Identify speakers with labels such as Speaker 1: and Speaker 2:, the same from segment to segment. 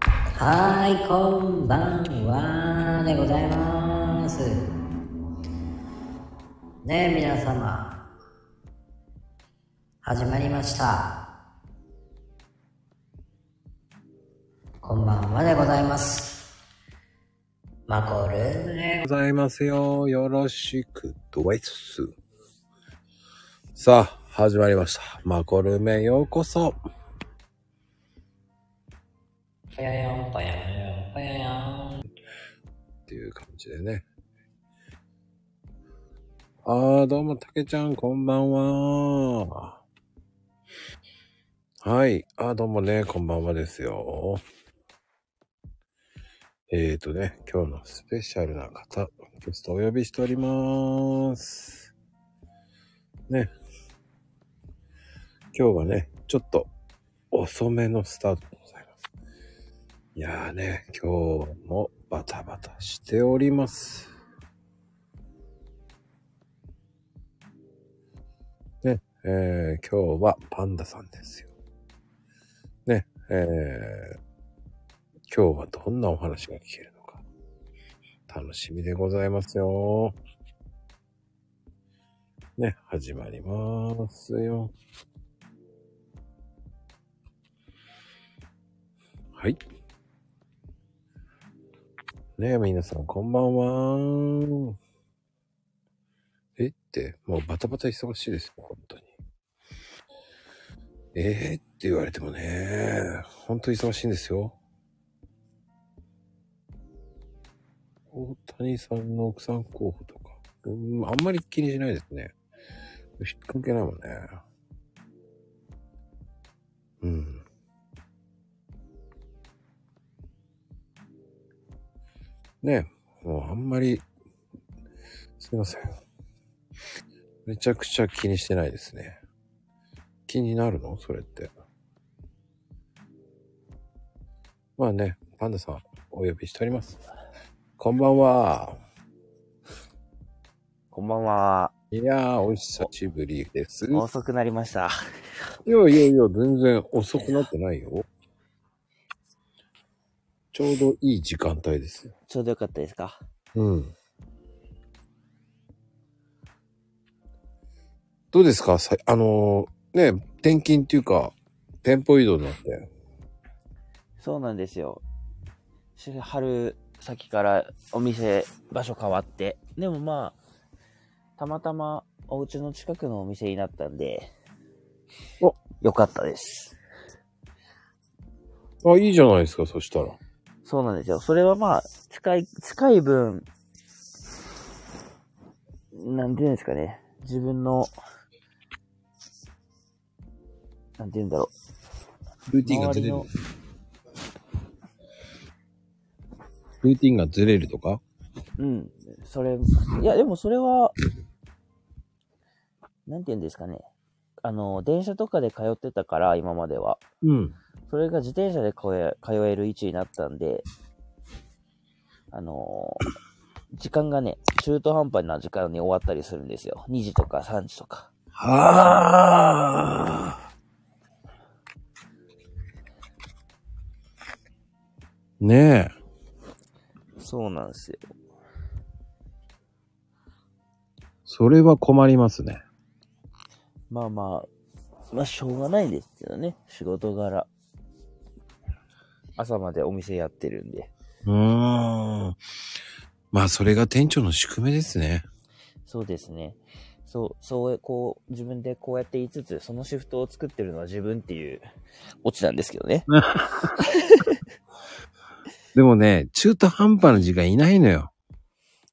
Speaker 1: はい、こんばんはでございます。ねえ、皆様。始まりました。こんばんはでございます。マコルームで
Speaker 2: ございますよ。よろしく、ドワイス。さあ、始まりました。マコルメようこそ。
Speaker 1: ぽよよんぽよよんぽよよん。
Speaker 2: っていう感じでね。ああ、どうも、たけちゃん、こんばんは。はい。あーどうもね、こんばんはですよ。えーとね、今日のスペシャルな方、ゲストお呼びしております。ね。今日はね、ちょっと遅めのスタートでございます。いやーね、今日もバタバタしております。ね、えー今日はパンダさんですよ。ね、えー今日はどんなお話が聞けるのか、楽しみでございますよ。ね、始まりますよ。はい。ねえ、皆さん、こんばんは。えって、もうバタバタ忙しいですよ、本当に。えー、って言われてもね、本当に忙しいんですよ。大谷さんの奥さん候補とか、うん、あんまり気にしないですね。引っ掛けないもんね。うん。ねえ、もうあんまり、すいません。めちゃくちゃ気にしてないですね。気になるのそれって。まあね、パンダさん、お呼びしております。こんばんは。
Speaker 3: こんばんは。
Speaker 2: いやー、お久しぶりです。いや
Speaker 3: 遅くなりました。
Speaker 2: いやいや、全然遅くなってないよ。ちょうどいい時間帯ですよ。
Speaker 3: ちょうどよかったですか
Speaker 2: うん。どうですかさあのーね、転勤っていうか、店舗移動になって。
Speaker 3: そうなんですよ。し春先からお店、場所変わって。でもまあ、たまたまお家の近くのお店になったんで、
Speaker 2: お
Speaker 3: よかったです。
Speaker 2: あ、いいじゃないですか、そしたら。
Speaker 3: そうなんですよ。それはまあ、近い、近い分、なんていうんですかね。自分の、なんていうんだろう。
Speaker 2: ルーティンがずれる。ルーティンがずれるとか
Speaker 3: うん。それ、いや、でもそれは、なんて言うんですかね。あの、電車とかで通ってたから、今までは。
Speaker 2: うん。
Speaker 3: それが自転車で通え通える位置になったんで、あのー時間がね、中途半端な時間に終わったりするんですよ。2時とか3時とか。
Speaker 2: はあ。ねえ。
Speaker 3: そうなんですよ。
Speaker 2: それは困りますね。
Speaker 3: まあまあ、まあしょうがないですけどね。仕事柄。朝までお店やってるんで。
Speaker 2: うーん。まあ、それが店長の宿命ですね。
Speaker 3: そうですね。そう、そう、こう、自分でこうやって言いつつ、そのシフトを作ってるのは自分っていうオチなんですけどね。
Speaker 2: でもね、中途半端な時間いないのよ。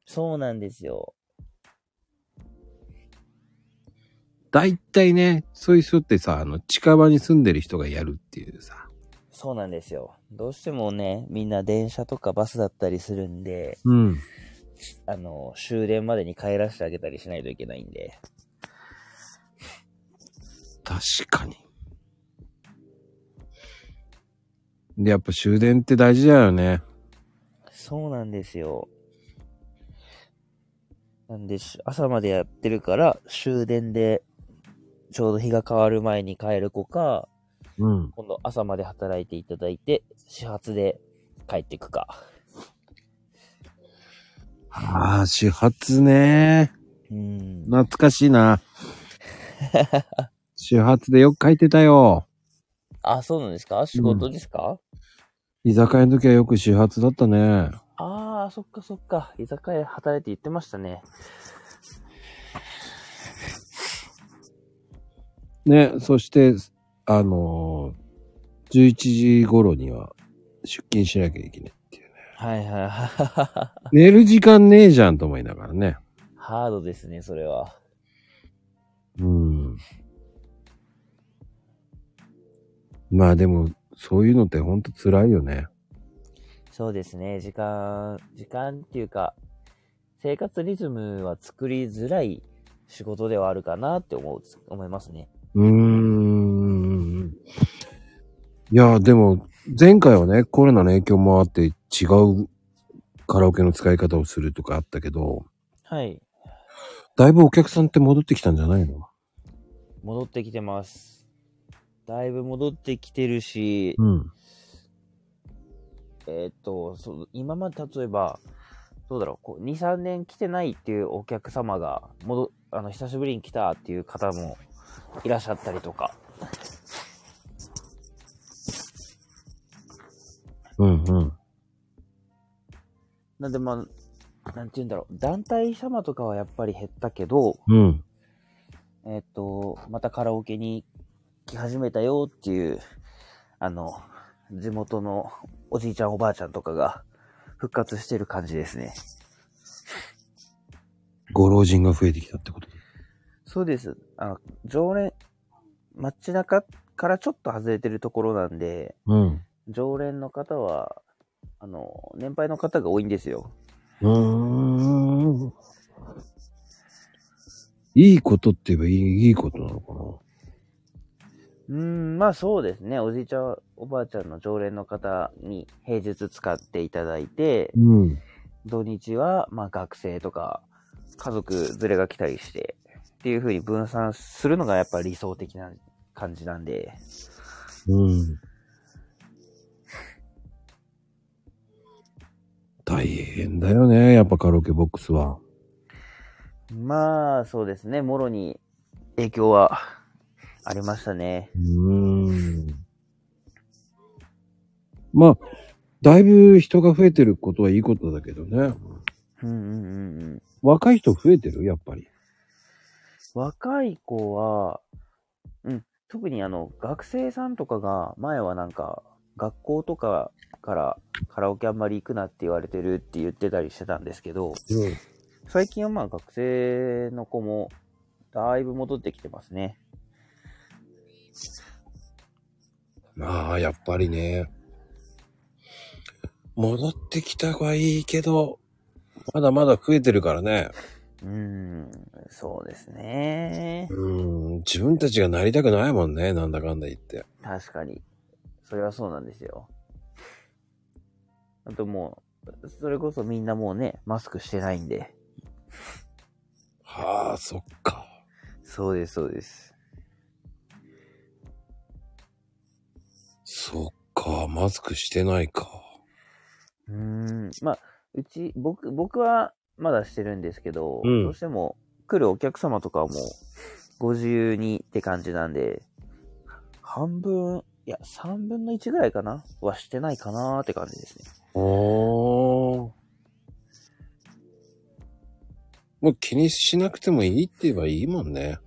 Speaker 3: そうなんですよ。
Speaker 2: だいたいね、そういう人ってさ、あの、近場に住んでる人がやるっていうさ。
Speaker 3: そうなんですよ。どうしてもね、みんな電車とかバスだったりするんで、
Speaker 2: うん。
Speaker 3: あの、終電までに帰らせてあげたりしないといけないんで。
Speaker 2: 確かに。で、やっぱ終電って大事だよね。
Speaker 3: そうなんですよ。なんで、し朝までやってるから、終電で、ちょうど日が変わる前に帰る子か、
Speaker 2: うん。
Speaker 3: 今度朝まで働いていただいて、始発で帰ってくか。
Speaker 2: ああ、始発ね。
Speaker 3: うん。
Speaker 2: 懐かしい な。始発でよく書いてたよ。
Speaker 3: あ、そうなんですか仕事ですか、
Speaker 2: 居酒屋の時はよく始発だったね。
Speaker 3: ああ、そっかそっか。居酒屋で働いて行ってましたね。
Speaker 2: ね、そして、あのー、11時頃には出勤しなきゃいけないっていうね。
Speaker 3: はいはいはい。
Speaker 2: 寝る時間ねえじゃんと思いながらね。
Speaker 3: ハードですね、それは。
Speaker 2: うん。まあでも、そういうのってほんと辛いよね。
Speaker 3: そうですね、時間、時間っていうか、生活リズムは作りづらい仕事ではあるかなって思う、思いますね。
Speaker 2: うーん。いや、でも、前回はね、コロナの影響もあって違うカラオケの使い方をするとかあったけど、
Speaker 3: はい。
Speaker 2: だいぶお客さんって戻ってきたんじゃないの
Speaker 3: 戻ってきてます。だいぶ戻ってきてるし、
Speaker 2: うん。
Speaker 3: えーっと、そう今まで例えば、どうだろう、こう2、3年来てないっていうお客様が、戻あの久しぶりに来たっていう方もいらっしゃったりとか、
Speaker 2: うんうん。
Speaker 3: なんでまあ、なんて言うんだろう、団体様とかはやっぱり減ったけど、
Speaker 2: うん。
Speaker 3: えーっと、またカラオケに来始めたよっていう、あの、地元のおじいちゃんおばあちゃんとかが復活してる感じですね。
Speaker 2: ご老人が増えてきたってこと
Speaker 3: そうです。あの、常連、街中からちょっと外れてるところなんで、
Speaker 2: うん。
Speaker 3: 常連の方は、あの、年配の方が多いんですよ。
Speaker 2: うーん。いいことって言えばいいいいことなのか
Speaker 3: うーん、まあそうですね。おじいちゃん、おばあちゃんの常連の方に平日使っていただいて、
Speaker 2: なうん。
Speaker 3: 土日は、まあ学生とか、家族連れが来たりして、っていう風に分散するのがやっぱり理想的な感じなんで。
Speaker 2: うん。大変だよね、やっぱカラオケボックスは。
Speaker 3: まあそうですね。もろに影響はありましたね。
Speaker 2: うーん。まあ、だいぶ人が増えてることはいいことだけどね。
Speaker 3: うんうんうんうん。
Speaker 2: 若い人増えてるやっぱり。
Speaker 3: 若い子は、うん、特にあの、学生さんとかが、前はなんか、学校とかからカラオケあんまり行くなって言われてるって言ってたりしてたんですけど、最近はまあ学生の子も、だいぶ戻ってきてますね。
Speaker 2: まあ、やっぱりね。戻ってきたはいいけど、まだまだ増えてるからね。
Speaker 3: うーん、そうですね。
Speaker 2: うん、自分たちがなりたくないもんね、なんだかんだ言って。
Speaker 3: 確かに。それはそうなんですよ。あともう、それこそみんなもうね、マスクしてないんで。
Speaker 2: はあ、そっか。
Speaker 3: そうです、そうです。
Speaker 2: そっか、マスクしてないか。
Speaker 3: うーん、まあ、うち、僕、僕はまだしてるんですけど、
Speaker 2: うん
Speaker 3: どうしても来るお客様とかはもう、ご自由にって感じなんで、半分、いや、3分の1ぐらいかなはしてないかなーって感じですね。
Speaker 2: おー。もう気にしなくてもいいって言えばいいもんね。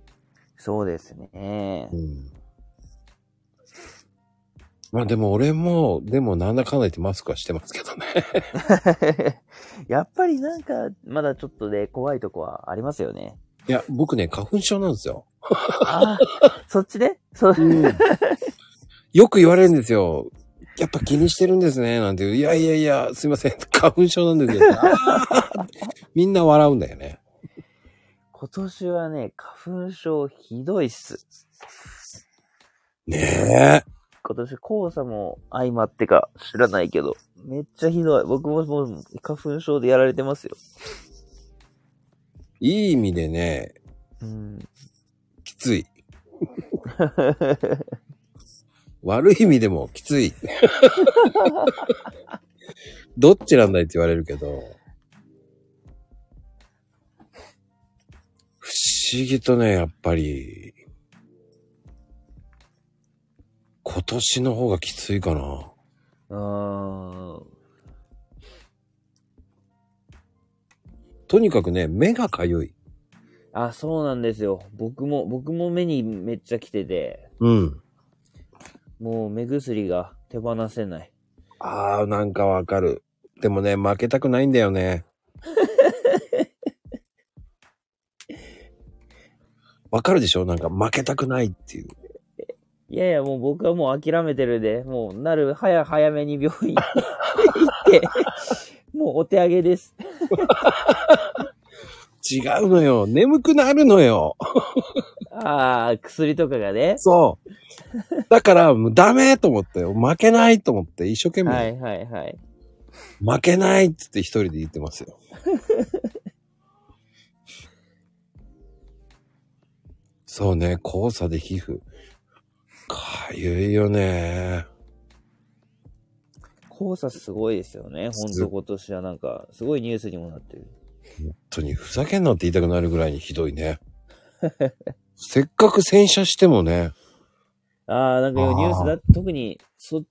Speaker 3: そうですね
Speaker 2: う。ん。まあでも俺も、でもなんだかんだ言ってマスクはしてますけどね。
Speaker 3: やっぱりなんか、まだちょっとね、怖いとこはありますよね。
Speaker 2: いや、僕ね、花粉症なんですよ。
Speaker 3: あーそっちねそう、
Speaker 2: よく言われるんですよ。やっぱ気にしてるんですね、なんていう。いやいやいや、すいません。 花粉症なんですよ。あーみんな笑うんだよね。
Speaker 3: 今年はね、花粉症ひどいっす。
Speaker 2: ねえ。
Speaker 3: 今年黄砂も相まってか知らないけど、めっちゃひどい。僕ももう花粉症でやられてますよ。
Speaker 2: いい意味でね、
Speaker 3: うん。
Speaker 2: きつい。悪い意味でもきつい。どっちなんだいって言われるけど、不思議とね、やっぱり、今年の方がきついかな。
Speaker 3: うーん。
Speaker 2: とにかくね、目がかゆい。
Speaker 3: あ、そうなんですよ。僕も、僕も目にめっちゃ来てて、
Speaker 2: うん。
Speaker 3: もう目薬が手放せない。
Speaker 2: ああ、なんかわかる。でもね、負けたくないんだよ ね。わかるでしょなんか負けたくないっていう。
Speaker 3: いやいや、もう僕はもう諦めてるんで、もうなる、早早めに病院 行って、もうお手上げです。
Speaker 2: 違うのよ。眠くなるのよ。
Speaker 3: ああ、薬とかがね。
Speaker 2: そう。だから、もうダメと思って、負けないと思って、一生懸命、
Speaker 3: はいはいはい。
Speaker 2: 負けないって言って一人で言ってます よ。そうね、黄砂で皮膚。かゆいよね。
Speaker 3: 黄砂すごいですよね。ほん
Speaker 2: す
Speaker 3: と今年はなんか、すごいニュースにもなってる。
Speaker 2: 本当にふざけんなって言いたくなるぐらいにひどいね。 せっかく洗車してもね、
Speaker 3: ああ、なんか
Speaker 2: あー
Speaker 3: ニュースだ、特に、そ、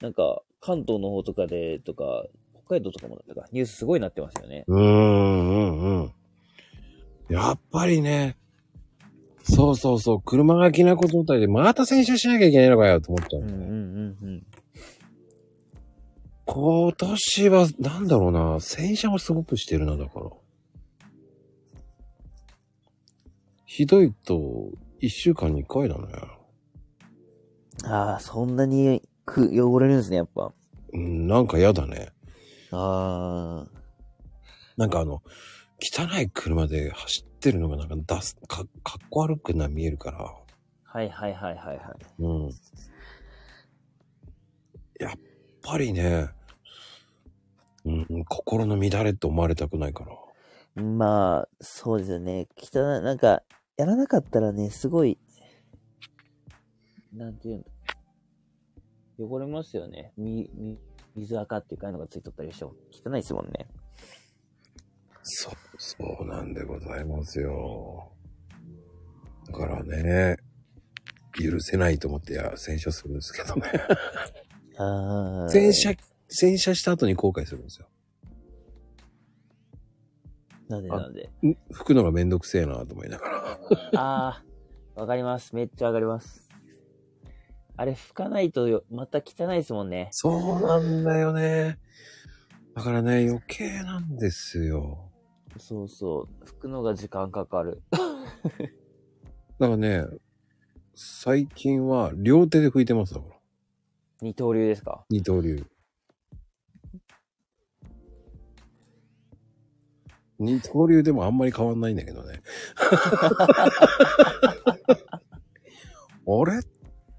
Speaker 3: なんか、関東の方とかで、とか、北海道とかもだったか、ニュースすごいなってますよね。
Speaker 2: うーん、うん、うん。やっぱりね、そうそうそう、車がきなこ状態でまた洗車しなきゃいけないのかよと思っちゃ
Speaker 3: う
Speaker 2: うんん
Speaker 3: う
Speaker 2: だよね。
Speaker 3: んうんうん。
Speaker 2: 今年は、なんだろうな、洗車もすごくしてるな、だから。ひどいと、一週間に一回だね。
Speaker 3: ああ、そんなにく汚れるんですね、やっぱ。
Speaker 2: うん、なんか嫌だね。
Speaker 3: ああ。
Speaker 2: なんかあの、汚い車で走ってるのがなんか出す、か、かっこ悪くな、見えるから。
Speaker 3: はいはいはいはいはい。
Speaker 2: うん。やっぱりね、うん、心の乱れって思われたくないから。
Speaker 3: まあ、そうですよね。汚い、なんか、やらなかったらね、すごい、なんていうの、汚れますよね。み、み、水垢っていうかいうのがついとったりしても、汚いですもんね。
Speaker 2: そう、そうなんでございますよ。だからね、許せないと思って、いや、洗車するんですけどね。
Speaker 3: ああ。
Speaker 2: 洗車、洗車した後に後悔するんですよ。
Speaker 3: なんで
Speaker 2: あ
Speaker 3: なんで。
Speaker 2: ん拭くのがめんどくせえなと思いながら。
Speaker 3: ああ、わかります。めっちゃわかります。あれ、拭かないとよ、また汚いですもんね。
Speaker 2: そうなんだよね。だからね、余計なんですよ。
Speaker 3: そうそう。拭くのが時間かかる。
Speaker 2: だからね、最近は両手で拭いてますだから。
Speaker 3: 二刀流ですか
Speaker 2: 二刀流。二刀流でもあんまり変わんないんだけどね。あれ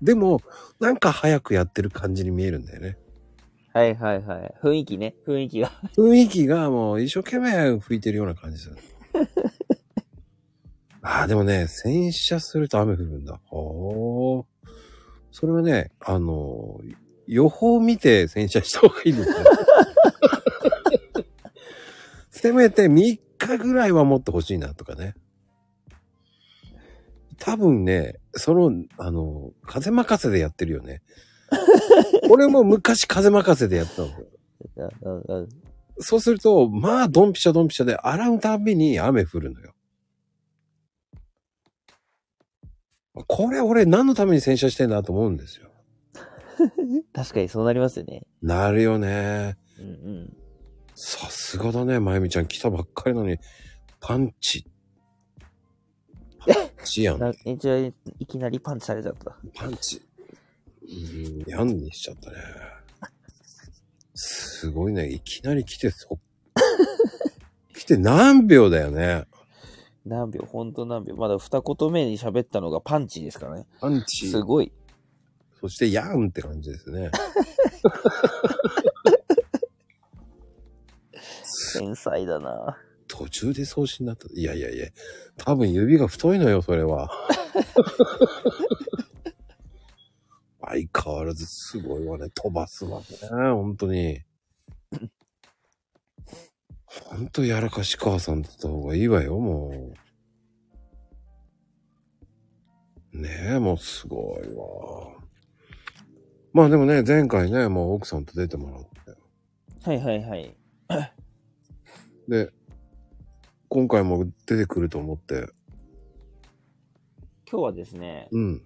Speaker 2: でも、なんか早くやってる感じに見えるんだよね。
Speaker 3: はいはいはい。雰囲気ね。雰囲気が。
Speaker 2: 雰囲気がもう一生懸命吹いてるような感じする。ああ、でもね、洗車すると雨降るんだ。ほー。それはね、あの、予報を見て洗車した方がいいですね。せめて3日ぐらいは持ってほしいなとかね。多分ね、その、あの、風任せでやってるよね。俺も昔風任せでやったの。
Speaker 3: うんうんうん
Speaker 2: そうすると、まあ、ドンピシャドンピシャで、洗うたびに雨降るのよ。これ、俺、何のために洗車してんだと思うんですよ。
Speaker 3: 確かにそうなりますよね。
Speaker 2: なるよね。
Speaker 3: うんうん。
Speaker 2: さすがだね、まゆみちゃん。来たばっかりなのに、パンチ。パンチやん。
Speaker 3: な一応、いきなりパンチされちゃった。
Speaker 2: パンチ。うん、やんにしちゃったね。すごいね。いきなり来て、そ、来て何秒だよね。
Speaker 3: 何秒、ほんと何秒。まだ二言目に喋ったのがパンチですからね。
Speaker 2: パンチ。
Speaker 3: すごい。
Speaker 2: そして、やんって感じですね。
Speaker 3: 繊細だな。
Speaker 2: 途中で送信になった。いやいやいや、多分指が太いのよ、それは。 相変わらずすごいわね。飛ばすわね。本当に。ほんとやらかし母さんだった方がいいわよ、もう。ねえ、もうすごいわ。まあでもね、前回ね、もう奥さんと出てもらって。
Speaker 3: はいはいはい。
Speaker 2: で、今回も出てくると思って。
Speaker 3: 今日はですね、
Speaker 2: うん。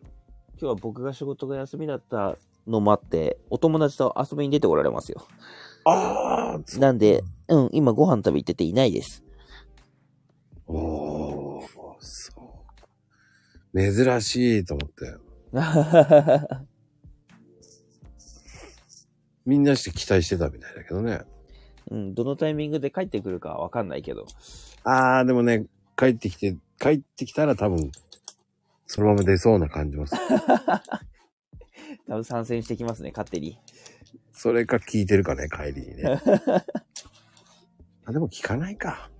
Speaker 3: 今日は僕が仕事が休みだったのもあって、お友達と遊びに出ておられますよ。
Speaker 2: ああ
Speaker 3: なんで、うん、今ご飯食べ行ってていないです。
Speaker 2: おおそう。珍しいと思って。みんなして期待してたみたいだけどね。
Speaker 3: うん、どのタイミングで帰ってくるかわかんないけど。
Speaker 2: ああ、でもね、帰ってきて、帰ってきたら多分、そのまま出そうな感じ もする。
Speaker 3: 多分参戦してきますね、勝手に。
Speaker 2: それか聞いてるかね、帰りに ね。あ、でも聞かないか。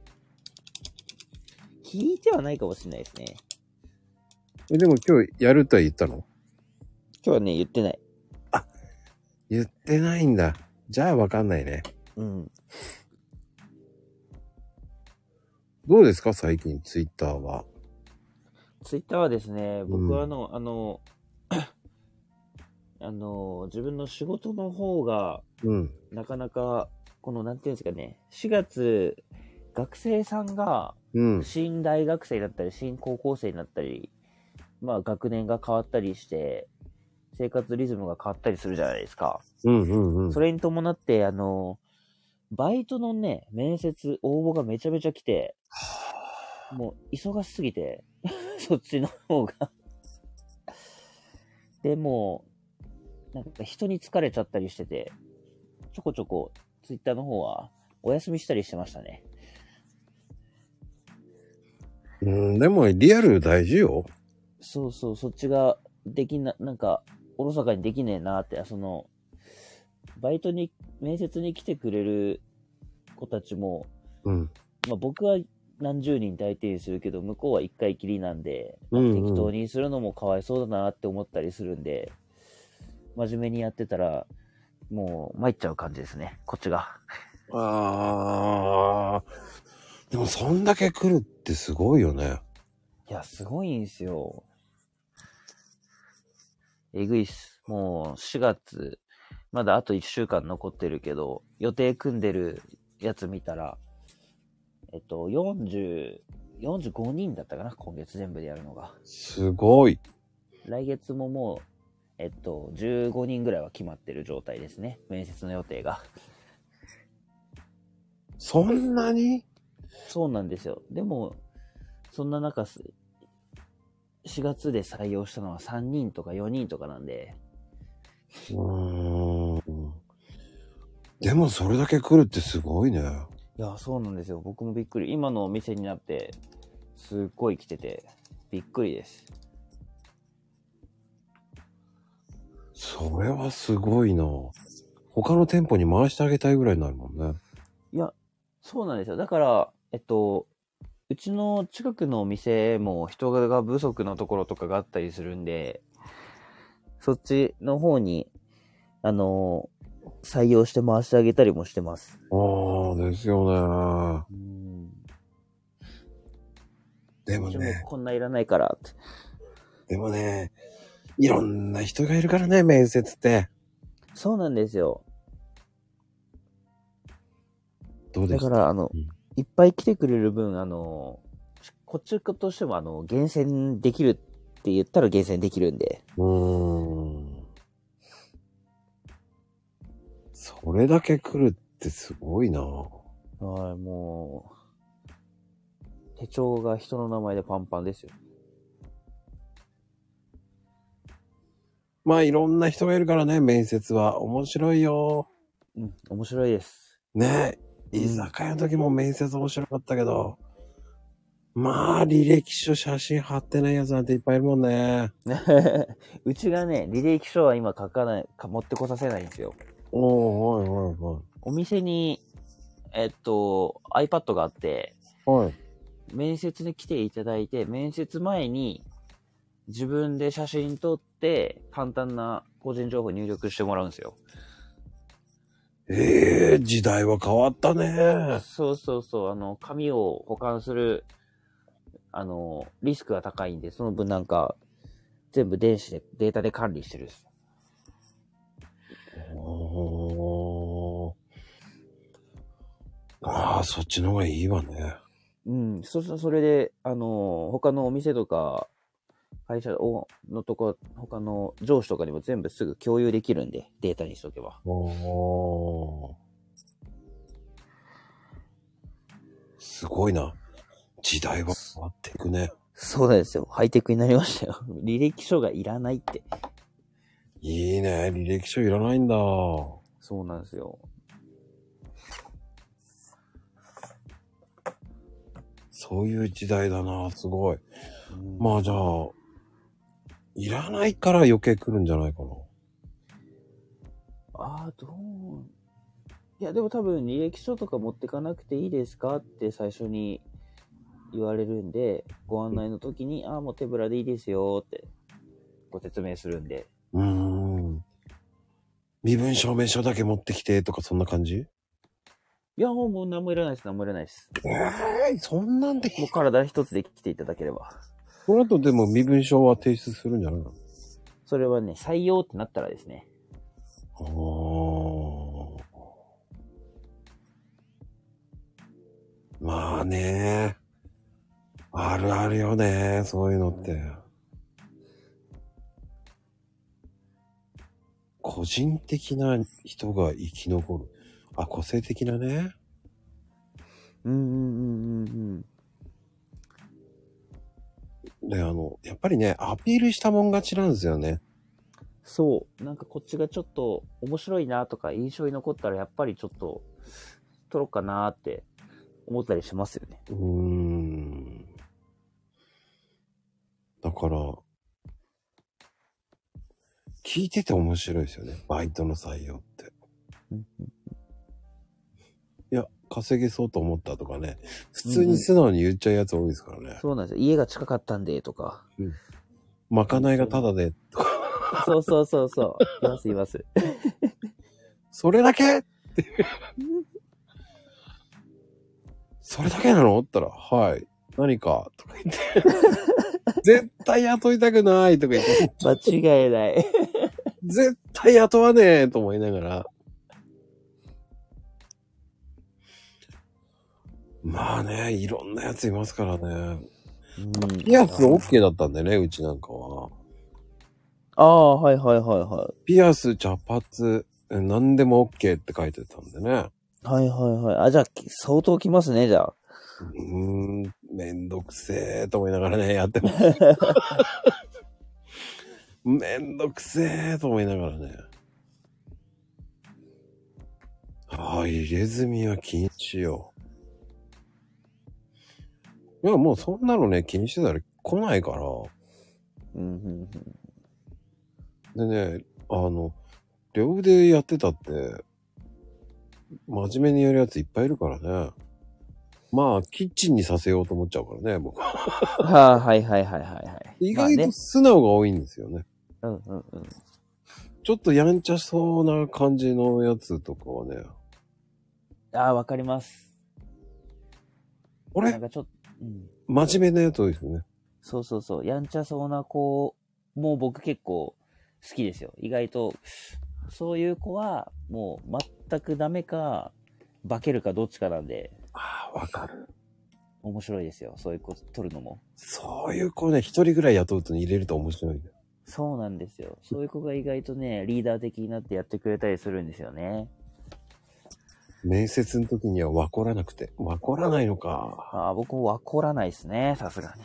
Speaker 3: 聞いてはないかもしれないですね。
Speaker 2: えでも今日やるとは言ったの
Speaker 3: 今日はね、言ってない。
Speaker 2: 言ってないんだ。じゃあわかんないね。
Speaker 3: うん。
Speaker 2: どうですか最近、ツイッターは。
Speaker 3: ツイッターはですね、僕
Speaker 2: うん
Speaker 3: はあの、あの、 あの、自分の仕事の方が、
Speaker 2: うん。
Speaker 3: なかなか、この、なんていうんですかね、4月、学生さんが、
Speaker 2: うん。
Speaker 3: 新大学生だったり、新高校生になったり、まあ、学年が変わったりして、生活リズムが変わったりするじゃないですか。
Speaker 2: うんうんうん。
Speaker 3: それに伴って、あの、バイトのね、面接、応募がめちゃめちゃ来て、もう忙しすぎて、 そっちの方が。でもう、なんか人に疲れちゃったりしてて、ちょこちょこ、ツイッターの方は、お休みしたりしてましたね。
Speaker 2: うん、でもリアル大事よ。
Speaker 3: そうそう、そっちができな、なんか、おろそかにできねえなって、その、バイトに、面接に来てくれる子たちも、
Speaker 2: うん。
Speaker 3: まあ、僕は何十人大定にするけど向こうは一回きりなんで、まあ
Speaker 2: うんうん
Speaker 3: 適当にするのもかわいそうだなって思ったりするんで真面目にやってたらもう参っちゃう感じですねこっちが
Speaker 2: ああ。でもそんだけ来るってすごいよね。
Speaker 3: いやすごいんすよえぐいっすもう4月まだあと1週間残ってるけど予定組んでるやつ見たらえっと40 45人だったかな今月全部でやるのが
Speaker 2: すごい。
Speaker 3: 来月ももう、えっと、15人ぐらいは決まってる状態ですね。面接の予定が。
Speaker 2: そんなに
Speaker 3: そうなんですよ。でも、そんな中す、4月で採用したのは3人とか4人とかなんで、
Speaker 2: うーん。でもそれだけ来るってすごいね。
Speaker 3: いや、そうなんですよ。僕もびっくり。今のお店になって、すっごい来てて、びっくりです。
Speaker 2: それはすごいな。他の店舗に回してあげたいぐらいになるもんね。
Speaker 3: いや、そうなんですよ。だから、えっと、うちの近くのお店も人が不足のところとかがあったりするんで、そっちの方に、あの、採用して回してあげたりもしてます。
Speaker 2: ああ、ですよね。
Speaker 3: うん。
Speaker 2: でも
Speaker 3: うちも
Speaker 2: ね、
Speaker 3: こんないらないからって。
Speaker 2: でもね、いろんな人がいるからね、面接って。
Speaker 3: そうなんですよ。
Speaker 2: どうで
Speaker 3: だ
Speaker 2: す
Speaker 3: か、
Speaker 2: から
Speaker 3: あの
Speaker 2: うん、
Speaker 3: いっぱい来てくれる分、あの、こっちとしても、あの、厳選できるって言ったら厳選できるんで。
Speaker 2: うーん。それだけ来るってすごいな。
Speaker 3: はい、もう、手帳が人の名前でパンパンですよ。
Speaker 2: まあいろんな人がいるからね、面接は面白いよ。
Speaker 3: うん、面白いです。
Speaker 2: ねえ、居酒屋の時も面接面白かったけど、まあ履歴書写真貼ってないやつなんていっぱいいるもんね。
Speaker 3: うちがね、履歴書は今書かない、か持ってこさせないんですよ。
Speaker 2: おー、はいは
Speaker 3: お店に、えっと、iPad があって、
Speaker 2: いはい。はい。
Speaker 3: 面接に来ていただいて、面接前に自分で写真撮って、簡単な個人情報入力してもらうんですよ。
Speaker 2: えええ、時代は変わったね。
Speaker 3: そうそうそう、あの、紙を保管する、あの、リスクが高いんで、その分なんか、全部電子で、データで管理してるっす。
Speaker 2: おーああ、そっちの方がいいわね。
Speaker 3: うん、そ、そそれで、あの、他のお店とか、会社をのとこ、他の上司とかにも全部すぐ共有できるんで、データにしとけば。
Speaker 2: おーすごいな。時代は変わっていくね。
Speaker 3: そうなんですよ。ハイテクになりましたよ。 履歴書がいらないって。
Speaker 2: いいね。履歴書いらないんだ。
Speaker 3: そうなんですよ。
Speaker 2: そういう時代だな。すごい。
Speaker 3: うん
Speaker 2: まあじゃあ、いらないから余計来るんじゃないかな。
Speaker 3: ああ、どういや、でも多分履歴書とか持ってかなくていいですかって最初に言われるんで、ご案内の時に、ああ、もう手ぶらでいいですよってご説明するんで。
Speaker 2: うーん。身分証明書だけ持ってきてとかそんな感じ
Speaker 3: いや、もうもう何もいらないです、何もいらないです。
Speaker 2: ええそんなんで
Speaker 3: もう体一つで来ていただければ。
Speaker 2: この後でも身分証は提出するんじゃないの
Speaker 3: それはね、採用ってなったらですね。
Speaker 2: おーまあね。あるあるよね。そういうのって。個人的な人が生き残る。あ、個性的なね。
Speaker 3: うんうんうんうん
Speaker 2: で、あの、やっぱりね、アピールしたもん勝ちなんですよね。
Speaker 3: そう。なんかこっちがちょっと面白いなとか印象に残ったらやっぱりちょっと取ろうかなって思ったりしますよね。
Speaker 2: うーん。だから、聞いてて面白いですよね。バイトの採用って
Speaker 3: うん。
Speaker 2: いや、稼げそうと思ったとかね。普通に素直に言っちゃうやつ多いですからね。
Speaker 3: そうなんですよ。家が近かったんでとか。
Speaker 2: まかないがタダでとか、
Speaker 3: そうそうそうそう。いますいます。
Speaker 2: それだ けそれだけなのって言ったら、はい。何かとか言って。絶対雇いたくないとか言って。
Speaker 3: 間違いない。
Speaker 2: 絶対雇わねえと思いながら。まあね、いろんなやついますからね。
Speaker 3: うん
Speaker 2: ピアス OK だったんでね、うちなんかは。
Speaker 3: ああ、はいはいはいはい。
Speaker 2: ピアス、茶髪、え何でも OK って書いてたんでね。
Speaker 3: はいはいはい。あ、じゃあ、き相当来ますね、じゃあ。
Speaker 2: うーん、めんどくせえと思いながらね、やっても。めんどくせえと思いながらね。ああ、入れ墨は禁止よ。いや、もうそんなのね、気にしてたら来ないから。
Speaker 3: うんうんうん。
Speaker 2: でね、あの、両腕やってたって、真面目にやるやついっぱいいるからね。まあ、キッチンにさせようと思っちゃうからね、僕は。
Speaker 3: はあ、はいはいはいはいはい。
Speaker 2: 意
Speaker 3: まあ
Speaker 2: 外
Speaker 3: ね
Speaker 2: と。素直が多いんですよね。
Speaker 3: うんうんうん。
Speaker 2: ちょっとやんちゃそうな感じのやつとかはね、
Speaker 3: ああ、わかります。な
Speaker 2: 俺
Speaker 3: ん、かちょっと、うん。
Speaker 2: 真面目なやつ多いですよね。
Speaker 3: そうそうそう。やんちゃそうな子、もう僕結構好きですよ。意外と、そういう子は、もう全くダメか、化けるかどっちかなんで、
Speaker 2: ああ、わかる。
Speaker 3: 面白いですよ。そういう子取るのも。
Speaker 2: そういう子ね、一人ぐらい雇うと入れると面白いね。
Speaker 3: そうなんですよ。そういう子が意外とね、リーダー的になってやってくれたりするんですよね。
Speaker 2: 面接の時にはわこらなくて。わこらないのか。
Speaker 3: ああ、僕もわからないですね。さすがに。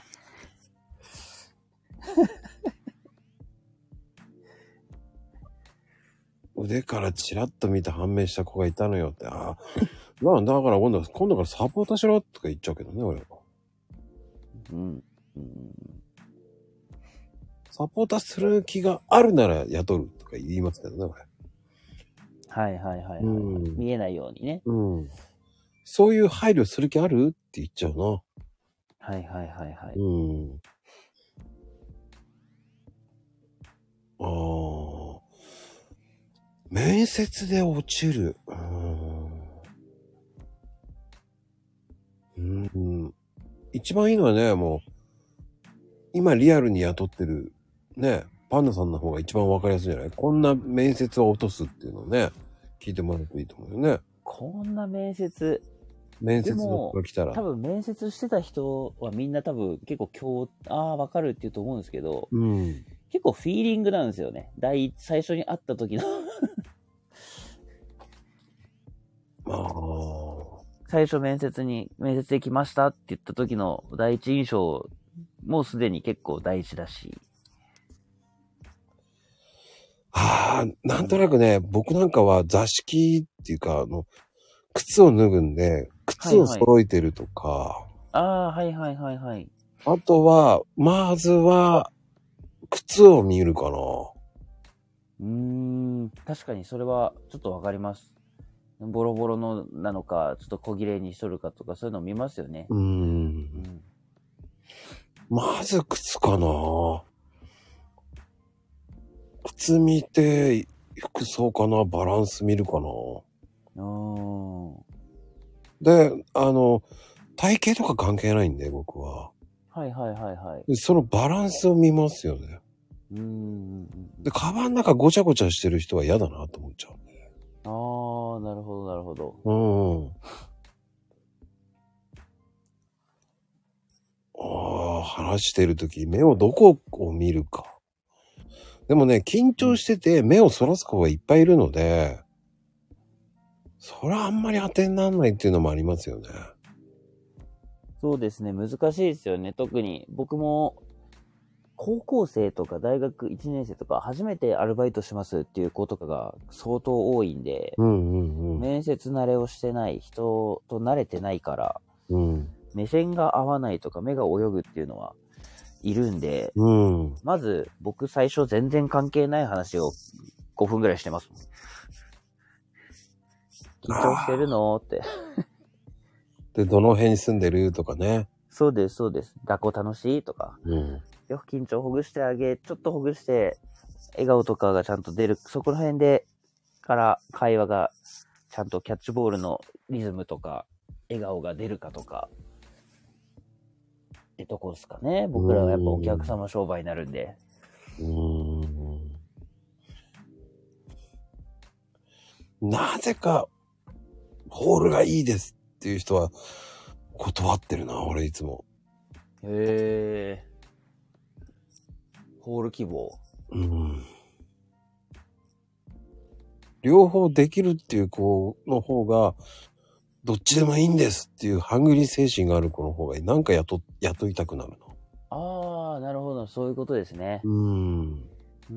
Speaker 2: 腕からチラッと見て判明した子がいたのよって。ああ、 まあだから今度、今度からサポートしろとか言っちゃうけどね、俺は。
Speaker 3: うん。うん、
Speaker 2: サポーターする気があるなら雇うとか言いますけどね、俺。
Speaker 3: はいはいはい、はい
Speaker 2: うん
Speaker 3: 見えないようにね。
Speaker 2: うん。そういう配慮する気あるって言っちゃうな。
Speaker 3: はいはいはいはい。
Speaker 2: うん。ああ。面接で落ちる。うん。一番いいのはね、もう、今リアルに雇ってる、ね、パンダさんの方が一番わかりやすいんじゃないこんな面接を落とすっていうのをね、聞いてもらうといいと思うよね。
Speaker 3: こんな面接、
Speaker 2: 面接
Speaker 3: で
Speaker 2: の
Speaker 3: も
Speaker 2: 子が来たら
Speaker 3: 多。分面接してた人はみんな多分結構今日、ああ、わかるって言うと思うんですけど、
Speaker 2: うん。
Speaker 3: 結構フィーリングなんですよね。第一、最初に会った時の、
Speaker 2: まあ、
Speaker 3: 最初面接に、面接で来ましたって言った時の第一印象、もうすでに結構大事だし。
Speaker 2: ああ、なんとなくね、僕なんかは座敷っていうか、あの、靴を脱ぐんで、靴を揃えてるとか、
Speaker 3: ああ、はいはいはいはい。
Speaker 2: あとは、まずは、靴を見るかな。
Speaker 3: うーん、確かにそれはちょっとわかります。ボロボロのなのか、ちょっと小切れにしとるかとか、そういうの見ますよね。
Speaker 2: う。
Speaker 3: うんん、
Speaker 2: まず靴かな。靴見て、服装かな、バランス見るか
Speaker 3: あー
Speaker 2: な。で、あの、体型とか関係ないんで、僕は。
Speaker 3: はいはいはいはい。
Speaker 2: でそのバランスを見ますよね。
Speaker 3: うーん。
Speaker 2: で、カバンの中ごちゃごちゃしてる人は嫌だなと思っちゃう。
Speaker 3: ああ、なるほどなるほど。
Speaker 2: うん。ああ、話してるとき、目をどこを見るか。でもね、緊張してて目をそらす子がいっぱいいるので、それはあんまり当てにならないっていうのもありますよね。
Speaker 3: そうですね、難しいですよね。特に僕も高校生とか大学1年生とか初めてアルバイトしますっていう子とかが相当多いんで、
Speaker 2: うんうんうん。
Speaker 3: 面接慣れをしてない人と慣れてないから、
Speaker 2: うん。
Speaker 3: 目線が合わないとか目が泳ぐっていうのはいるんで、
Speaker 2: うん。
Speaker 3: まず僕最初全然関係ない話を5分ぐらいしてますもん。緊張してるのって。
Speaker 2: で、どの辺に住んでるとかね。
Speaker 3: そうです、そうです。学校楽しいとか。
Speaker 2: うん。
Speaker 3: よく緊張ほぐしてあげ、ちょっとほぐして、笑顔とかがちゃんと出る、そこら辺で、から会話が、ちゃんとキャッチボールのリズムとか、笑顔が出るかとか、ってとこですかね。僕らはやっぱお客様商売になるんで。
Speaker 2: うん。なぜか、ホールがいいですっていう人は断ってるな、俺いつも。
Speaker 3: へえ。ホール希望。
Speaker 2: うん。両方できるっていう子の方が、どっちでもいいんですっていうハングリー精神がある子の方が、なんか雇、雇いたくなるな。
Speaker 3: ああ、なるほど。そういうことですね。
Speaker 2: うん。
Speaker 3: うんうんう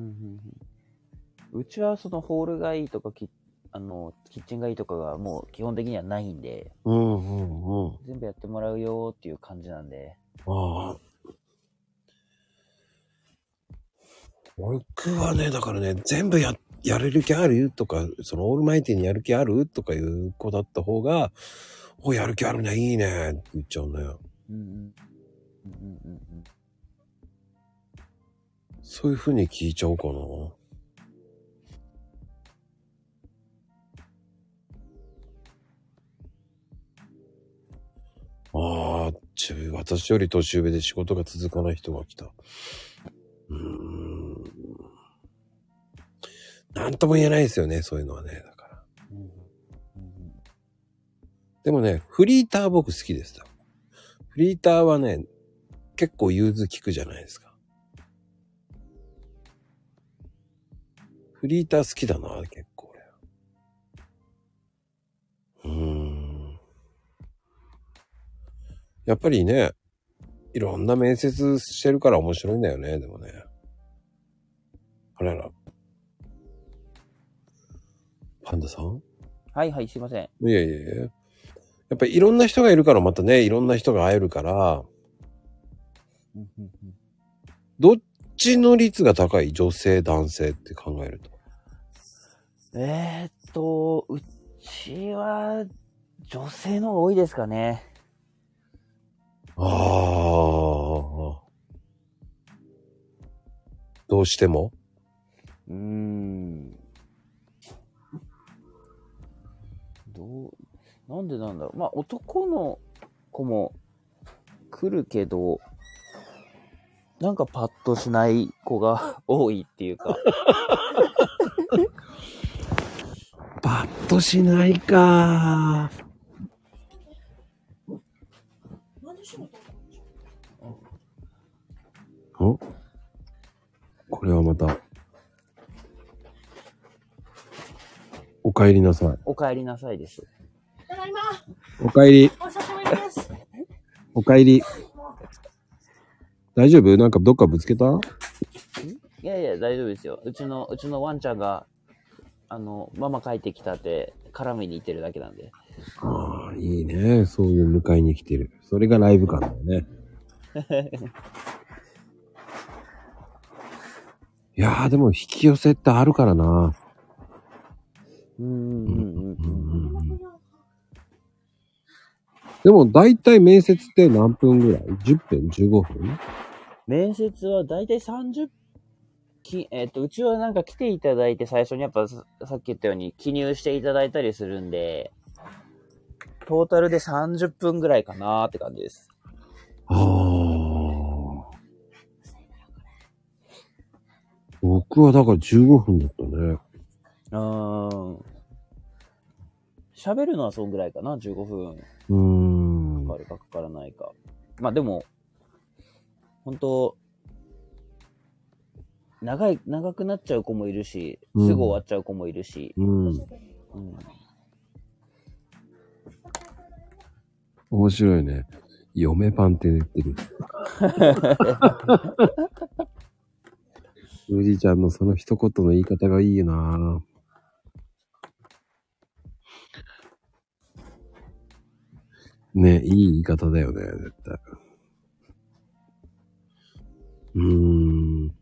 Speaker 3: んうちはそのホールがいいとかキッあのキッチンがいいとかがもう基本的にはないんで
Speaker 2: うんうんうん。
Speaker 3: 全部やってもらうよーっていう感じなんで
Speaker 2: ああ。僕はね、だからね、全部や、やれる気あるとか、そのオールマイティにやる気あるとかいう子だった方が、お、やる気あるね、いいね、って言っちゃうね。
Speaker 3: うんうんうんうんうんうん
Speaker 2: そういう風に聞いちゃおうかな。ああ、ちゅ私より年上で仕事が続かない人が来た。うーん。なんとも言えないですよね、そういうのはね。だから。
Speaker 3: うんうん
Speaker 2: でもね、フリーター僕好きです。フリーターはね、結構融通聞くじゃないですか。フリーター好きだな、結構俺。うーん。やっぱりね、いろんな面接してるから面白いんだよね、でもね。あらら。パンダさん
Speaker 3: はいはいすいません
Speaker 2: いやいやいや。やっぱりいろんな人がいるからまたね、いろんな人が会えるから、
Speaker 3: うんうんうん
Speaker 2: どっちの率が高い女性、男性って考えると。
Speaker 3: えー、っとうちは女性の方が多いですかね
Speaker 2: ああ。どうしても
Speaker 3: うーんどうなんでなんだろうまあ男の子も来るけど、なんかパッとしない子が多いっていうか、
Speaker 2: パッとしないかおこれはまた。お帰りなさい。
Speaker 3: お帰りなさいです。
Speaker 4: ただいま、
Speaker 2: お帰り、
Speaker 4: お久しぶりです。
Speaker 2: お帰り。大丈夫なんかどっかぶつけた
Speaker 3: いやいや、大丈夫ですよ。うちの、うちのワンちゃんが、あの、ママ帰ってきたって、絡みに行ってるだけなんで。
Speaker 2: ああ、いいね。そういう迎えに来てる。それがライブ感だよ ね。いやーでも引き寄せってあるからな。
Speaker 3: うーん、うん、
Speaker 2: う
Speaker 3: うんん。
Speaker 2: うんうんでも大体面接って何分ぐらい ?10 分 ?15 分
Speaker 3: 面接は大体30き、えっ、と、うちはなんか来ていただいて、最初にやっぱささっき言ったように記入していただいたりするんで、トータルで30分ぐらいかなーって感じです。
Speaker 2: ああ。僕はだから15分だったね。
Speaker 3: うーん。喋るのはそんぐらいかな、15分か
Speaker 2: うーん。
Speaker 3: かるかかからないか。まあでも、本当長い、長くなっちゃう子もいるし、
Speaker 2: うん
Speaker 3: すぐ終わっちゃう子もいるし、
Speaker 2: うん。
Speaker 3: うん、
Speaker 2: 面白いね。嫁パンって言ってる。富士ちゃんのその一言の言い方がいいなぁねいい言い方だよね、絶対。うーん。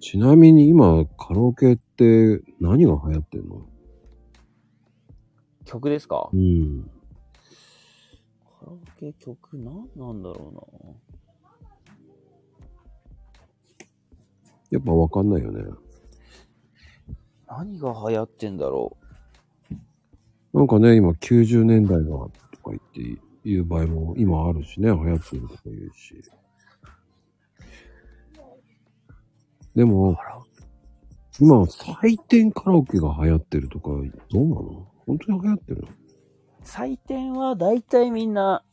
Speaker 2: ちなみに今、カラオケって何が流行ってんの
Speaker 3: 曲ですか
Speaker 2: うん。
Speaker 3: カラオケ曲なんなんだろうな。
Speaker 2: やっぱわかんないよね。
Speaker 3: 何が流行ってんだろ
Speaker 2: なんかね、今90年代がとか言って言う場合も今あるしね、流行ってるとか言うし。でも、今採点カラオケが流行ってるとか、どうなの本当に流行ってるの
Speaker 3: う。採点は大体みんな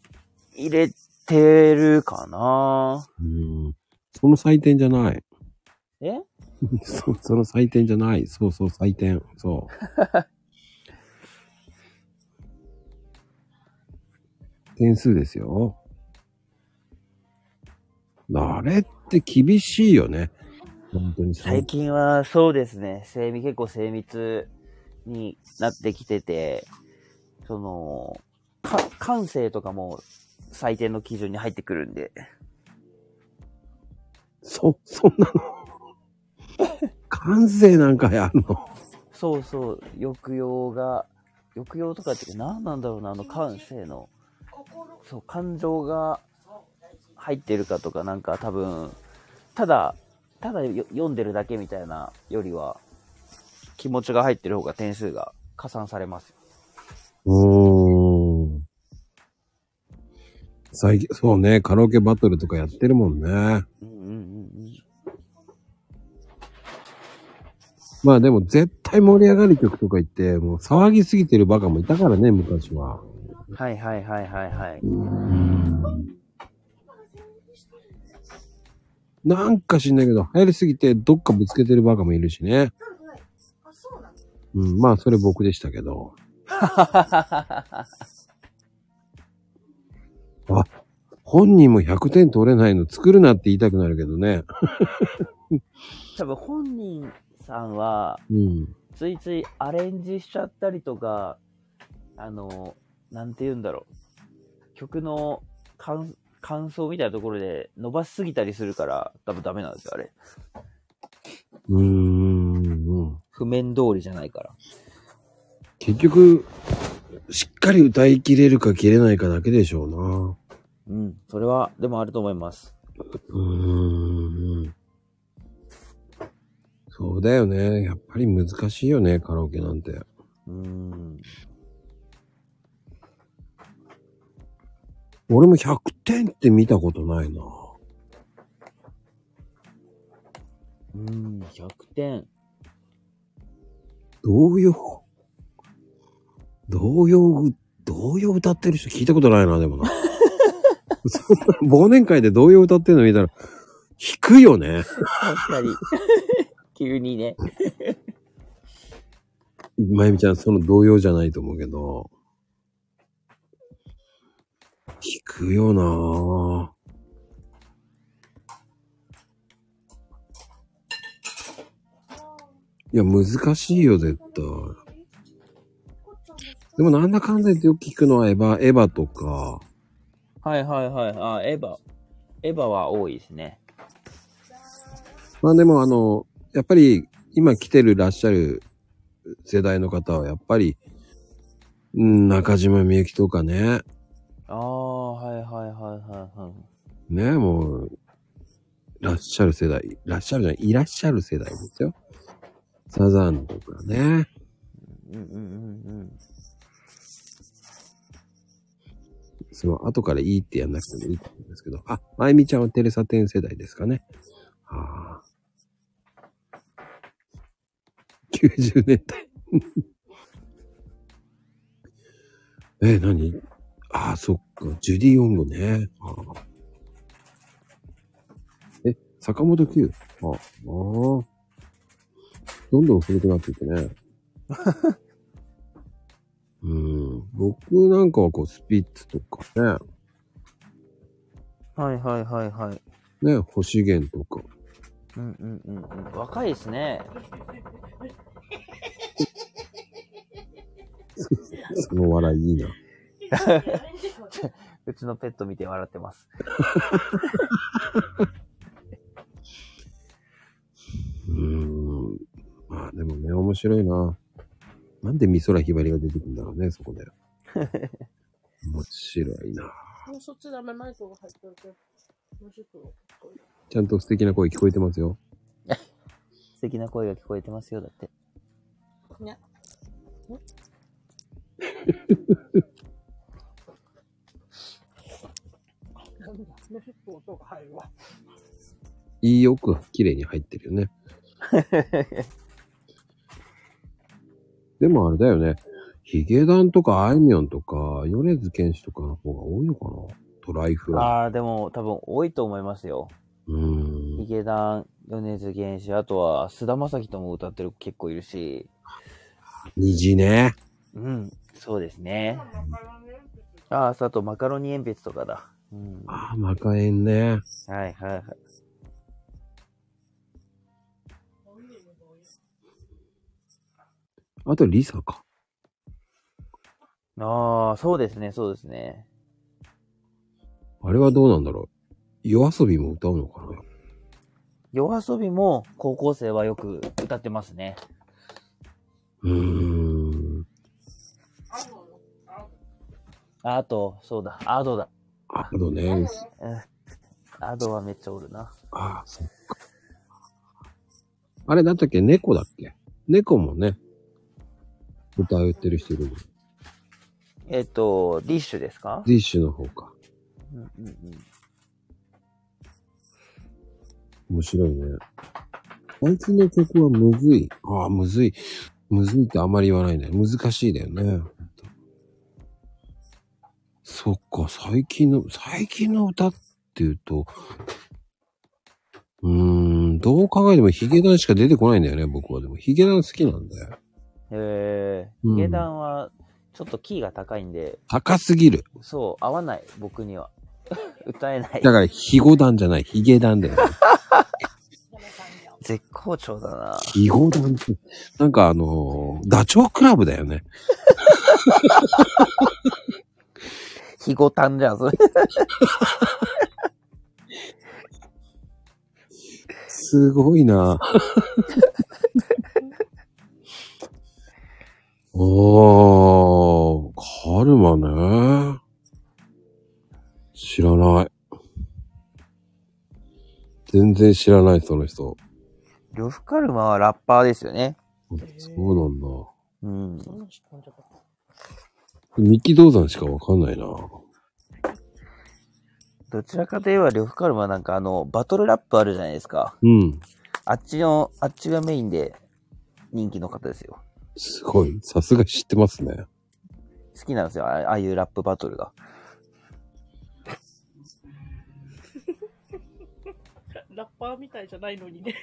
Speaker 3: 入れてるかな
Speaker 2: うん。その採点じゃない。
Speaker 3: え
Speaker 2: そその採点じゃない。そうそう、採点。そう。 点数ですよ。あれって厳しいよね。本当にさ
Speaker 3: 最近はそうですね、精密、結構精密になってきてて、その、か感性とかも採点の基準に入ってくるんで。
Speaker 2: そ、そんなの。感性なんかやるの。
Speaker 3: そうそう、抑揚が、抑揚とかって何なんだろうな、あの感性の、そう、感情が入ってるかとか、なんか多分、ただ、ただよ読んでるだけみたいなよりは、気持ちが入ってる方が点数が加算されますよ。
Speaker 2: うーん。最近、そうね、カラオケバトルとかやってるもんね。
Speaker 3: うんうんうんうん。
Speaker 2: まあでも絶対盛り上がる曲とか言って、もう騒ぎすぎてるバカもいたからね、昔は。
Speaker 3: はいはいはいはいはい。
Speaker 2: なんか知んないけど、流行りすぎてどっかぶつけてるバカもいるしね。
Speaker 4: あ、そうなの
Speaker 2: うん、まあそれ僕でした けど。あ、本人も100点取れないの作るなって言いたくなるけどね。
Speaker 3: 多分本人さんは、
Speaker 2: うん。
Speaker 3: ついついアレンジしちゃったりとか、あの、なんて言うんだろう。曲の感感想みたいなところで伸ばしすぎたりするから、多分ダメなんですよ、あれ。
Speaker 2: うーん。
Speaker 3: 譜面通りじゃないから。
Speaker 2: 結局、しっかり歌い切れるか切れないかだけでしょうな。
Speaker 3: うん。それは、でもあると思います。
Speaker 2: うーんそうだよね。やっぱり難しいよね、カラオケなんて。
Speaker 3: うーん。
Speaker 2: 俺も100点って見たことないな。
Speaker 3: うん、100点。
Speaker 2: 童謡童謡、童謡歌ってる人聞いたことないな、でもな。そんな忘年会で童謡歌ってるの見たら、弾くよね。
Speaker 3: 確かに。 急にね。
Speaker 2: まゆみちゃん、その童謡じゃないと思うけど。弾くよなぁ。いや、難しいよ、絶対。でもなんだかんだ言ってよく聞くのはエヴァ、エヴァとか、
Speaker 3: はいはいはい。あ、エヴァ。エヴァは多いですね。
Speaker 2: まあでもあの、やっぱり今来てるらっしゃる世代の方はやっぱり、うん、中島みゆきとかね、
Speaker 3: ああ、はいはいはいはいはい。
Speaker 2: ね、もう、らっしゃる世代、らっしゃるじゃない、いらっしゃる世代ですよ。サザンとかね。
Speaker 3: うんうんうんうん。
Speaker 2: その後からいいってやんなくてもいいと思うんですけど。あ、まゆみちゃんはテレサテン世代ですかね。ああ。90年代。え、何ああ、そっか。ジュディ・オングね。ああえ、坂本九ああ。ああどんどん古くなっていくね。うん。僕なんかはこう、スピッツとかね。
Speaker 3: はいはいはいはい。
Speaker 2: ね、星源とか。
Speaker 3: うんうんうんうん。若いですね。
Speaker 2: その笑いいいな。
Speaker 3: うちのペット見て笑ってます。
Speaker 2: うーん。まあでもね、面白いな。なんで美空ひばりが出てくるんだろうね、そこ で。面白いな。
Speaker 4: もうそっちダメ、マイクが入ってるけど。もうちょっと
Speaker 2: ちゃんと素敵な声聞こえてますよ。
Speaker 3: 素敵な声が聞こえてますよ、だって。
Speaker 4: ね。ダメだ。もうちょっと音が入るわ。
Speaker 2: いいよく綺麗に入ってるよね。でもあれだよね。ヒゲダンとかあいみょんとか、米津玄師とかの方が多いのかなトライフラ
Speaker 3: ああ、でも多分多いと思いますよ。
Speaker 2: ー。うーん。
Speaker 3: ヒゲダン、米津玄師、あとは菅田将暉とも歌ってる子結構いるし。
Speaker 2: 虹ね。
Speaker 3: うん、そうですね。ああ、そうあとマカロニ鉛筆とかだ。うん。
Speaker 2: あ
Speaker 3: は
Speaker 2: あ、マカエンね。
Speaker 3: いはいはい。
Speaker 2: あとリサか。
Speaker 3: ああ、そうですね、そうですね。
Speaker 2: あれはどうなんだろう夜遊びも歌うのかな
Speaker 3: 夜遊びも高校生はよく歌ってますね。
Speaker 2: うーん。
Speaker 3: ああと、そうだ、アドだ。
Speaker 2: あとね、
Speaker 3: アドはめっちゃおるな。
Speaker 2: ああ、そっか。あれ、なんだっけ猫だっけ猫もね、歌うってる人いるの。
Speaker 3: えっ、と、ディッシュですか
Speaker 2: ディッシュの方か。
Speaker 3: うんうんうん。
Speaker 2: 面白いね。最近の曲はむずい。ああ、むずい。むずいってあまり言わないね。難しいだよね。そっか、最近の、最近の歌っていうと、うーん、どう考えてもヒゲダンしか出てこないんだよね、僕は。でもヒゲダン好きなんだよ。
Speaker 3: えー、
Speaker 2: うん
Speaker 3: ヒゲダンはちょっとキーが高いんで、
Speaker 2: 高すぎる。
Speaker 3: そう、合わない、僕には。 歌えない
Speaker 2: だ。から、ヒゴダンじゃない、ヒゲダンだよ。
Speaker 3: 絶好調だな。
Speaker 2: ヒゴダンって、なんかあのーダチョウ倶楽部だよね。
Speaker 3: ヒゴタンじゃん、それ。
Speaker 2: すごいな。 おー、カルマね。知らない。全然知らない、その人。
Speaker 3: 呂布カルマはラッパーですよね。
Speaker 2: そうなんだ。
Speaker 3: うん。
Speaker 4: そんな仕込んじゃった
Speaker 2: 三木道山しかわかんないな。
Speaker 3: どちらかといえば、呂布カルマなんかあの、バトルラップあるじゃないですか。
Speaker 2: うん。
Speaker 3: あっちの、あっちがメインで人気の方ですよ。
Speaker 2: すごい。さすが知ってますね。
Speaker 3: 好きなんですよ、あああいうラップバトルが。
Speaker 4: ラッパーみたいじゃないのにね。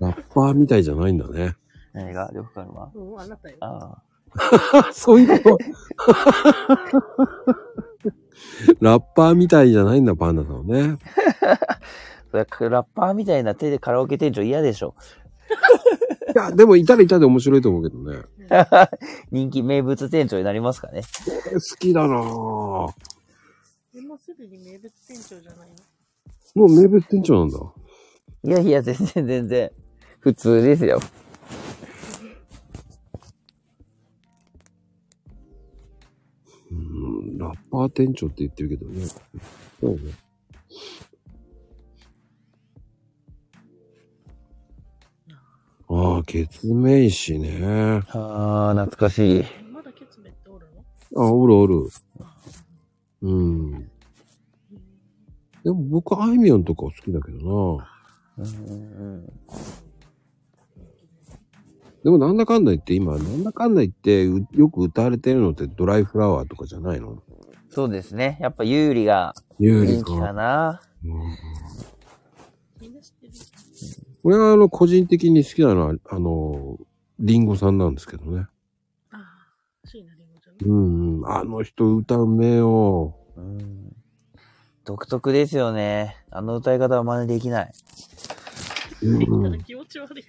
Speaker 2: ラッパーみたいじゃないんだね。
Speaker 3: 何が呂布カルマ
Speaker 4: うん、あなたよ。
Speaker 3: あ
Speaker 2: そういうこと。 ラッパーみたいじゃないんだ、パンダさんはね。
Speaker 3: あ。それラッパーみたいな手でカラオケ店長嫌でしょ。
Speaker 2: いや、でもいたらいたで面白いと思うけどね。
Speaker 3: 人気名物店長になりますかね。
Speaker 2: これ好きだなぁ。も
Speaker 4: でもすぐに名物店長じゃないの。
Speaker 2: う名物店長なんだ。
Speaker 3: いやいや、全然全然。普通ですよ。
Speaker 2: うん、ラッパー店長って言ってるけどね。そうね。ああ、ケツメイシね。
Speaker 3: ああ、懐かしい。
Speaker 4: まだケツメっておるの
Speaker 2: あ、おるおる。うん。でも僕、あいみょんとか好きだけどな。
Speaker 3: うんうん
Speaker 2: でもなんだかんだ言って今、なんだかんだ言ってうよく歌われてるのってドライフラワーとかじゃないの
Speaker 3: そうですね。やっぱ有利が
Speaker 2: 有利
Speaker 3: 人気か
Speaker 2: か。
Speaker 3: な。
Speaker 2: うん
Speaker 4: みんな知ってる。
Speaker 2: 俺はあの、個人的に好きなのは、あの、リンゴさんなんですけどね。
Speaker 4: ああ、椎名林檎じゃない
Speaker 2: うんうん。あの人歌うめえよ。
Speaker 3: うん独特ですよね。あの歌い方は真似できない。
Speaker 2: うん
Speaker 4: 言っ
Speaker 2: う
Speaker 4: たら
Speaker 2: ん。
Speaker 4: 気持ち悪い。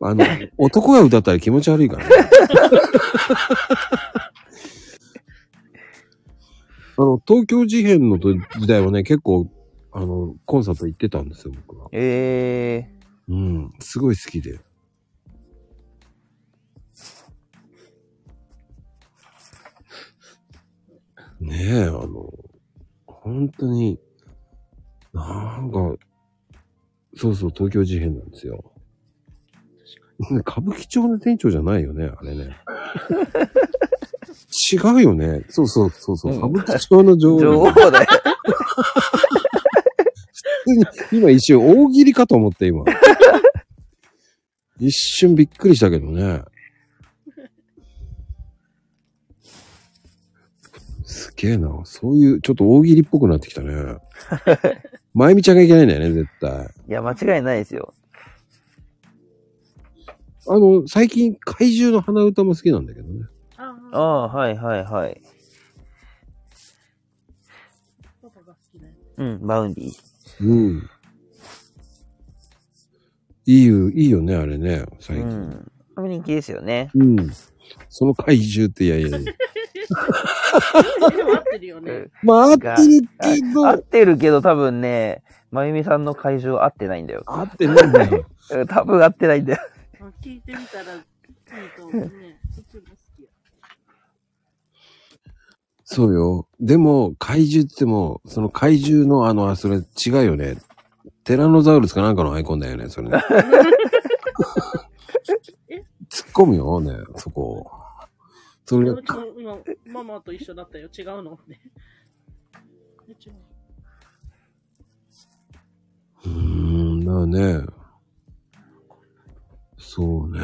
Speaker 2: あの、 男が歌ったら気持ち悪いからね。 あの、東京事変の時時代はね、結構、あの、コンサート行ってたんですよ、僕は。
Speaker 3: ええ
Speaker 2: うん。すごい好きで。ねえ、あの、本当に、なんか、そうそう、東京事変なんですよ。ね歌舞伎町の店長じゃないよね、あれね。違うよね。そうそうそうそう。
Speaker 3: うん
Speaker 2: 歌舞伎町の女王。
Speaker 3: 女王だよ。
Speaker 2: 今一瞬大喜利かと思って今。一瞬びっくりしたけどね。すげえな。そういう、ちょっと大喜利っぽくなってきた ね。まゆみちゃんがいけないんだよね、絶対。
Speaker 3: いや、間違いないですよ。
Speaker 2: あの、最近怪獣の鼻歌も好きなんだけどね。
Speaker 4: あ
Speaker 3: あ
Speaker 4: あ、
Speaker 3: あ、はいはいはい。
Speaker 4: パパが好きだよ。
Speaker 3: うん、バウンディ。
Speaker 2: うん。いいよ、いいよね、あれね、最
Speaker 3: う
Speaker 2: 近。
Speaker 3: ん。人気ですよね。
Speaker 2: うん。その怪獣って、いやいやいや。
Speaker 4: でも合ってるよね。
Speaker 2: まあ、合ってるけど。
Speaker 3: 合ってるけど多分ね、まゆみさんの会場合ってないんだよ。
Speaker 2: 合ってないんだよ。
Speaker 3: うん多分合ってないんだよ。
Speaker 4: あ聞いてみたら、いいと思うね。いつも好きや。
Speaker 2: そうよ。でも、怪獣って言っても、その怪獣のあの、あ、それ違うよね。テラノザウルスかなんかのアイコンだよね、 それね。突っ込むよね、そこ。それ
Speaker 4: でも、ちょ今、ママと一緒だったよ。違うのね。え違う
Speaker 2: うーん、だね。そうね。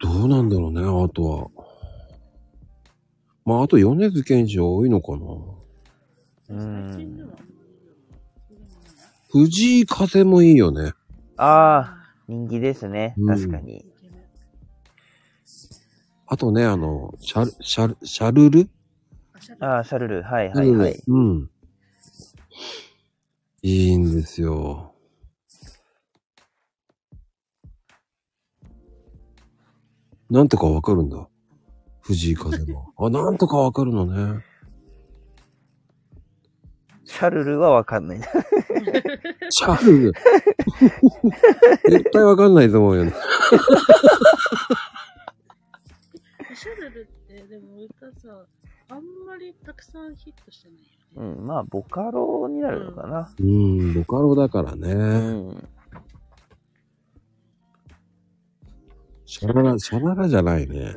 Speaker 2: どうなんだろうね、あとは。まあ、あと、米津玄師は多いのかな。
Speaker 3: うん
Speaker 4: 最近ではあんまり
Speaker 2: 藤井風もいいよね。
Speaker 3: ああ、人気ですね
Speaker 2: う。ん
Speaker 3: 確かに。
Speaker 4: イケメン
Speaker 2: あとね、あの、シャル、シャル、シャルル
Speaker 4: あシャル
Speaker 3: ああ、シャルル、はいはいはい。
Speaker 2: うん。いいんですよ。なんとかわかるんだ。藤井風 も。あ、なんとかわかるのね。
Speaker 3: シャルルはわかんない。
Speaker 2: シャ ルル。絶対わかんないと思うよね。
Speaker 4: シャルルって、でも歌さ、あんまりたくさんヒットしてないよね。
Speaker 3: うん、まあ、ボカロになるのかな。
Speaker 2: うん、ボカロだから
Speaker 3: う
Speaker 2: ね。
Speaker 3: ん。
Speaker 2: シャララ、シャララじゃないね。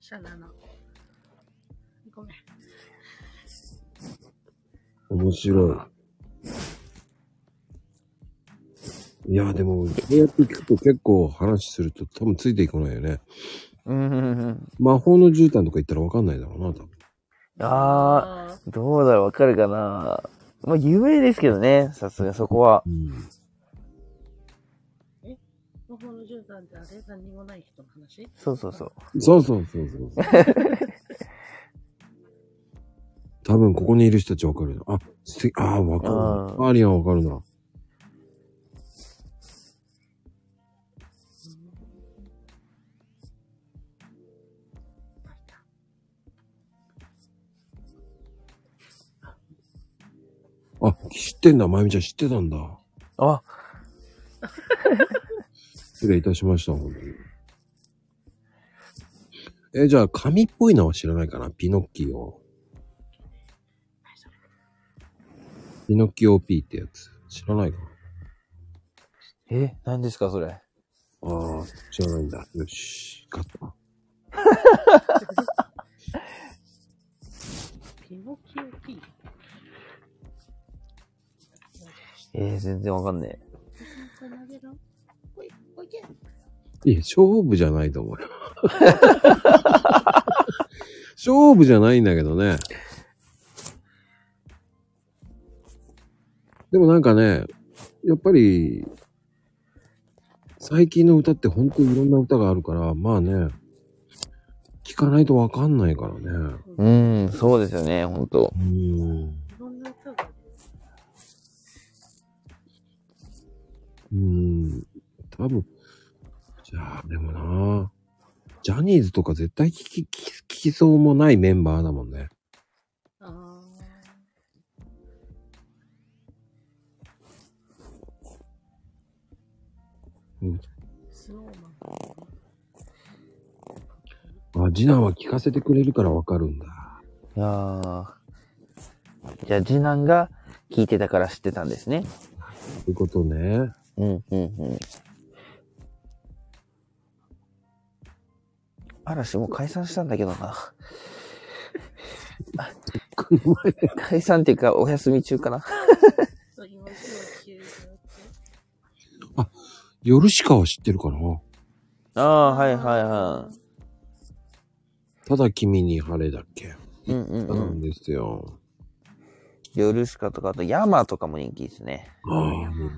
Speaker 4: シャラの。ごめん。
Speaker 2: 面白い。いや、でも、こうやって聞くと結構話すると多分ついていかないよね。
Speaker 3: うんうんうん。
Speaker 2: 魔法の絨毯とか言ったらわかんないだろうな、多分。
Speaker 3: あ
Speaker 4: あ
Speaker 3: ー、どうだろう、わかるかなまあ、有名ですけどね、さすがそこは。
Speaker 2: うん。
Speaker 4: ー。魔法の絨毯ってあれ何にもない人の話
Speaker 3: そうそうそう。
Speaker 2: そうそうそうそう そう。多分ここにいる人たちわかるな。あ、すてあー、わかる
Speaker 3: あ
Speaker 2: な。アーリアンわかるな。あ、知ってんだ、まゆみちゃん知ってたんだ。
Speaker 3: あ、
Speaker 2: 失礼いたしました、本当に。え、じゃあ、紙っぽいのは知らないかなピノッキオ。ピノッキオ P ってやつ。知らないかな
Speaker 3: え、何ですか、それ。
Speaker 2: ああ、知らないんだ。よし、勝った。
Speaker 4: ピノキオピー。
Speaker 3: えー、全然わかんね
Speaker 4: これ投げろ。ほい、ほいけ。
Speaker 2: いや、勝負じゃないと思うよ。 勝負じゃないんだけどね。でもなんかね、やっぱり、最近の歌って本当にいろんな歌があるから、まあね、聞かないとわかんないからね。
Speaker 3: え。うん、そうですよね、ほんと。
Speaker 2: うん。
Speaker 4: いろんな歌が。
Speaker 2: うん。多分、じゃあ、でもなジャニーズとか絶対聞き、聞き、聞きそうもないメンバーだもんね。
Speaker 4: ああ。スノーマン。
Speaker 2: あ、次男は聞かせてくれるからわかるんだ。
Speaker 3: いやー。じゃあ、次男が聞いてたから知ってたんですね。
Speaker 2: ということね。
Speaker 3: うん、うん、うん。嵐もう解散したんだけどな。 解散っていうか、お休み中かな。
Speaker 4: そう、今、今日、急に。
Speaker 2: ヨルシカは知ってるかな
Speaker 3: ああ、はいはいはい
Speaker 2: ただ君に晴れだっけ。
Speaker 3: うんうん
Speaker 2: な
Speaker 3: うん
Speaker 2: ん。ですよ。
Speaker 3: ヨルシカとか、あとヤマとかも人気ですね。
Speaker 2: ああ、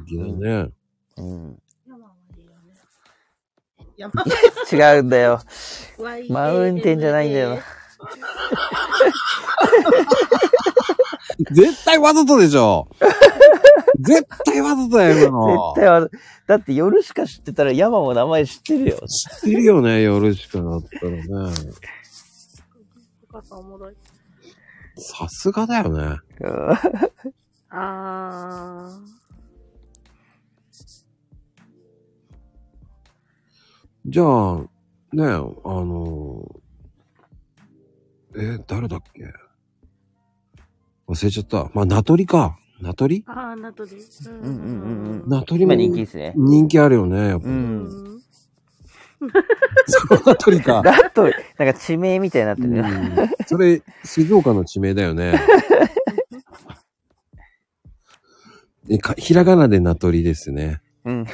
Speaker 2: 人気だね。
Speaker 3: うん。
Speaker 4: 山はいいよね。山
Speaker 3: 違うんだよ。
Speaker 4: はいい
Speaker 3: マウンテンじゃないんだよ。
Speaker 2: 絶対わざとでしょ 絶対わざとだよ、今の
Speaker 3: 絶。対は、だってヨルシカ知ってたらヤマも名前知ってるよ。
Speaker 2: 知ってるよね、ヨルシカだったらね。
Speaker 4: お母さんおもろい。
Speaker 2: さすがだよね。
Speaker 3: うん
Speaker 4: あー。
Speaker 2: じゃあ、ねえ、あの、え、誰だっけ忘れちゃった。まあ、名取か。名取
Speaker 4: あー、ナトリ。うん
Speaker 3: うんうんうん
Speaker 2: 名取も
Speaker 3: 今人気ですね。
Speaker 2: 人気あるよね、やっぱ
Speaker 3: う
Speaker 2: り。
Speaker 4: う
Speaker 3: ん。
Speaker 4: ん
Speaker 2: そう名取か。
Speaker 3: だと、なんか地名みたいになって
Speaker 2: う
Speaker 3: るね。
Speaker 2: ん、それ、静岡の地名だよね。えかひらがなで名取ですね。
Speaker 3: うん。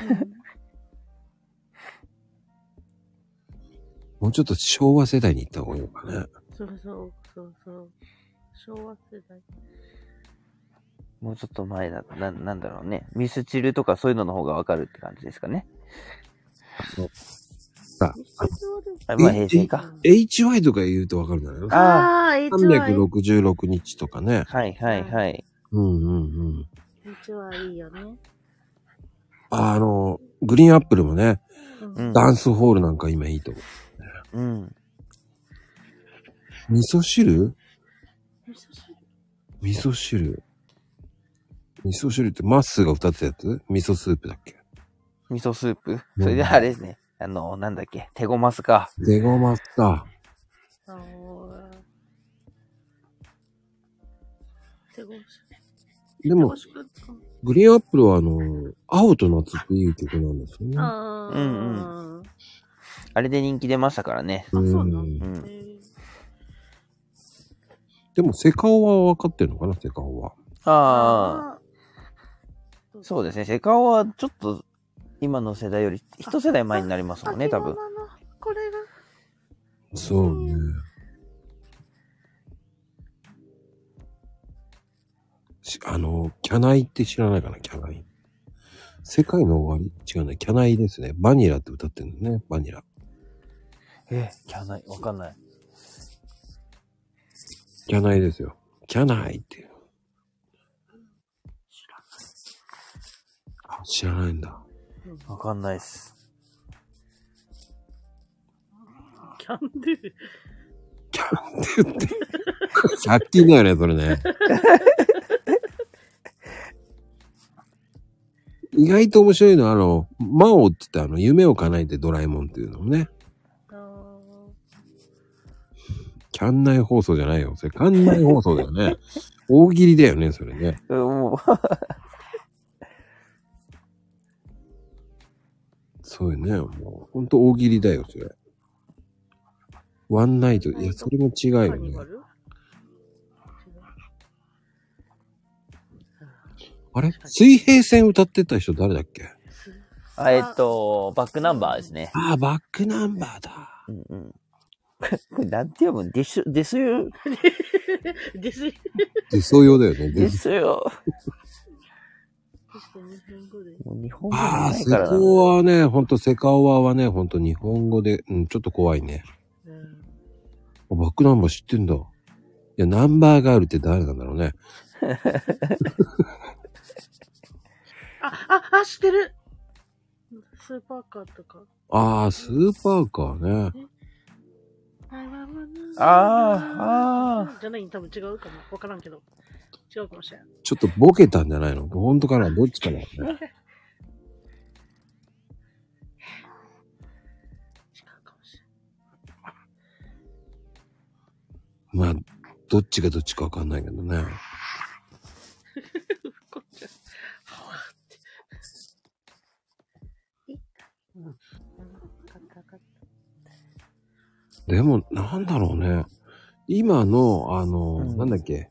Speaker 2: もうちょっと昭和世代に行った方がいいのかね。
Speaker 4: そうそう、そうそう。昭和世代。
Speaker 3: もうちょっと前だ、な、なんだろうね。ミスチルとかそういうのの方がわかるって感じですかね。
Speaker 2: さあ、
Speaker 3: あまあ平成か。
Speaker 2: HY とか言うとわかるんだよ。
Speaker 3: あ
Speaker 4: あー、HY。
Speaker 2: 366日とかね。
Speaker 3: あ、はいはいはい。
Speaker 2: うんうんうん。
Speaker 4: HY いいよね。
Speaker 2: あの、グリーンアップルもね、
Speaker 4: うん
Speaker 3: うん。
Speaker 2: ダンスホールなんか今いいと思
Speaker 3: うん。
Speaker 2: う。味噌汁
Speaker 4: 味噌汁
Speaker 2: 味噌汁。味噌汁ってマッスーが歌ってたやつ味噌スープだっけ
Speaker 3: 味噌スープ。それであれですね。あの、なんだっけ。手ごますか。
Speaker 2: デゴマスタ
Speaker 4: あー手越し
Speaker 2: ー。で
Speaker 4: 手
Speaker 2: も
Speaker 4: 越、しくんかも
Speaker 2: グリーンアップルはあの、青と夏っていう曲なんですよね。
Speaker 4: あー
Speaker 3: うんあれで人気出ましたからね。
Speaker 4: あ、そうな
Speaker 2: うんん
Speaker 4: へー
Speaker 2: でも、セカオは分かってるのかな、セカオは。
Speaker 3: ああ、
Speaker 4: あ
Speaker 3: そうですね。セカオはちょっと、今の世代より、一世代前になりますもんね、多分。。
Speaker 4: これが、
Speaker 2: そうね。しあの、キャナイって知らないかな、キャナイ。世界の終わり違うね、キャナイですね。バニラって歌ってるのね、バニラ。
Speaker 3: え、キャナイ、わかんない。
Speaker 2: キャナイですよ。キャナイっていう。あ知らないんだ。
Speaker 3: わかんないっす。
Speaker 4: キャンドゥ。
Speaker 2: キャナイって言って。借金だよね、それね。意外と面白いのは、あの、魔王って言って、あの、夢を叶えてドラえもんっていうのもね。
Speaker 4: あー
Speaker 2: キャン内放送じゃないよ。それ、キャン内放送だよね。大喜利だよね、それね。
Speaker 3: うんもう、
Speaker 2: そうよね。もう、ほんと大喜利だよ、それ。ワンナイト、いや、それも違う
Speaker 4: カ
Speaker 2: よ
Speaker 4: ニ
Speaker 2: ね
Speaker 4: バ。ル
Speaker 2: あれ水平線歌ってた人誰だっけ
Speaker 3: あえっと、バックナンバーですね。
Speaker 2: ああ、バックナンバーだ。
Speaker 3: うんうん。これなんて読むディス、ディスよ、
Speaker 4: です。そし
Speaker 2: で、そう用だよね。
Speaker 3: デ
Speaker 2: で
Speaker 3: ィスよ。
Speaker 4: て日本語で。
Speaker 3: もう日本語じゃ
Speaker 2: ああ、
Speaker 3: ない
Speaker 2: セ
Speaker 3: から
Speaker 2: カ
Speaker 3: な。
Speaker 2: オワはね、ほんとセカオワはね、ほんと日本語で、うん、ちょっと怖いね。
Speaker 4: うん
Speaker 2: あバックナンバー知ってんだ。いや、ナンバーガールって誰なんだろうね。
Speaker 4: あ、あ、あ、知ってるスーパーカーとか。
Speaker 2: ああ、スーパーカーね。
Speaker 3: あーあ
Speaker 4: じゃない多分違うかも。わからんけど。違うかもしれん。
Speaker 2: ちょっとボケたんじゃないのほんとかなどっちかな、ね、
Speaker 4: 違うかもしれん。
Speaker 2: まあ、どっちがどっちかわかんないけどね。
Speaker 4: こっちは。はわって。いっうん。うんかったかっ
Speaker 2: でも、なんだろうね。今の、あの、
Speaker 3: うん
Speaker 2: なんだっけ、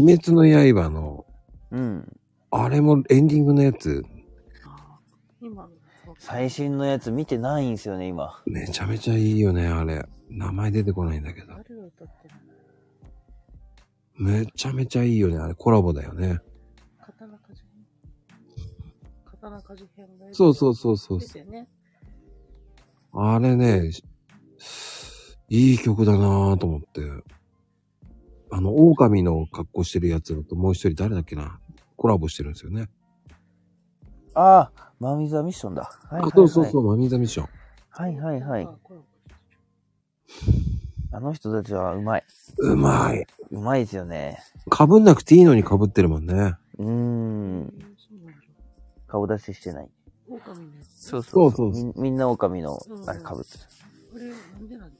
Speaker 2: 鬼滅の刃の、
Speaker 3: うん。
Speaker 2: あれもエンディングのやつ、
Speaker 4: たあー今の。
Speaker 3: 最新のやつ見てないんですよね、今。
Speaker 2: めちゃめちゃいいよね、あれ。名前出てこないんだけど。
Speaker 4: 誰が歌ってるの
Speaker 2: めちゃめちゃいいよね、あれ。コラボだよね。
Speaker 4: 刀鍛冶編。刀鍛冶編が
Speaker 2: そうそうそうそうう
Speaker 4: で。すよね。
Speaker 2: あれね、いい曲だなぁと思って。あの、狼の格好してるやつらともう一人誰だっけなコラボしてるんですよね。
Speaker 3: ああ、マミザミッションだ。はいはい、はい。
Speaker 2: あ、そうそうそう、マミーザミッション。
Speaker 3: はいはいはい
Speaker 4: あ。コラボ
Speaker 3: あの人たちはうまい。
Speaker 2: うまい。
Speaker 3: うまいですよね。
Speaker 2: 被んなくていいのに被ってるもんね。
Speaker 3: うーん。
Speaker 4: そうなんだ
Speaker 3: 顔出ししてない。
Speaker 4: 狼のやつ。
Speaker 3: そう
Speaker 2: そうそう
Speaker 3: みみんな狼の、あれ、かぶってる。
Speaker 4: これ、なんでなんだ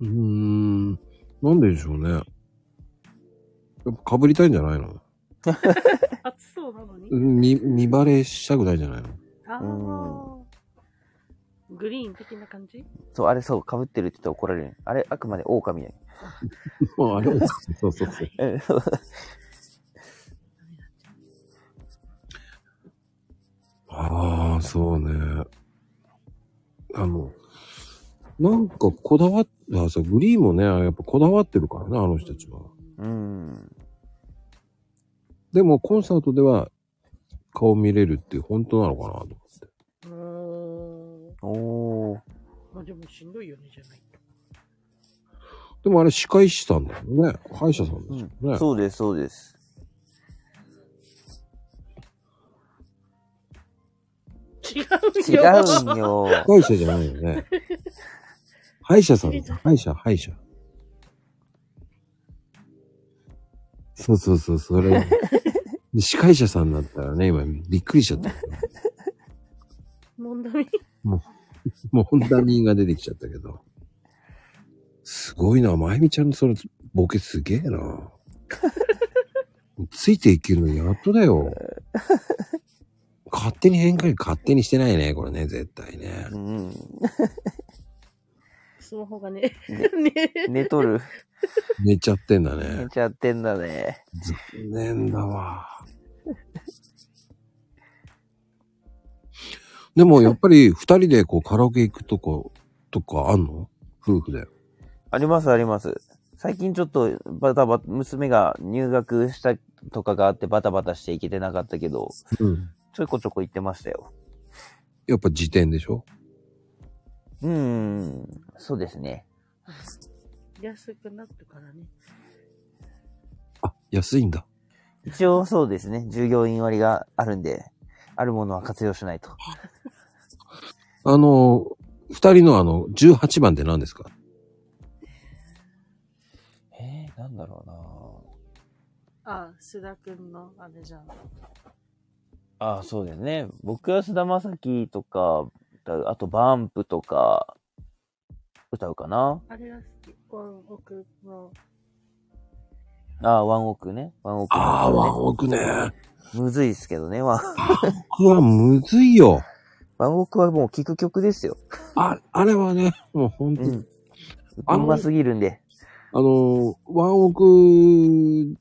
Speaker 2: うーん。なんででしょうね。やっぱ被りたいんじゃないの
Speaker 4: 暑そうなのに。
Speaker 2: 見、見バレしたくないじゃ ないの
Speaker 4: ああ。グリーン的な感じ
Speaker 3: そう、あれそう、かぶってるって言って怒られる。あれ、あくまで狼だよ。
Speaker 2: もうあれ そうそうそう。
Speaker 3: うんそう
Speaker 2: ああ、そうね。あの、なんかこだわっあそう、グリーンもね、やっぱこだわってるからね、あの人たちは。
Speaker 3: うーん。
Speaker 2: でもコンサートでは顔見れるって本当なのかなと思って。
Speaker 4: うーん。
Speaker 3: おー。
Speaker 4: まあでもしんどいよね、じゃない。
Speaker 2: でもあれ歯科医師さんだよね。歯医者さんですよね。
Speaker 3: うん、そうです、そうです。
Speaker 4: 違
Speaker 3: 違
Speaker 4: うよ。
Speaker 3: うんよ。
Speaker 2: 歯医者じゃないよね。歯医者さんですよ。歯医者、歯医者。そうそうそう、そ れ。司会者さんだったらね、今びっくりしちゃった。
Speaker 4: 飲んだみ。
Speaker 2: もう本田人が出てきちゃったけど。すごいな、まゆみちゃんのそのボケすげえな。 もうついていけるのやっとだよ。勝手に変化に勝手にしてないね、これね、絶対ね。
Speaker 3: うん。
Speaker 4: スマホがね。ね。
Speaker 3: 寝とる。
Speaker 2: 寝ちゃってんだ
Speaker 3: 寝
Speaker 2: ね。
Speaker 3: ちゃってんだね。
Speaker 2: 残念だわ。でもやっぱり二人でこうカラオケ行くとことかあんの夫婦で。
Speaker 3: ありますあります。最近ちょっとバタバタ、娘が入学したとかがあってバタバタしていけてなかったけど、
Speaker 2: うん。
Speaker 3: ちょこちょこ行ってましたよ。
Speaker 2: やっぱ時点でしょ
Speaker 3: うーん、そうですね。
Speaker 5: 安くなってからね。
Speaker 2: あ、安いんだ。
Speaker 3: 一応そうですね。従業員割があるんで、あるものは活用しないと。
Speaker 2: あの、二人のあの、18番って何ですか
Speaker 3: えー、なんだろ
Speaker 5: あ、須田くんのあれじゃん。
Speaker 3: うなああ、そうですね。僕は菅田将暉とか、だあとバンプとか、歌うかな。
Speaker 5: あれが好き。ワンオクの。
Speaker 3: ああ、ワンオクね。ワンオク、
Speaker 2: ああ、ワンオクね。
Speaker 3: むずいですけどね。ワン
Speaker 2: 僕はむずいよ。
Speaker 3: ワンオクはもう聴く曲ですよ。
Speaker 2: あ、あれはね、もう本当
Speaker 3: う
Speaker 2: に、
Speaker 3: ん。
Speaker 2: あ
Speaker 3: うんんますぎるんで。
Speaker 2: あの、ワンオク、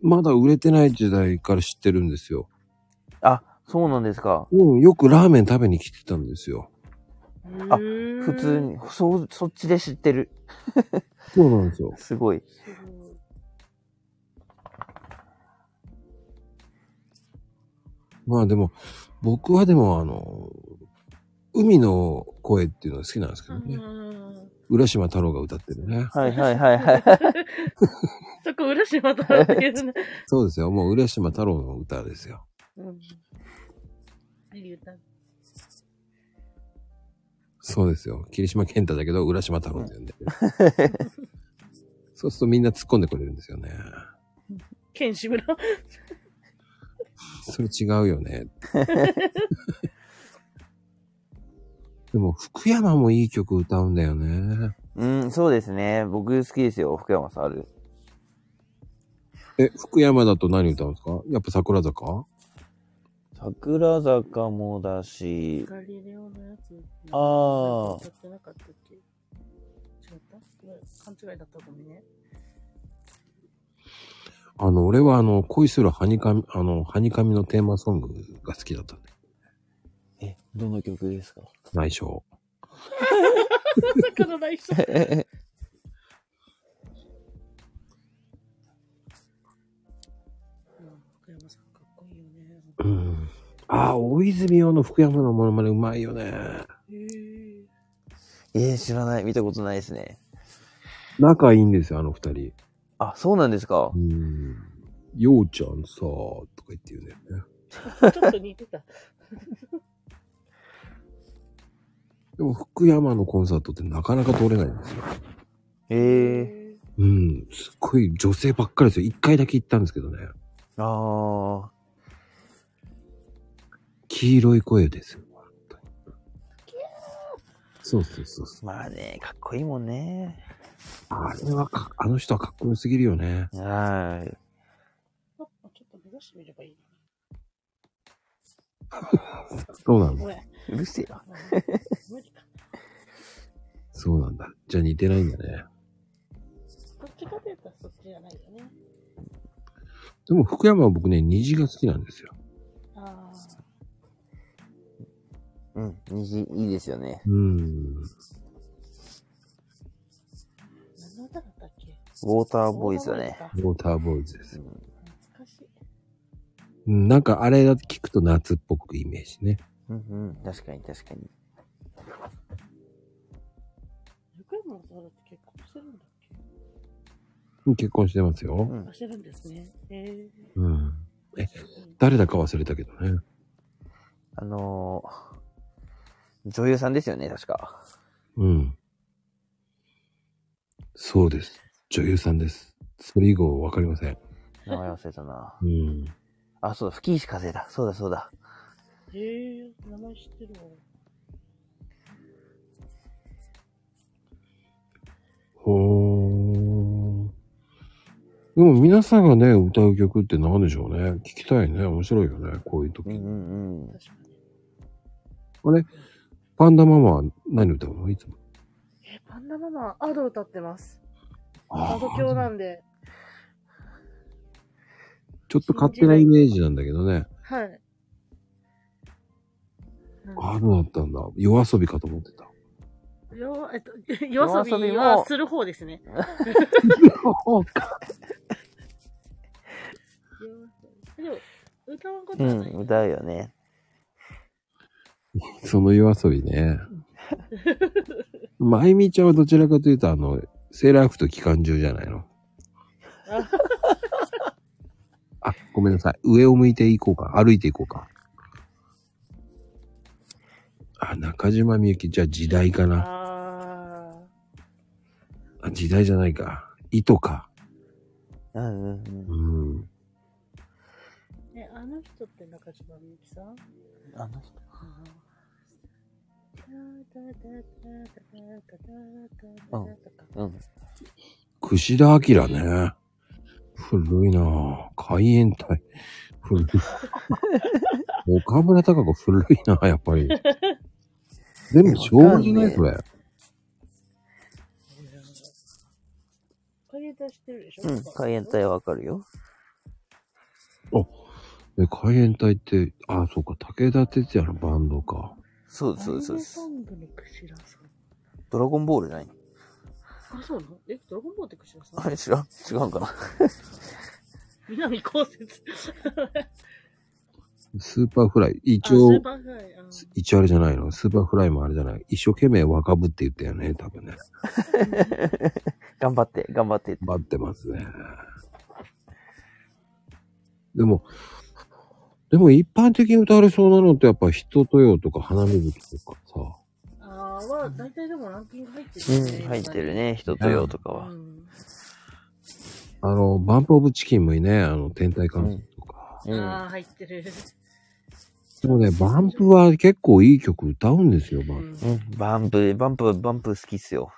Speaker 2: まだ売れてない時代から知ってるんですよ。
Speaker 3: あ、そうなんですか。
Speaker 2: うん、よくラーメン食べに来てたんですよ。
Speaker 3: あ
Speaker 5: 普
Speaker 3: 普通。に、そう、そっちで知ってる。
Speaker 2: そうなんですよ。
Speaker 3: すごい。
Speaker 5: すごい
Speaker 2: まあでも、僕はでもあの、海の声っていうのが好きなんですけ
Speaker 5: う
Speaker 2: どね。
Speaker 5: ん
Speaker 2: 浦島太郎が歌ってるね。
Speaker 3: はいはいはいはい。
Speaker 5: そこ、浦島太郎って言うね。
Speaker 2: そうですよ。もう浦島太郎の歌ですよ。
Speaker 5: うん。何歌う
Speaker 2: そうですよ。霧島健太だけど、浦島太郎って呼んでる。そうするとみんな突っ込んでくれるんですよね。
Speaker 5: 剣士村。
Speaker 2: それ違うよね。でも、福山もいい曲歌うんだよね。
Speaker 3: うん、そうですね。僕好きですよ。福山さんある。
Speaker 2: え、福山だと何歌うんですかやっぱ桜坂
Speaker 3: 桜坂もだし、
Speaker 5: ガリレオのやつ。
Speaker 3: あー
Speaker 5: 歌ってなかったっけ違ったうん勘違いだったごめんね。
Speaker 2: あの、俺はあの、恋するハニカミ、あの、ハニカミのテーマソングが好きだったんだよ。
Speaker 3: え、どの曲ですか
Speaker 2: 内緒。
Speaker 5: まさかの内緒。うん福山さんかっこいいよね。
Speaker 2: うん。ああ、大泉洋の福山のモノマネうまいよね。
Speaker 5: へえ。
Speaker 3: えー、知らない。見たことないですね。
Speaker 2: 仲いいんですよ、あの二人。
Speaker 3: あ、そうなんですか
Speaker 2: う。ん。ようちゃんさ、とか言って言うんだよね。
Speaker 5: ちょっと似てた。
Speaker 2: でも、福山のコンサートってなかなか通れないんですよ。
Speaker 3: え
Speaker 5: へ
Speaker 3: ー、
Speaker 2: うん、すっごい女性ばっかりですよ。一回だけ行ったんですけどね。
Speaker 3: あ
Speaker 2: 黄色い声ですよ。本当にそうそうそうそ
Speaker 3: ー、まあね、かっこいいもんね。
Speaker 2: う。あれはか、あの人はかっこよすぎるよね。
Speaker 3: はーい。
Speaker 5: ちょっと目指してみればいい
Speaker 2: そうなんだ。
Speaker 5: な。ごめん。
Speaker 3: うるせえよ。
Speaker 5: 無理か。
Speaker 2: そうなんだ。じゃあ似てないんだね。
Speaker 5: どっちかというとそっちじゃないよね。
Speaker 2: でも福山は僕ね、虹が好きなんですよ。
Speaker 5: ああ。
Speaker 3: うん、虹、いいですよね。
Speaker 2: うん。
Speaker 5: 何の歌だったっけ
Speaker 3: ウォーターボーイズだね。。
Speaker 2: ウォーターボーイズです
Speaker 3: う
Speaker 2: よ。
Speaker 3: ん
Speaker 5: 懐かしい。
Speaker 2: うんなんかあれだと聞くと夏っぽくイメージね。
Speaker 3: うんうん、確かに確かに。
Speaker 5: 横山の歌だって結婚してるんだっけ
Speaker 2: うん結婚してます
Speaker 3: う
Speaker 2: よ。
Speaker 3: ん
Speaker 5: あ、、してるんですね。へ
Speaker 2: うん。
Speaker 5: え。
Speaker 2: 誰だか忘れたけどね。
Speaker 3: あのー、女優さんですよね、確か。
Speaker 2: うん。そうです。女優さんです。それ以後わかりません。
Speaker 3: 名前忘れたな。
Speaker 2: うん。
Speaker 3: あ、そうだ、吹石風だ。そうだそうだ。
Speaker 5: へえ、名前知ってるわ。
Speaker 2: ほー。でも皆さんがね、歌う曲って何でしょうね。聞きたいね。面白いよね。こういう
Speaker 3: うん
Speaker 2: 時。
Speaker 3: うんうん。
Speaker 5: 確かに。
Speaker 2: あれパンダママは何歌うのいつも。
Speaker 5: え、パンダママ、アド歌ってます。
Speaker 2: あ
Speaker 5: 窓鏡なんで。
Speaker 2: ちょっと勝手なイメージなんだけどね。
Speaker 5: はい。
Speaker 2: ああ、そうだったんだ。夜遊びかと思 ってた。
Speaker 5: よ、えっと、 夜遊びはする方ですね。夜遊びでも、歌わんこと
Speaker 3: う
Speaker 5: はない。
Speaker 3: ん、歌うよね。
Speaker 2: その夜遊びね。まゆみちゃんはどちらかというと、あの、セーラー服と機関銃じゃないの。あ、ごめんなさい。上を向いていこうか。歩いていこうか。あ、中島みゆき。じゃあ時代かな。
Speaker 5: あー
Speaker 2: あ、時代じゃないか。糸か。
Speaker 3: うんうんうん。
Speaker 2: うん。
Speaker 5: え、あの人って中島みゆきさん
Speaker 3: あの人。うん。
Speaker 2: 串田明ね。古いなぁ。海援隊。 古い。岡村隆子古いなぁ、やっぱり。でも、しょうがない、それ。
Speaker 5: 海援隊知ってるでしょ
Speaker 3: うん、海援。隊わかるよ。
Speaker 2: え、海援隊って、あ、そうか、武田鉄矢のバンドか。
Speaker 3: そうです、
Speaker 5: そ
Speaker 3: そうで、
Speaker 5: うですす、
Speaker 3: そ
Speaker 5: そうう
Speaker 3: で
Speaker 5: ですす。アニメソ。ングのクシラさん。
Speaker 3: ドラゴンボールじゃない
Speaker 5: あ、そうなのえ、ドラゴンボールってクシラさん
Speaker 3: あれ知らん違うんかな
Speaker 5: 南こうせつ。
Speaker 2: スーパーフライ。
Speaker 5: あ、
Speaker 2: 一
Speaker 5: ス
Speaker 2: 応
Speaker 5: ー、パーフライ。あー
Speaker 2: 一応あれじゃないの。スーパーフライもあれじゃない。一生懸命若ぶって言ったよね、多分ね。
Speaker 3: 頑張って、頑張ってって。
Speaker 2: 待ってますね。でも、でも一般的に歌われそうなのってやっぱ人とよとか花水木とかさ。
Speaker 5: あーは、大体でもランキング入ってるよね
Speaker 3: うん、入ってる。ね、人とよとかは
Speaker 5: う。ん。
Speaker 2: あの、バンプオブチキンもいいね。あの、天体観測とか。
Speaker 3: うん。
Speaker 5: あー、入ってる。
Speaker 2: でもね、バンプは結構いい曲歌うんですよ。バ
Speaker 5: う
Speaker 2: ン
Speaker 3: う
Speaker 5: ん
Speaker 3: ん、バンプ、バンプ、バンプ好きっすよ。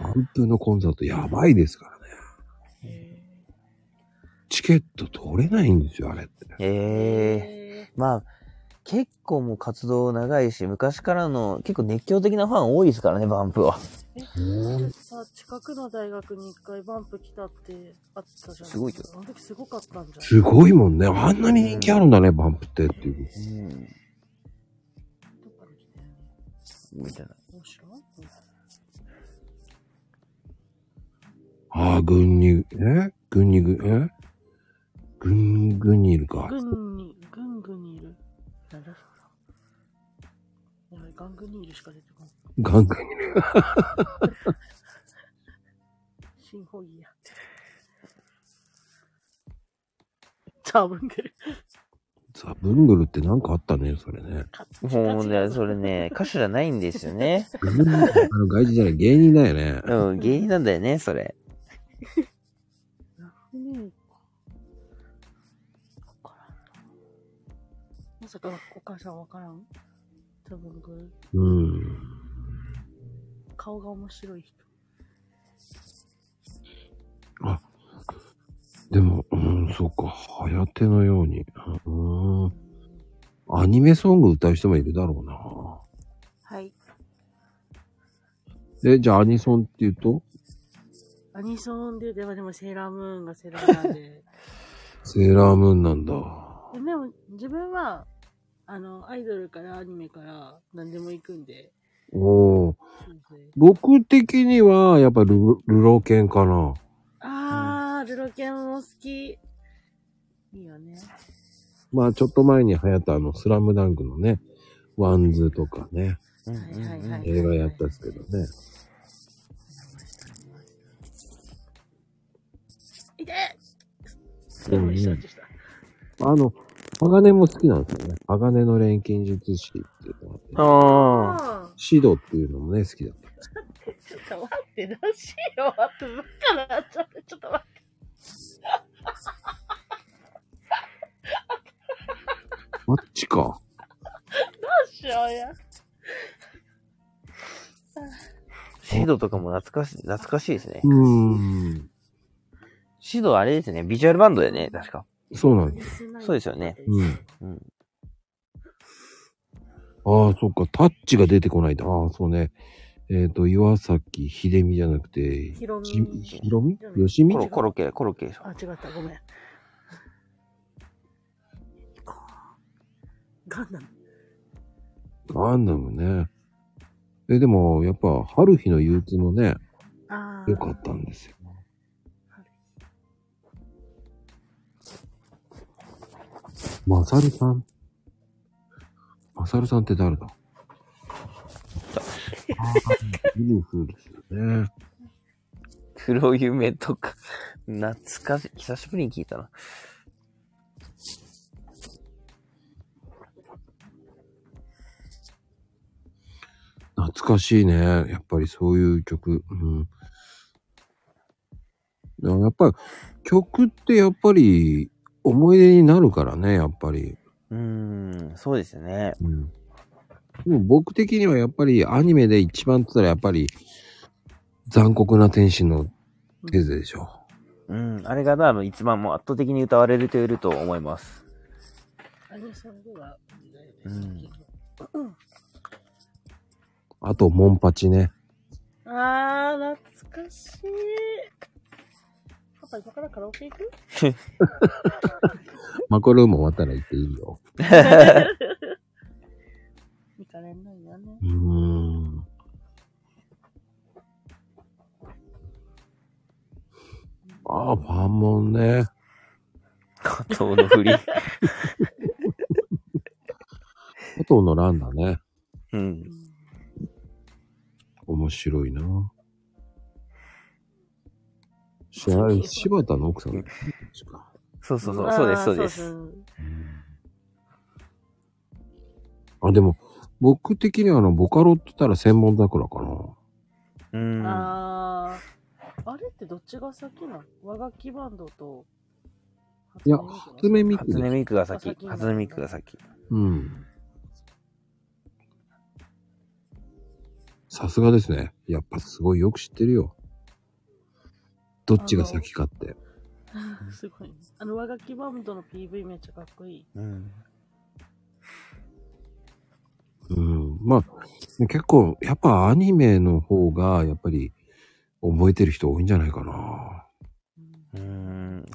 Speaker 2: バンプのコンサートやばいですからね。チケット取れないんですよ、あれって。
Speaker 3: ええ
Speaker 5: え
Speaker 3: まあ、結構もう活動長いし、昔からの結構熱狂的なファン多いですからね、バンプは。
Speaker 5: ー。さ、近くの大学に一回バンプ来たってあったじゃん。
Speaker 3: すごいよ
Speaker 5: あの時すごかったんじゃん。
Speaker 2: すごいもんね。あんなに人気あるんだね、バンプってっていう。
Speaker 3: うん。
Speaker 5: どっから来て
Speaker 3: みたいな。
Speaker 5: 面白い
Speaker 2: ああ、軍に、え軍にぐ、え軍、軍にいるか。
Speaker 5: 軍に、軍軍にいる。なんだやばい、ガン軍にいるしか出てこない。
Speaker 2: ガンガンにいる。
Speaker 5: 新ホイヤ。多分で。
Speaker 2: ザ・ブングルってなんかあったね、それね。
Speaker 3: もうね、それ ね、歌手じゃないんですよね。
Speaker 2: ブングルってあの外人じゃない、芸人だよね。
Speaker 3: うん、芸人なんだよね、それ。
Speaker 5: ねえ。わからんな。まさか、お母さんわからん多分これ
Speaker 2: うん。
Speaker 5: 顔が面白い人。
Speaker 2: あ、でも、うん、そうか、はやてのように。うん。アニメソング歌う人もいるだろう
Speaker 5: はい。
Speaker 2: な。え、じゃあアニソンって言うと、
Speaker 5: アニソンで、でもでもセーラームーンがセーラーな んで。
Speaker 2: セーラームーンなんだ。
Speaker 5: でも自分は、あの、アイドルからアニメから何でも行くんで。
Speaker 2: おー。
Speaker 5: そうですね
Speaker 2: 僕的には、やっぱル、ルロケンかな。
Speaker 5: あー、ルロケンも好き。いいよね。
Speaker 2: まあ、ちょっと前に流行ったあの、スラムダンクのね、ワンズとかね、
Speaker 3: うん
Speaker 5: はいはい
Speaker 3: うん
Speaker 5: は
Speaker 3: うん
Speaker 5: い
Speaker 2: 映画やったんですけどね。
Speaker 5: いてでも一緒でした。
Speaker 2: あの、鋼も好きなんですよね。鋼の錬金術師っていうのがあって
Speaker 3: ああ。
Speaker 5: あー
Speaker 2: シドっていうのもね、好きだった。
Speaker 5: ちょっと待って、どうしよう。あと、ぶっかなっちゃって、ちょっと待って。
Speaker 2: マッチか。
Speaker 5: どうしようや。
Speaker 3: シドとかも懐かしい、懐かしいですね
Speaker 2: う。ーん。
Speaker 3: シドあれですね、ビジュアルバンドだよね、確か。
Speaker 2: そうなんです。
Speaker 3: そうですよね。
Speaker 2: うん。
Speaker 3: うん。
Speaker 2: ああ、そっか。タッチが出てこないと。ああ、そうね。えっ、と、岩崎秀美じゃなくて、
Speaker 4: ひろみ
Speaker 2: じひろみよしみ
Speaker 3: コロコロッケ、コロッケでしょ
Speaker 4: あ、違った、ごめん。こうガンダム。
Speaker 2: ガンダムね。え、でも、やっぱ、春日の憂鬱もね、
Speaker 4: ああ。
Speaker 2: 良かったんですよ。まさるさん。まさるさんって誰だあーユニフルですよね。
Speaker 3: 黒夢とか、懐かしい。久しぶりに聞いたな。
Speaker 2: 懐かしいね。やっぱりそういう曲。うん。でもやっぱり、曲ってやっぱり、思い出になるからね、やっぱり。
Speaker 3: うーん、そうですね。
Speaker 2: うん。でも僕的にはやっぱりアニメで一番って言ったらやっぱり残酷な天使のテーゼでしょ。
Speaker 3: うん、あれが多分一番もう圧倒的に歌われていると思います。
Speaker 4: あのさんごが、
Speaker 3: うん
Speaker 2: あと、モンパチね。
Speaker 4: あー、懐かしい。パパ、今からカラオケ行く
Speaker 2: マコルーム終わったら行っていいよ。
Speaker 4: 行かれないよね。
Speaker 2: うーん。ああ、パンモンね。
Speaker 3: 加藤の振り。
Speaker 2: 加藤のランだね。
Speaker 3: うん。
Speaker 2: 面白いな。しあれ、柴田の奥さんだったんですか。
Speaker 3: そうそうそう、そうです、そうです。。
Speaker 2: あ、でも、僕的にはあの、ボカロって言ったら千本桜かな。
Speaker 3: うん。
Speaker 4: あー、あれってどっちが先なの和楽器バンドと。
Speaker 2: いや、初音ミク
Speaker 3: 初音
Speaker 2: ね。
Speaker 3: ミクが
Speaker 4: あ
Speaker 3: 先
Speaker 4: 先。なんだ
Speaker 3: 初音ミクが先。
Speaker 2: うん。さすがですね。やっぱすごいよく知ってるよ。どっちが先かって。
Speaker 4: すごいね。あの和楽器バンドの PV めっちゃかっこいい。
Speaker 3: うん。
Speaker 2: うん。まあ、結構、やっぱアニメの方が、やっぱり、覚えてる人多いんじゃないかな。
Speaker 3: うーん。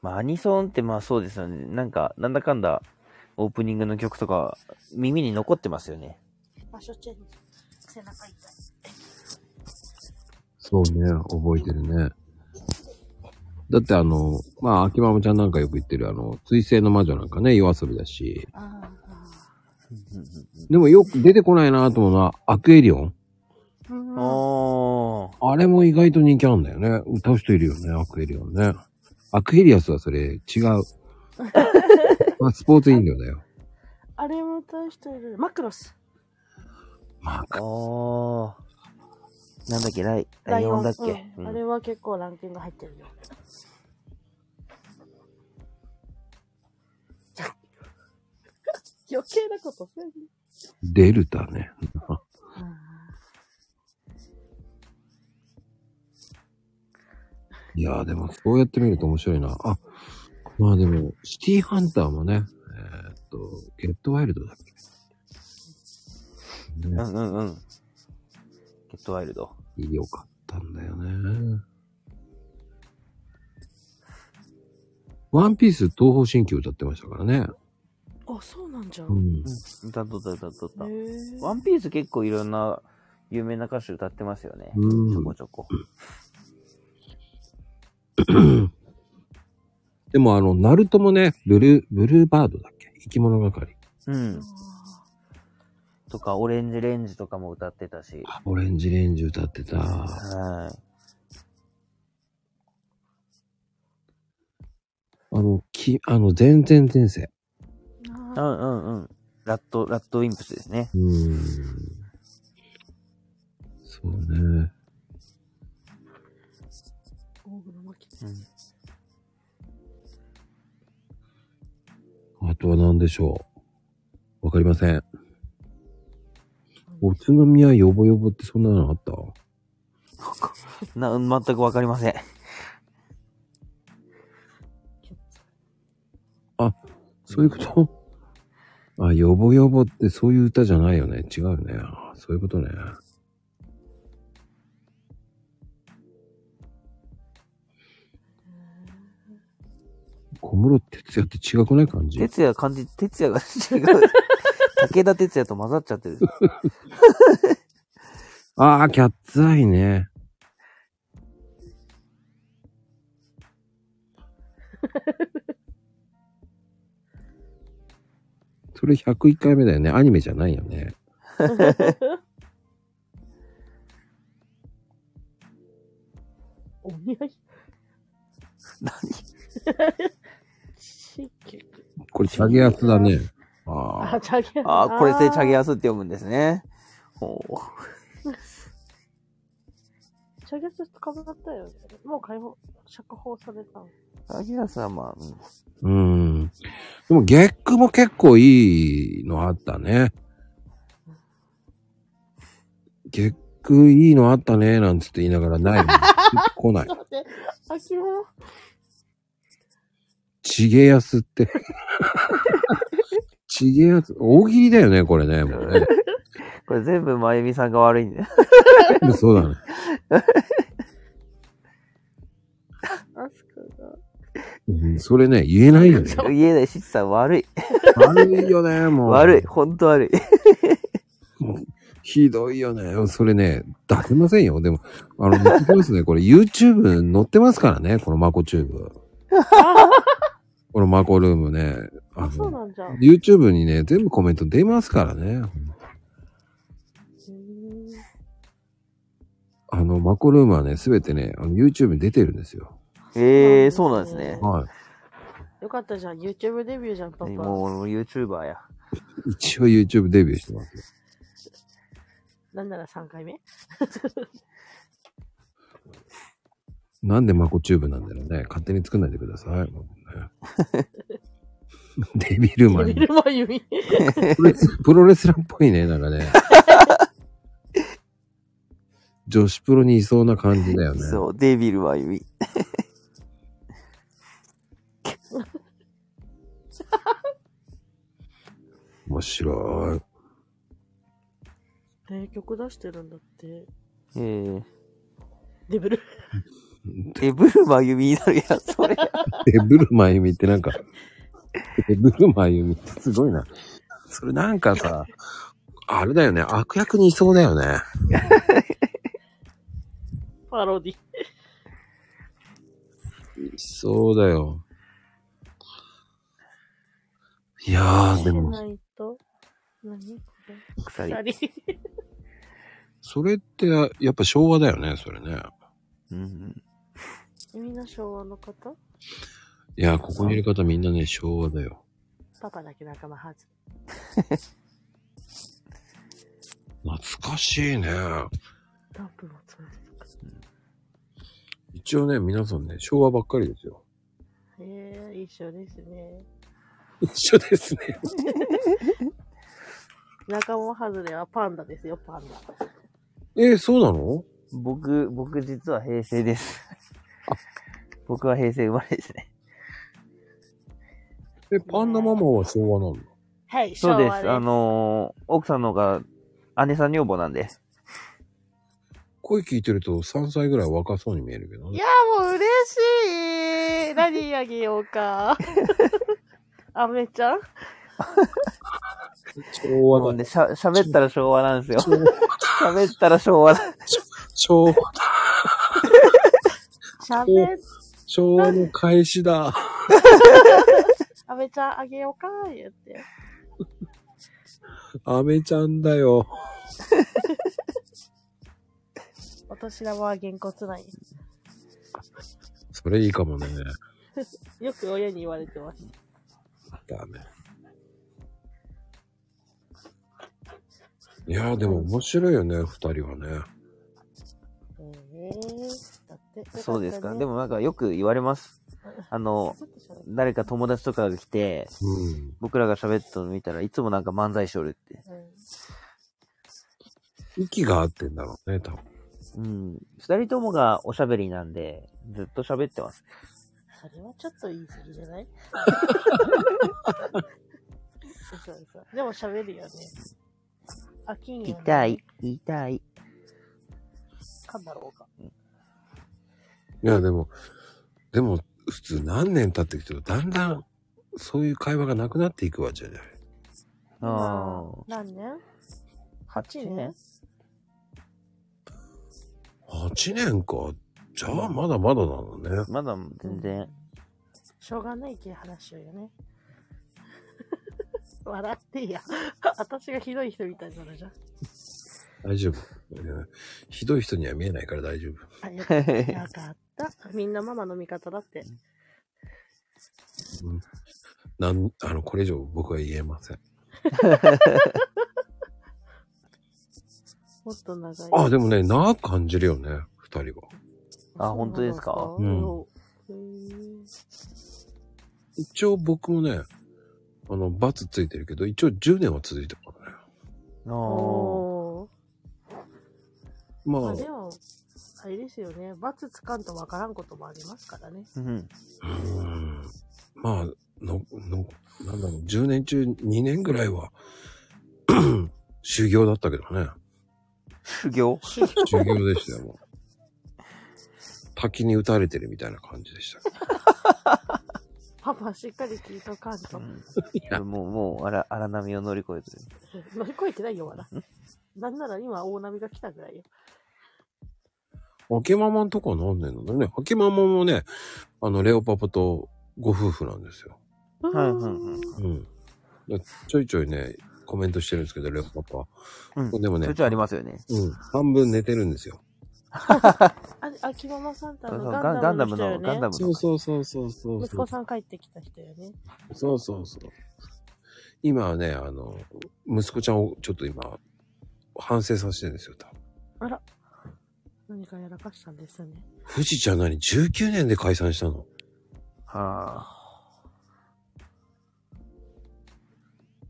Speaker 3: まあ、アニソンってまあそうですよね。なんか、なんだかんだ、オープニングの曲とか、耳に残ってますよね。
Speaker 4: 場所チェンジ。背中痛い。
Speaker 2: そうね、覚えてるね。だってあの、まあ、秋ママちゃんなんかよく言ってる、あの、追星の魔女なんかね、夜遊びだし。
Speaker 4: あー
Speaker 2: でもよく出てこないなと思うのは、アクエリオン
Speaker 4: あー。うん
Speaker 3: おー。
Speaker 2: あれも意外と人気あるんだよね。歌う人いるよね、アクエリオンね。アクエリアスはそれ違う。まあ、スポーツ飲料だよ。
Speaker 4: あれも歌う人いる。マクロス。
Speaker 2: まあ、
Speaker 3: おー。なんだっけ、ライラ
Speaker 4: ラ
Speaker 3: イ
Speaker 4: イ
Speaker 3: オ
Speaker 4: オ
Speaker 3: ン
Speaker 4: ン
Speaker 3: だっけ。
Speaker 4: うん
Speaker 3: うん
Speaker 4: あれは結構ランキング入ってるよ。 余計なことせんで。
Speaker 2: デルタね。いやーでもそうやって見ると面白いな。あ、まあでも、シティハンターもね、えーっと、ゲットワイルドだっけ。
Speaker 3: う
Speaker 2: ね、
Speaker 3: んうんうん。ゲットワイルド。
Speaker 2: よかったんだよね。ワンピース東方神起歌ってましたからね。
Speaker 4: あ、そうなんじゃ。
Speaker 2: うんん。
Speaker 3: うん。歌っとった歌っとった
Speaker 4: へ。え。
Speaker 3: ワンピース結構いろんな有名な歌手歌ってますよね。
Speaker 2: うん
Speaker 3: ちょこちょこ。
Speaker 2: でもあの、ナルトもね、ブルー、ブルーバードだっけ生き物係。
Speaker 3: うん。とか、オレンジレンジとかも歌ってたし。
Speaker 2: あオレンジレンジ歌ってた。
Speaker 3: はい。
Speaker 2: あの、き、あの、全然前世。
Speaker 4: あ
Speaker 3: う
Speaker 4: ー
Speaker 3: んうんうん。ラット、ラットウィンプスですね。
Speaker 2: うーん。そうね。
Speaker 4: 大黒摩季
Speaker 2: あとは何でしょう。わかりません。おつのみやよぼよぼってそんなのあった
Speaker 3: な、全くわかりません。
Speaker 2: そういうことあ、よぼよぼってそういう歌じゃないよね。違うね。あそういうことね。小室哲也って違くない感じ
Speaker 3: 哲也感じ、哲也が 違う。武田哲也と混ざっちゃってる。
Speaker 2: ああ、キャッツアイね。 それ101回目だよね。アニメじゃないよね。
Speaker 5: お見合い
Speaker 3: 何
Speaker 5: 新曲。
Speaker 2: これ、チャゲアスだね。あ
Speaker 5: あ、
Speaker 2: あ、
Speaker 5: チャゲアス
Speaker 3: ああ、これでチャゲ
Speaker 5: ア
Speaker 3: アスって読むんですね。おー
Speaker 5: ス。チャゲアス捕まったよね。もう解放、釈放されたの。
Speaker 3: チャゲアスはまあ、うん
Speaker 2: うん。でも、ゲックも結構いいのあったね。ゲックいいのあったね、なんつって言いながらないの。来ない
Speaker 5: ちょ。っと待って、あきら、
Speaker 2: ちげやすって。ちげやす。大喜利だよね、これね。もうね。
Speaker 3: これ全部まゆみさんが悪いんだよ。
Speaker 2: そうだね。
Speaker 5: アスカが。
Speaker 2: うんそれね、言えないよね。
Speaker 3: 言えない、シッチさん悪い。
Speaker 2: 悪いよね、もう。
Speaker 3: 悪い、ほんと悪い。
Speaker 2: もうひどいよね。それね、出せませんよ。でも、あの、見てきますね。これ YouTube 載ってますからね、このマコチュー ブ。このマコルームね。あ
Speaker 5: あ、そう
Speaker 2: の
Speaker 5: なんじゃ。へ
Speaker 2: YouTube にね、全部コメント出ますからね。
Speaker 5: ー
Speaker 2: あの、マコルームはね、すべてね、あの YouTube に出てるんですよ。
Speaker 3: ええー、そうなんですね。
Speaker 2: は
Speaker 5: よかったじゃん。YouTube デビューじゃん、パパ。
Speaker 3: もう、俺も YouTuber や。
Speaker 2: い。一応 YouTube デビューしてます。
Speaker 5: なんなら3回目
Speaker 2: なんでマコチューブなんだろうね。勝手に作んないでください。もう ねデビルマ
Speaker 5: デ
Speaker 2: ン
Speaker 5: ビ。ルマユミ。
Speaker 2: プロレスプロレスラーっぽいね、なんかね。女子プロにいそうな感じだよね。
Speaker 3: そう、デビルは指。
Speaker 2: 面白い。
Speaker 5: えー、曲出してるんだって。
Speaker 3: えー、
Speaker 5: デブル。
Speaker 3: デブルマユミになるやつ、それ。
Speaker 2: デブルマユミってなんか、デブルマユミってすごいな。それなんかさ、あれだよね。悪役にいそうだよね。
Speaker 5: パロディ。
Speaker 2: いそうだよ。いやー、で
Speaker 5: し
Speaker 2: も、
Speaker 5: ないと。何これ。
Speaker 3: 鎖。
Speaker 5: 二人。
Speaker 2: それってやっぱ昭和だよね、それね。
Speaker 3: うん。
Speaker 5: みんな昭和の方
Speaker 2: いやー、ここにいる方みんなね、昭和だよ。
Speaker 5: パパだけ仲間はず。
Speaker 2: 懐かしいね。
Speaker 5: ダンプもつまってたか。
Speaker 2: 一応ね、皆さんね、昭和ばっかりですよ。
Speaker 5: えー、一緒ですね。
Speaker 2: 一緒ですね。
Speaker 5: 仲間はずれはパンダですよ、パンダ。
Speaker 2: えーそうなの
Speaker 3: 僕、僕実は平成です。僕は平成生まれですね。
Speaker 2: え、パンダママは昭和なの
Speaker 5: はい、
Speaker 3: そうで
Speaker 5: 昭和
Speaker 3: す。あのー、奥さんの方が姉さん女房なんで。
Speaker 2: 声聞いてると3歳ぐらい若そうに見えるけど
Speaker 5: い
Speaker 2: ね
Speaker 5: や。、もう嬉しい。何あげよ うか。アメちゃん
Speaker 2: 昭
Speaker 3: も
Speaker 2: 和
Speaker 3: う
Speaker 2: だね。
Speaker 3: ね、しゃ、喋ったら昭和なんですよ。 喋ったら昭和だ。
Speaker 2: 昭和、
Speaker 5: 喋っ
Speaker 2: 昭和の返しだ。
Speaker 5: アメちゃんあげようか、言って。
Speaker 2: アメちゃんだよ。
Speaker 5: お年玉はげんこつない。
Speaker 2: それいいかもね。
Speaker 5: よく親に言われてます。
Speaker 2: だね。いやーでも面白いよね、二人はね。
Speaker 5: えー、だって、
Speaker 3: そうですか。で
Speaker 5: も、
Speaker 3: もなんかよく言われます。あの、誰か友達とかが来て、
Speaker 2: うん。
Speaker 3: 僕らが喋ったの見たらいつもなんか漫才しおるって。
Speaker 5: うん
Speaker 2: 息が合ってんだろうね、多分。
Speaker 3: うん。二人ともがおしゃべりなんで、ずっと喋ってます。
Speaker 5: それはちょっと言い過ぎじゃない嘘嘘。でも喋るよね。飽きんよ、ね。
Speaker 3: 痛い。、痛い。
Speaker 5: 噛んだろうか。
Speaker 2: いや、でも、でも、普通何年経ってきてると、だんだん、そういう会話がなくなっていくわけじゃない。
Speaker 3: あ
Speaker 5: 何年
Speaker 3: あ。8年
Speaker 2: 8年か。じゃあ、まだまだなのね。
Speaker 3: まだ全然。
Speaker 5: しょうがないけ話をよね。笑っていいや。私がひどい人みたいになるじゃん。
Speaker 2: 大丈夫。うんひどい人には見えないから大丈夫。
Speaker 5: あよかった よかった。みんなママの味方だって。
Speaker 2: なん、あの、これ以上僕は言えません。
Speaker 5: もっと長い。
Speaker 2: あ、でもね、長く感じるよね、二人は。
Speaker 3: あ本当ですか
Speaker 5: そうなんだうん。
Speaker 2: 一応僕もね、あの、バツついてるけど、一応10年は続いたからね。
Speaker 3: ああ。
Speaker 5: おーま
Speaker 2: まあ
Speaker 5: あ、でも、あれですよね。罰つかんとわからんこともありますからね。
Speaker 3: うん。
Speaker 2: うんまあ、の、の、なんだろう、10年中2年ぐらいは、 修行だったけどね。
Speaker 3: 修行
Speaker 2: 修行でしたよ、 もう。滝に打たれてるみたいな感じでしたけど。
Speaker 5: パパしっかり聞いとかんと。
Speaker 3: うん、もう、もう、荒荒波を乗り越えてる。
Speaker 5: 乗り越えてないよ、まだ。なんなら今大波が来たぐらいよ。
Speaker 2: アケママんとこは何年なんだろうね。アケママもね、あの、レオパパとご夫婦なんですよ。
Speaker 3: はいはいはい
Speaker 2: うん。だちょいちょいね、コメントしてるんですけど、レオパパ。
Speaker 3: うん。
Speaker 2: でもね
Speaker 3: ちょいちょいありますよね。
Speaker 2: うん。半分寝てるんですよ。
Speaker 5: あ、あきママさんってあ
Speaker 3: そう
Speaker 5: の
Speaker 3: そう
Speaker 5: ガ
Speaker 3: ガ
Speaker 5: ン
Speaker 3: ン
Speaker 5: ダ
Speaker 3: ガ
Speaker 5: ム
Speaker 3: ンダ
Speaker 5: の人
Speaker 3: ム
Speaker 5: よ
Speaker 3: の、ガン
Speaker 5: ね
Speaker 3: ダ。ムの。
Speaker 2: そうそうそうそう
Speaker 5: 息
Speaker 2: そう
Speaker 5: 子。さん帰ってきた人よね。
Speaker 2: そうそうそう。今はね、あの、息子ちゃんをちょっと今、反省させてるんですよ、多分。
Speaker 5: あら。何かやらかしたんですよね。
Speaker 2: 富士ちゃん何 ?19 年で解散したの
Speaker 3: はあ。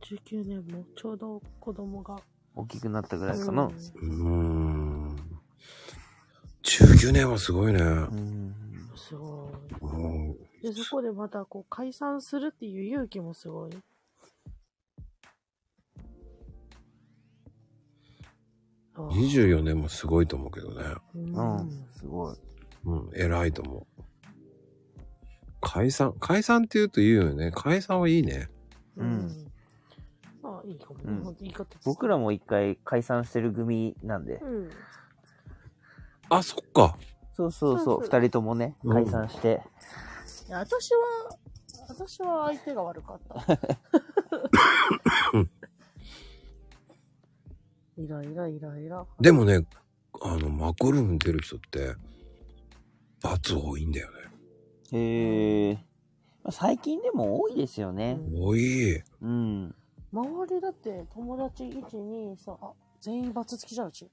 Speaker 5: 19年もちょうど子供が。
Speaker 3: 大きくなったぐらいかな
Speaker 5: うん。
Speaker 2: うーん。19年はすごいね。
Speaker 3: うん。
Speaker 5: すご
Speaker 2: うん
Speaker 5: い。で、そこでまたこう解散するっていう勇気もすごい。あー
Speaker 2: 24年もすごいと思うけどね。
Speaker 5: うん
Speaker 3: うん。すごい。
Speaker 2: うん、偉いと思う。解散解散って言うと言うよね。解散はいいね。
Speaker 5: う
Speaker 3: うんん。
Speaker 5: まあ、いいかも
Speaker 3: う
Speaker 5: ね。
Speaker 3: ん
Speaker 5: ほんと言い方
Speaker 3: 僕らも一回解散してる組なんで
Speaker 5: う。ん。
Speaker 2: あ、そっか。
Speaker 3: そうそうそ
Speaker 5: そう
Speaker 3: う。
Speaker 5: そう
Speaker 3: 二人ともね、
Speaker 2: うん
Speaker 3: 解散して。
Speaker 5: いや私は、私は相手が悪 かった。いろいろいろいろ。
Speaker 2: でもね、あの、マコルーム出る人って、罰多いんだよね。
Speaker 3: へえ。まあ最近でも多いですよね。
Speaker 2: 多い。
Speaker 3: うん。
Speaker 5: 周りだって友達1、2、3、あ、全員罰付きじゃん、うち。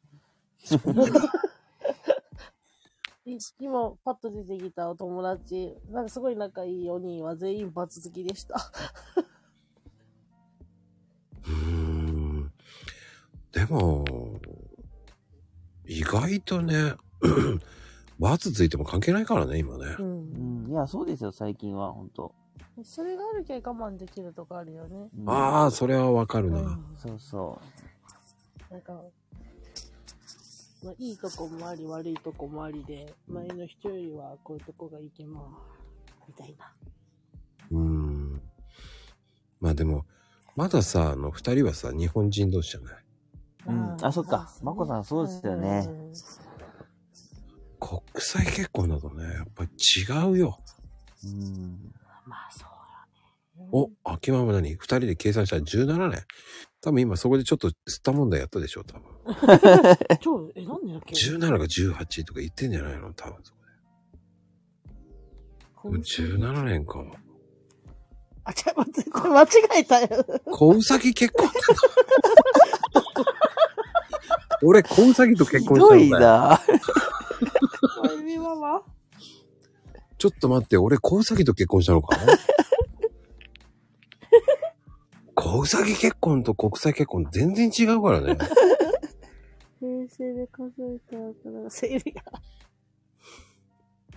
Speaker 5: い今、パッと出てきたお友達、なんかすごい仲いい4人は全員罰付きでした。
Speaker 2: うーんでも、意外とね、 罰ついても関係ないからね、今ね。
Speaker 5: ん
Speaker 3: うん。いや、そうですよ、最近は、本当
Speaker 5: それがあるけ我慢できるとかあるよね。
Speaker 3: うん
Speaker 2: ああ、それはわかる
Speaker 5: う
Speaker 2: な。
Speaker 5: ん、
Speaker 3: そうそ
Speaker 5: なんか、まあ、いいとこもあり、悪いとこもありで、前の人よりはこういうとこがいいけまあ、みたいな。
Speaker 2: うーん。まあでも、まださ、あの、二人はさ、日本人同士じゃない。
Speaker 3: う。うん。あ、そっか。まこさん、そうですよね。
Speaker 5: うん
Speaker 2: 国際結婚だとね、やっぱり違うよ。
Speaker 3: うん。
Speaker 5: まあ、そうだね。
Speaker 2: お、秋ママ何二人で計算したら17年。多分今そこでちょっと吸った問題やったでしょ、多分。
Speaker 5: 超、え、なんでだっけ
Speaker 2: 17が18とか言ってんじゃないの多分そこで。17年か。
Speaker 5: あ、ちょ、待って、これ間違えたよ。
Speaker 2: 小うさぎ結婚 っての俺、小うさぎと結
Speaker 3: ひ
Speaker 2: 婚
Speaker 3: どい
Speaker 2: したんだよ。
Speaker 3: な。
Speaker 5: まゆみママ
Speaker 2: ちょっと待って、俺、小うさぎと結婚したの か小うさぎ結婚と国際結婚全然違うからね。
Speaker 5: 平成で数えたから、整理が。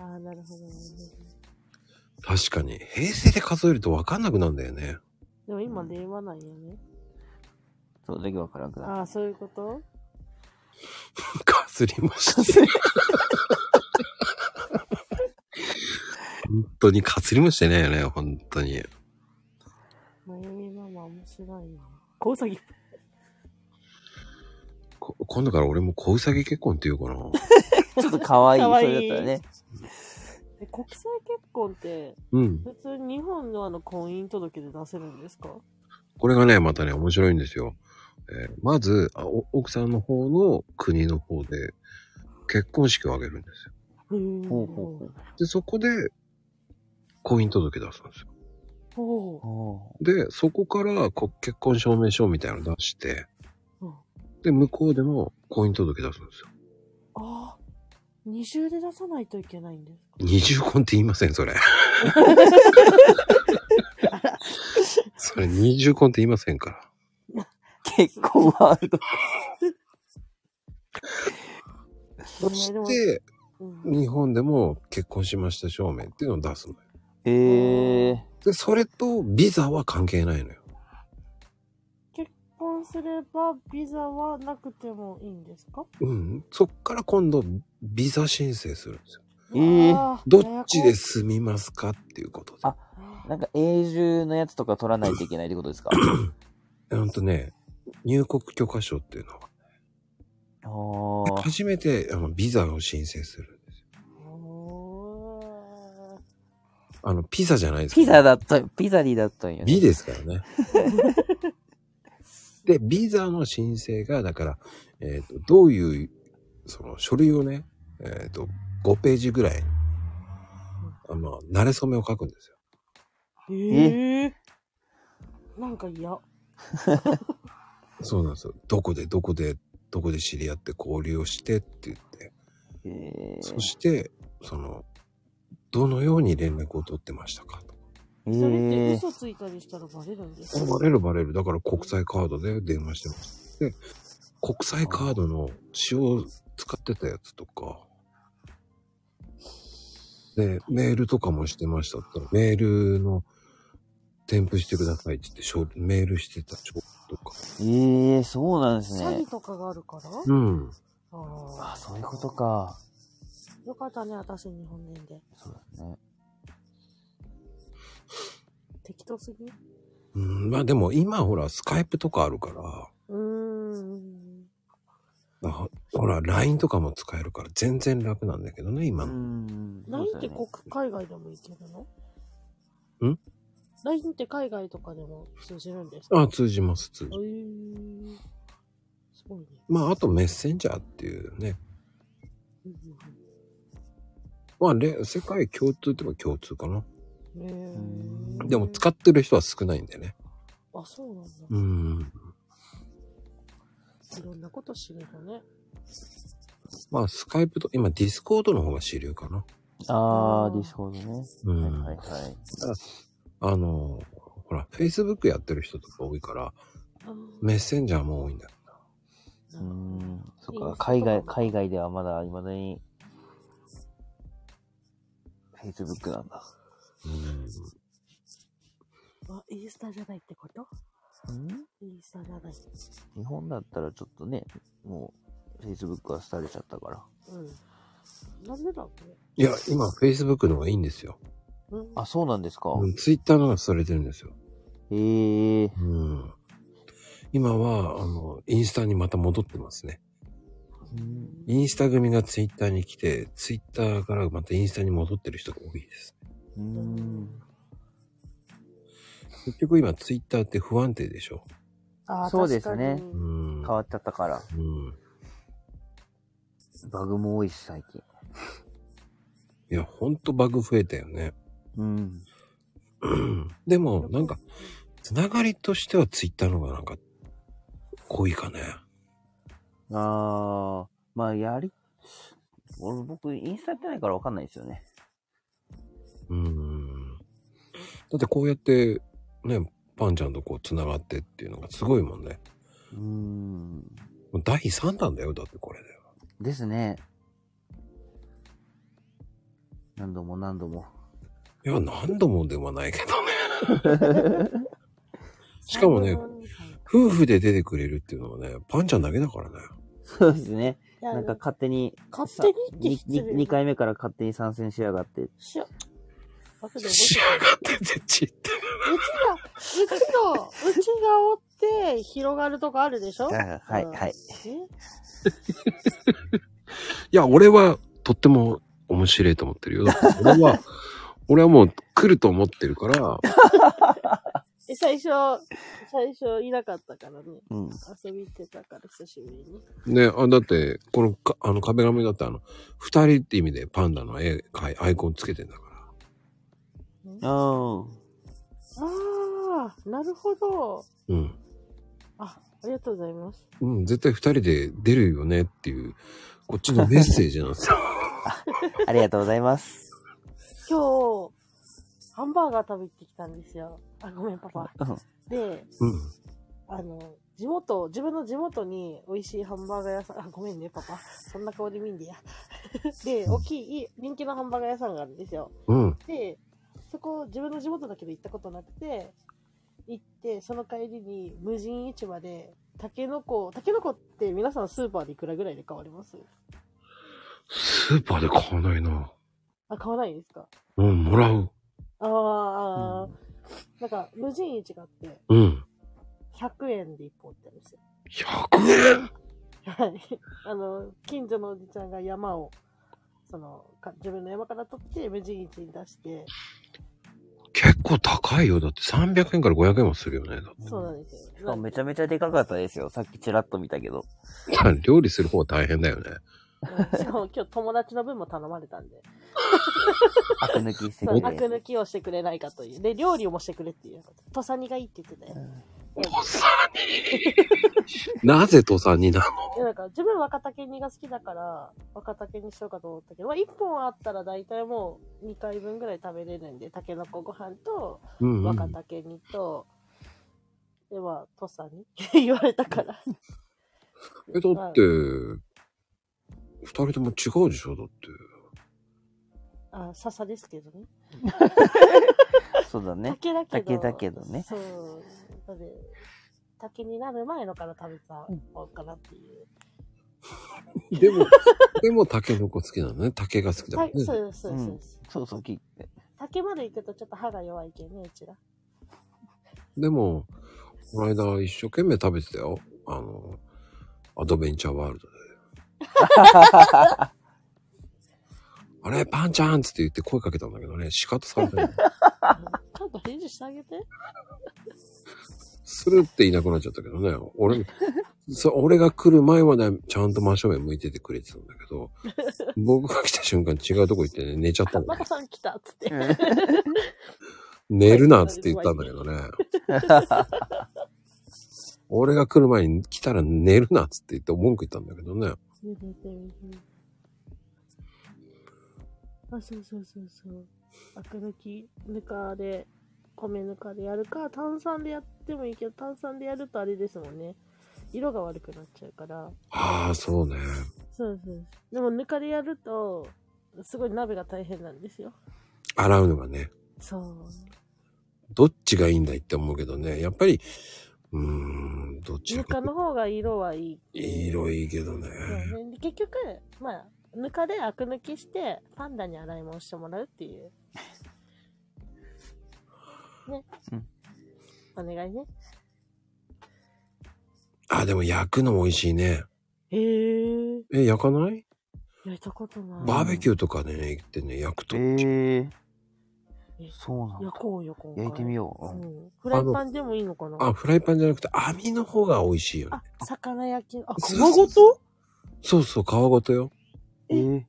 Speaker 5: ああ、なるほど、ね。
Speaker 2: 確かに。平成で数えると分かんなくなるんだよね。
Speaker 5: でも今、令和なんよね。
Speaker 3: そう、だけわからんくなる。
Speaker 5: ああ、そういうこと
Speaker 2: かすりました。当にかすりもしてないよね、本当に。
Speaker 5: まゆみママ面白いな。小うさぎ。
Speaker 2: こ今度から俺も小うさぎ結婚って言うかな。
Speaker 3: ちょっと可愛い、
Speaker 5: 可
Speaker 3: そ
Speaker 5: 愛
Speaker 3: れ
Speaker 5: い
Speaker 3: だったらね。
Speaker 5: え国際結婚って、
Speaker 2: うん。
Speaker 5: 普通に日本のあの婚姻届で出せるんですか
Speaker 2: これがね、またね、面白いんですよ。えーまずあお奥さんの方の国の方で結婚式を挙げるんですよ。
Speaker 5: ほう
Speaker 3: ほうほう
Speaker 2: で、そこで婚姻届出すんですよ。
Speaker 5: ほう。
Speaker 3: ほ
Speaker 2: で、そこからこ結婚証明書みたいなの出して
Speaker 5: うん、
Speaker 2: で、向こうでも婚姻届出すんですよ。
Speaker 5: ああ。二重で出さないといけないんですか
Speaker 2: 二重婚って言いません、そ れ。それ二重婚って言いませんから。
Speaker 3: う結婚はあると。
Speaker 2: そし
Speaker 5: でも
Speaker 2: て、
Speaker 5: うん
Speaker 2: 日本でも結婚しました証明っていうのを出すのよ。
Speaker 3: ええー。
Speaker 2: で、それとビザは関係ないのよ。
Speaker 5: 結婚すればビザはなくてもいいんですか
Speaker 2: うん。そっから今度、ビザ申請するんですよ。
Speaker 3: えー
Speaker 5: あー
Speaker 2: どっちで
Speaker 5: ややこ
Speaker 2: 住みますかっていうことで。
Speaker 3: あなんか永住のやつとか取らないといけないってことですか
Speaker 2: うんとね、入国許可証っていうのは、
Speaker 3: ああ。
Speaker 2: 初めてあのビザを申請するんですよ。
Speaker 5: お
Speaker 2: あの、ピザじゃないです
Speaker 3: ピザだったよ。ピザリーだったんよね。
Speaker 2: ビですからね。 で、ビザの申請が、だから、えっ、と、どういう、その書類をね、えっ、と、5ページぐらい、あまあ、慣れ初めを書くんですよ。
Speaker 5: ーええなんか嫌。
Speaker 2: そうなんですよ。どこで、どこで、どこで知り合って交流をしてって言って、
Speaker 3: えー、
Speaker 2: そして、その、どのように連絡を取ってましたかと。
Speaker 3: え
Speaker 5: それって
Speaker 3: ー、
Speaker 5: 嘘ついたりしたらバレるんです
Speaker 2: あ
Speaker 5: か
Speaker 2: バレるバレる。だから国際カードで電話してます。で、国際カードの使用使ってたやつとか、で、メールとかもしてましたって言ったら、メールの添付してくださいって言ってしょ、メールしてた証拠とか。
Speaker 3: えー、そうなんです
Speaker 5: 詐
Speaker 3: ね
Speaker 5: 欺。とかがあるから、
Speaker 2: うん。
Speaker 5: あ
Speaker 3: あ、そういうことか。
Speaker 5: あ。よかったね、私日本人で。
Speaker 3: そうだね。
Speaker 5: 適当すぎる
Speaker 2: うん、まあでも今ほら、スカイプとかあるから
Speaker 5: うーん。、
Speaker 2: あほら、LINE とかも使えるから全然楽なんだけどね、今
Speaker 3: う
Speaker 2: の。
Speaker 3: ん。
Speaker 5: LINE って
Speaker 3: そう
Speaker 5: 国海外でもいけるの
Speaker 2: ん
Speaker 5: ?LINE って海外とかでも通じるんですか
Speaker 2: あ、通じます、通じ
Speaker 5: えー、すごいね。
Speaker 2: まあ、あとメッセンジャーっていうね。
Speaker 5: うん
Speaker 2: まあ、れ世界共通って言えば共通かな。
Speaker 5: うんうんえー、
Speaker 2: でも使ってる人は少ないんだよね。
Speaker 5: あ、そうなんだ。
Speaker 2: うん。
Speaker 5: いろんなこと知れるね。
Speaker 2: まあ、スカイプと、今、ディスコードの方が主流かな。
Speaker 3: だねあー、ディスコードね。
Speaker 2: うん
Speaker 3: はいはいはい。
Speaker 2: あの、ほら、Facebook やってる人とか多いから、
Speaker 5: あー
Speaker 2: メッセンジャーも多いんだよ。
Speaker 5: な
Speaker 3: う
Speaker 5: るほど
Speaker 3: ん。そ
Speaker 5: いい
Speaker 3: っ
Speaker 5: ね
Speaker 3: か、海外、海外ではまだ未だに、Facebook なんだ。
Speaker 2: うん。
Speaker 5: あ、インスタじゃないってこと
Speaker 3: うん
Speaker 5: インスタじゃない。
Speaker 3: 日本だったらちょっとね、もう、Facebook は廃れちゃったから。
Speaker 5: うん。なんでだっけ
Speaker 2: いや、今、Facebook の方がいいんですよ。
Speaker 5: うん。
Speaker 3: あ、そうなんですか。
Speaker 2: うん、Twitter の方がされてるんですよ。
Speaker 3: えー、
Speaker 2: うん。今は、あの、インスタにまた戻ってますね。
Speaker 3: うん
Speaker 2: インスタ組が Twitter に来て、Twitter からまたインスタに戻ってる人が多いです。
Speaker 3: うーん。
Speaker 2: 結局今、Twitter って不安定でしょ。
Speaker 5: あー
Speaker 3: そうですね
Speaker 5: 確かに
Speaker 2: うん。
Speaker 3: 変わっちゃったから。
Speaker 2: うん。
Speaker 3: バグも多いし、最近。
Speaker 2: いや、ほんとバグ増えたよね。
Speaker 3: うん。
Speaker 2: でも、なんか、つながりとしてはツイッターの方がなんか、濃いかね。
Speaker 3: あー、まあ、やり、俺、僕、インスタやってないからわかんないですよね。
Speaker 2: うん。だってこうやって、ね、パンちゃんとこう繋がってっていうのがすごいもんね。
Speaker 3: うーん。
Speaker 2: もう第3弾だよ、だってこれで。
Speaker 3: ですね。何度も何度も。
Speaker 2: いや、何度もではないけどね。 しかもね
Speaker 5: うん
Speaker 2: 夫婦で出てくれるっていうのはね、パンちゃんだけだからね。
Speaker 3: そうですね。
Speaker 5: いや
Speaker 3: なんか勝手に、
Speaker 5: 勝手にって失礼
Speaker 3: 2, 回目から勝手に参戦しやがって。
Speaker 5: しよバスで動
Speaker 2: 仕上がって全然って。
Speaker 5: うちが、うちの、うちがおって広がるとこあるでしょ
Speaker 3: うんはい、はい。
Speaker 5: うんえ
Speaker 2: いや、俺はとっても面白いと思ってるよ。だから俺は、 俺はもう来ると思ってるから、
Speaker 5: え、最初、最初いなかったからね。
Speaker 3: うん。
Speaker 5: 遊び行ってたから久しぶりに。
Speaker 2: ね、あだって、このか、あの壁紙だってあの、二人って意味でパンダの絵、かいアイコンつけてんだから。
Speaker 3: あ
Speaker 5: ああ、なるほど。
Speaker 2: うん。
Speaker 5: あ、ありがとうございます。
Speaker 2: うん、絶対二人で出るよねっていう、こっちのメッセージなんですよ。
Speaker 3: あ。ありがとうございます。
Speaker 5: 今日、ハンバーガー食べてきたんですよ。あ、ごめん、パパ。
Speaker 3: うん
Speaker 5: で、
Speaker 2: うん。
Speaker 5: あの、地元、自分の地元に美味しいハンバーガー屋さん、あ、ごめんね、パパ。そんな顔で見んでや。 で、大きい、いい人気のハンバーガー屋さんがあるんですよ。
Speaker 2: うん。
Speaker 5: で、そこ、自分の地元だけど行ったことなくて、行って、その帰りに無人市場で、タケノコ、タケノコって皆さんスーパーでいくらぐらいで買われます
Speaker 2: スーパーで買わないな。
Speaker 5: あ、買わないですか
Speaker 2: うん、もらう。
Speaker 5: ああ、なんか、無人市があって、
Speaker 2: うん。
Speaker 5: 100円で1本売ってあるんですよ。
Speaker 2: 100円
Speaker 5: はい。あの、近所のおじちゃんが山を、その、か自分の山から取って、無人市に出して、
Speaker 2: 結構高いよ。だって300円から500円もするよね。だって
Speaker 5: そうなんです
Speaker 3: し
Speaker 5: よ。
Speaker 3: かもめちゃめちゃでかかったですよ。さっきちらっと見たけど。
Speaker 2: まあ料理する方は大変だよね。
Speaker 5: うんしかも今日友達の分も頼まれたんで、
Speaker 3: アク抜きして
Speaker 5: そう、
Speaker 3: く
Speaker 5: アク
Speaker 3: れ。
Speaker 5: 抜きをしてくれないかという。で、料理もしてくれっていう。土佐煮がいいって言ってたよ。
Speaker 2: とさになぜとさになの
Speaker 5: で、なんか、自分若竹煮が好きだから、若竹にしようかと思ったけど、まあ、1本あったら大体もう2回分ぐらい食べれるんで、タケノコご飯と、
Speaker 2: うん、う
Speaker 5: 若
Speaker 2: ん。
Speaker 5: 竹にと、では、土佐に 言われたから。
Speaker 2: え、だって、二人とも違うでしょだって。
Speaker 5: あ、笹ですけどね。
Speaker 3: そうだね。
Speaker 5: 竹だけど。
Speaker 3: 竹だけどね
Speaker 5: そう。だって竹になる前のから食べた方かなっていう。
Speaker 2: でも、でも竹の子好きなのね。竹が好きだも
Speaker 5: た
Speaker 2: ん
Speaker 5: そう
Speaker 2: ね。
Speaker 5: そうそうそう。
Speaker 3: そうそう、切って。
Speaker 5: 竹まで行くとちょっと歯が弱いけんね、う ちら。
Speaker 2: でも、この間一生懸命食べてたよ。あの、アドベンチャーワールド で。あれ、パンちゃんっつって言って声かけたんだけどね、仕方されたの。
Speaker 5: ちゃんと返事してあげて。
Speaker 2: するっていなくなっちゃったけどね。俺、そ俺が来る前まではちゃんと真正面向いててくれてたんだけど、僕が来た瞬間違うとこ行ってね、寝ちゃったの
Speaker 5: マ。コさん来たっつって。
Speaker 2: 寝るなっつって言ったんだけどね。俺が来る前に来たら寝るなっつって言って文句言ったんだけどね。
Speaker 5: あ、そうそうそうそう。アク抜き、ぬかで、米ぬかでやるか、炭酸でやってもいいけど、炭酸でやるとあれですもんね。色が悪くなっちゃうから。
Speaker 2: ああ、そうね。
Speaker 5: そうそう。でもぬかでやると、すごい鍋が大変なんですよ。
Speaker 2: 洗うのがね。
Speaker 5: そう。
Speaker 2: どっちがいいんだいって思うけどね。やっぱり、うーん、どっち
Speaker 5: ぬ
Speaker 2: が
Speaker 5: かの方が色はいい。
Speaker 2: 色いいけどね。
Speaker 5: そうねで結局、まあ、ぬかでアク抜きして、パンダに洗い物してもらうっていう。ね。
Speaker 3: うん
Speaker 5: お願いね。
Speaker 2: ああ、でも焼くのも美味しいね。
Speaker 5: へえ。
Speaker 2: え、焼かない
Speaker 5: 焼いたことない。
Speaker 2: バーベキューとかでね、行ってね、焼くと。
Speaker 3: え え
Speaker 5: え
Speaker 3: そうなんだ
Speaker 5: 焼。こうよ、今回。
Speaker 3: 焼いてみよう
Speaker 5: う
Speaker 3: うん。
Speaker 5: ん。フライパンでもいいのかな
Speaker 2: あ、フライパンじゃなくて、網の方が美味しいよね
Speaker 5: あ。、魚焼き。あ、
Speaker 2: そう
Speaker 5: 皮ごと
Speaker 2: そうそう、皮ごとよ。
Speaker 3: えー、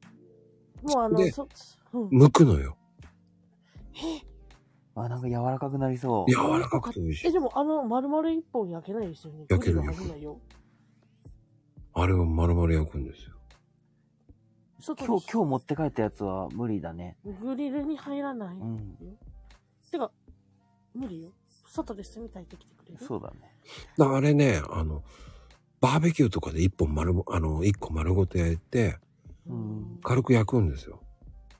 Speaker 5: もうあ
Speaker 2: で
Speaker 5: の、そ、うん。
Speaker 2: 剥くのよ。
Speaker 3: あ、なんか柔らかくなりそう。
Speaker 2: 柔らかくて美味し
Speaker 5: え、
Speaker 2: い。
Speaker 5: でもあの、丸々一本焼けないですよね。
Speaker 2: 焼ける
Speaker 5: ゴリラ危ないよ。
Speaker 2: あれを丸々焼くんですよ。
Speaker 5: 外
Speaker 3: 今
Speaker 5: に
Speaker 3: 日、今日持って帰ったやつは無理だね。
Speaker 5: グリルに入らない。
Speaker 3: うん。
Speaker 5: てか、無理よ。外で炭炊いてきてくれる
Speaker 3: そうだね。
Speaker 2: だからあれね、あの、バーベキューとかで一本丸ご、あの、一個丸ごと焼いて、
Speaker 3: うん
Speaker 2: 軽く焼くんですよ。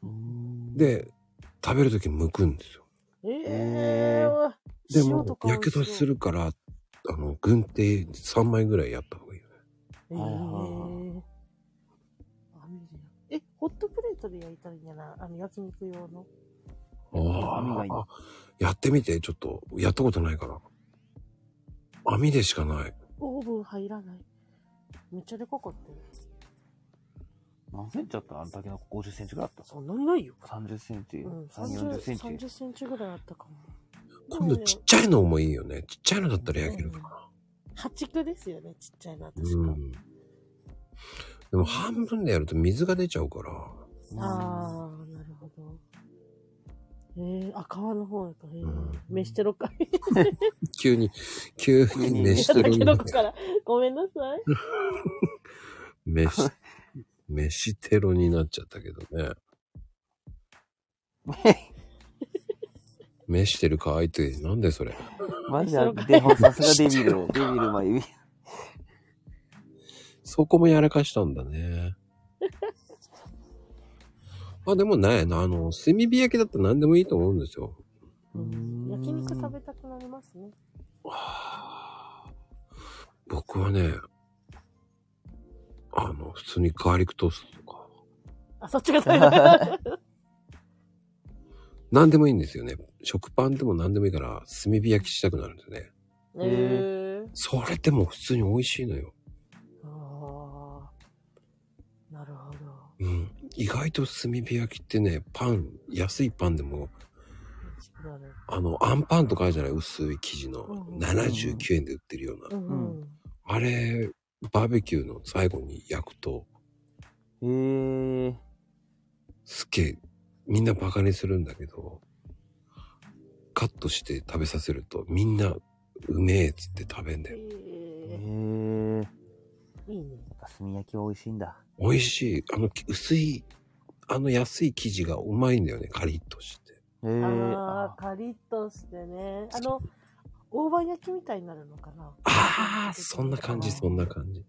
Speaker 3: うーん、
Speaker 2: で、食べるとき剥くんですよ。
Speaker 5: ええー。
Speaker 2: で
Speaker 5: 塩と
Speaker 2: も、
Speaker 5: か
Speaker 2: やけどす。るから、あの、軍手3枚ぐらいやった方がいいよね。
Speaker 5: ええ
Speaker 3: はいはいはい
Speaker 5: ー。あ無理だえ、ホットプレートで焼いたらいいんじゃないあの、焼肉用の。
Speaker 2: あ
Speaker 3: 網がいい
Speaker 2: あ、やってみて、ちょっと、やったことないから。網でしかない。
Speaker 5: オーブン入らない。めっちゃでかかったよ。
Speaker 3: 何センチあったあんだけの50センチぐらいあっ
Speaker 5: そんなにないよ。
Speaker 3: た。30センチ、
Speaker 5: うん、
Speaker 3: 3、40センチ。
Speaker 5: 30センチぐらいあったかも。
Speaker 2: 今度ちっちゃいのもいいよね。ちっちゃいのだったら焼けるかな。
Speaker 5: 八区ですよね、ちっちゃいな、
Speaker 2: う
Speaker 5: 確か。
Speaker 2: ん。でも半分でやると水が出ちゃうから。
Speaker 3: うん
Speaker 5: ああ、なるほど。えー、あ、川の方やから、えー
Speaker 2: う ん
Speaker 5: 飯テロかい。
Speaker 2: 急に、急に飯
Speaker 5: た
Speaker 2: テ
Speaker 5: だ
Speaker 2: ロ
Speaker 5: け
Speaker 2: に
Speaker 5: のこから。ごめんなさい。
Speaker 2: 飯、飯テロになっちゃったけど ね。飯テロか相手、なんでそれ。
Speaker 3: マジで、でもさすがデビ ル、デビルまゆみ。
Speaker 2: そこもやらかしたんだね。まあでもね、あの、炭火焼きだったら何でもいいと思うんですよ。
Speaker 3: うん
Speaker 5: 焼肉食べたくなりますね。
Speaker 2: 僕はね、あの、普通にガーリックトーストとか、
Speaker 5: あ、そっちが 食べた。
Speaker 2: 何でもいいんですよね。食パンでも何でもいいから、炭火焼きしたくなるんですよね。
Speaker 5: えー。
Speaker 2: それでも普通に美味しいのよ。
Speaker 5: ああ。なるほど。
Speaker 2: うん。意外と炭火焼きってね、パン、安いパンでも、
Speaker 5: 美味しくなる。
Speaker 2: あの、アンパンとかあるじゃない薄い生地の
Speaker 5: うん
Speaker 2: 79円で売ってるような。
Speaker 5: うん、うん。
Speaker 2: あれ、バーベキューの最後に焼くと、
Speaker 3: へえ。
Speaker 2: すっげえ、みんなバカにするんだけど、カットして食べさせると、みんな、うめえっつって食べんだよ。
Speaker 3: へ
Speaker 5: え
Speaker 3: え。
Speaker 5: ー、いいね。
Speaker 3: 炭焼きは美味しいんだ。
Speaker 2: 美味しい。あの、き薄い、あの安い生地がうまいんだよね。カリッとして。
Speaker 3: へえ。
Speaker 5: あ
Speaker 3: あ
Speaker 5: あ、カリッとしてね。あの、大判焼きみたいになるのかな
Speaker 2: ああ、そんな感じ、そんな感じ。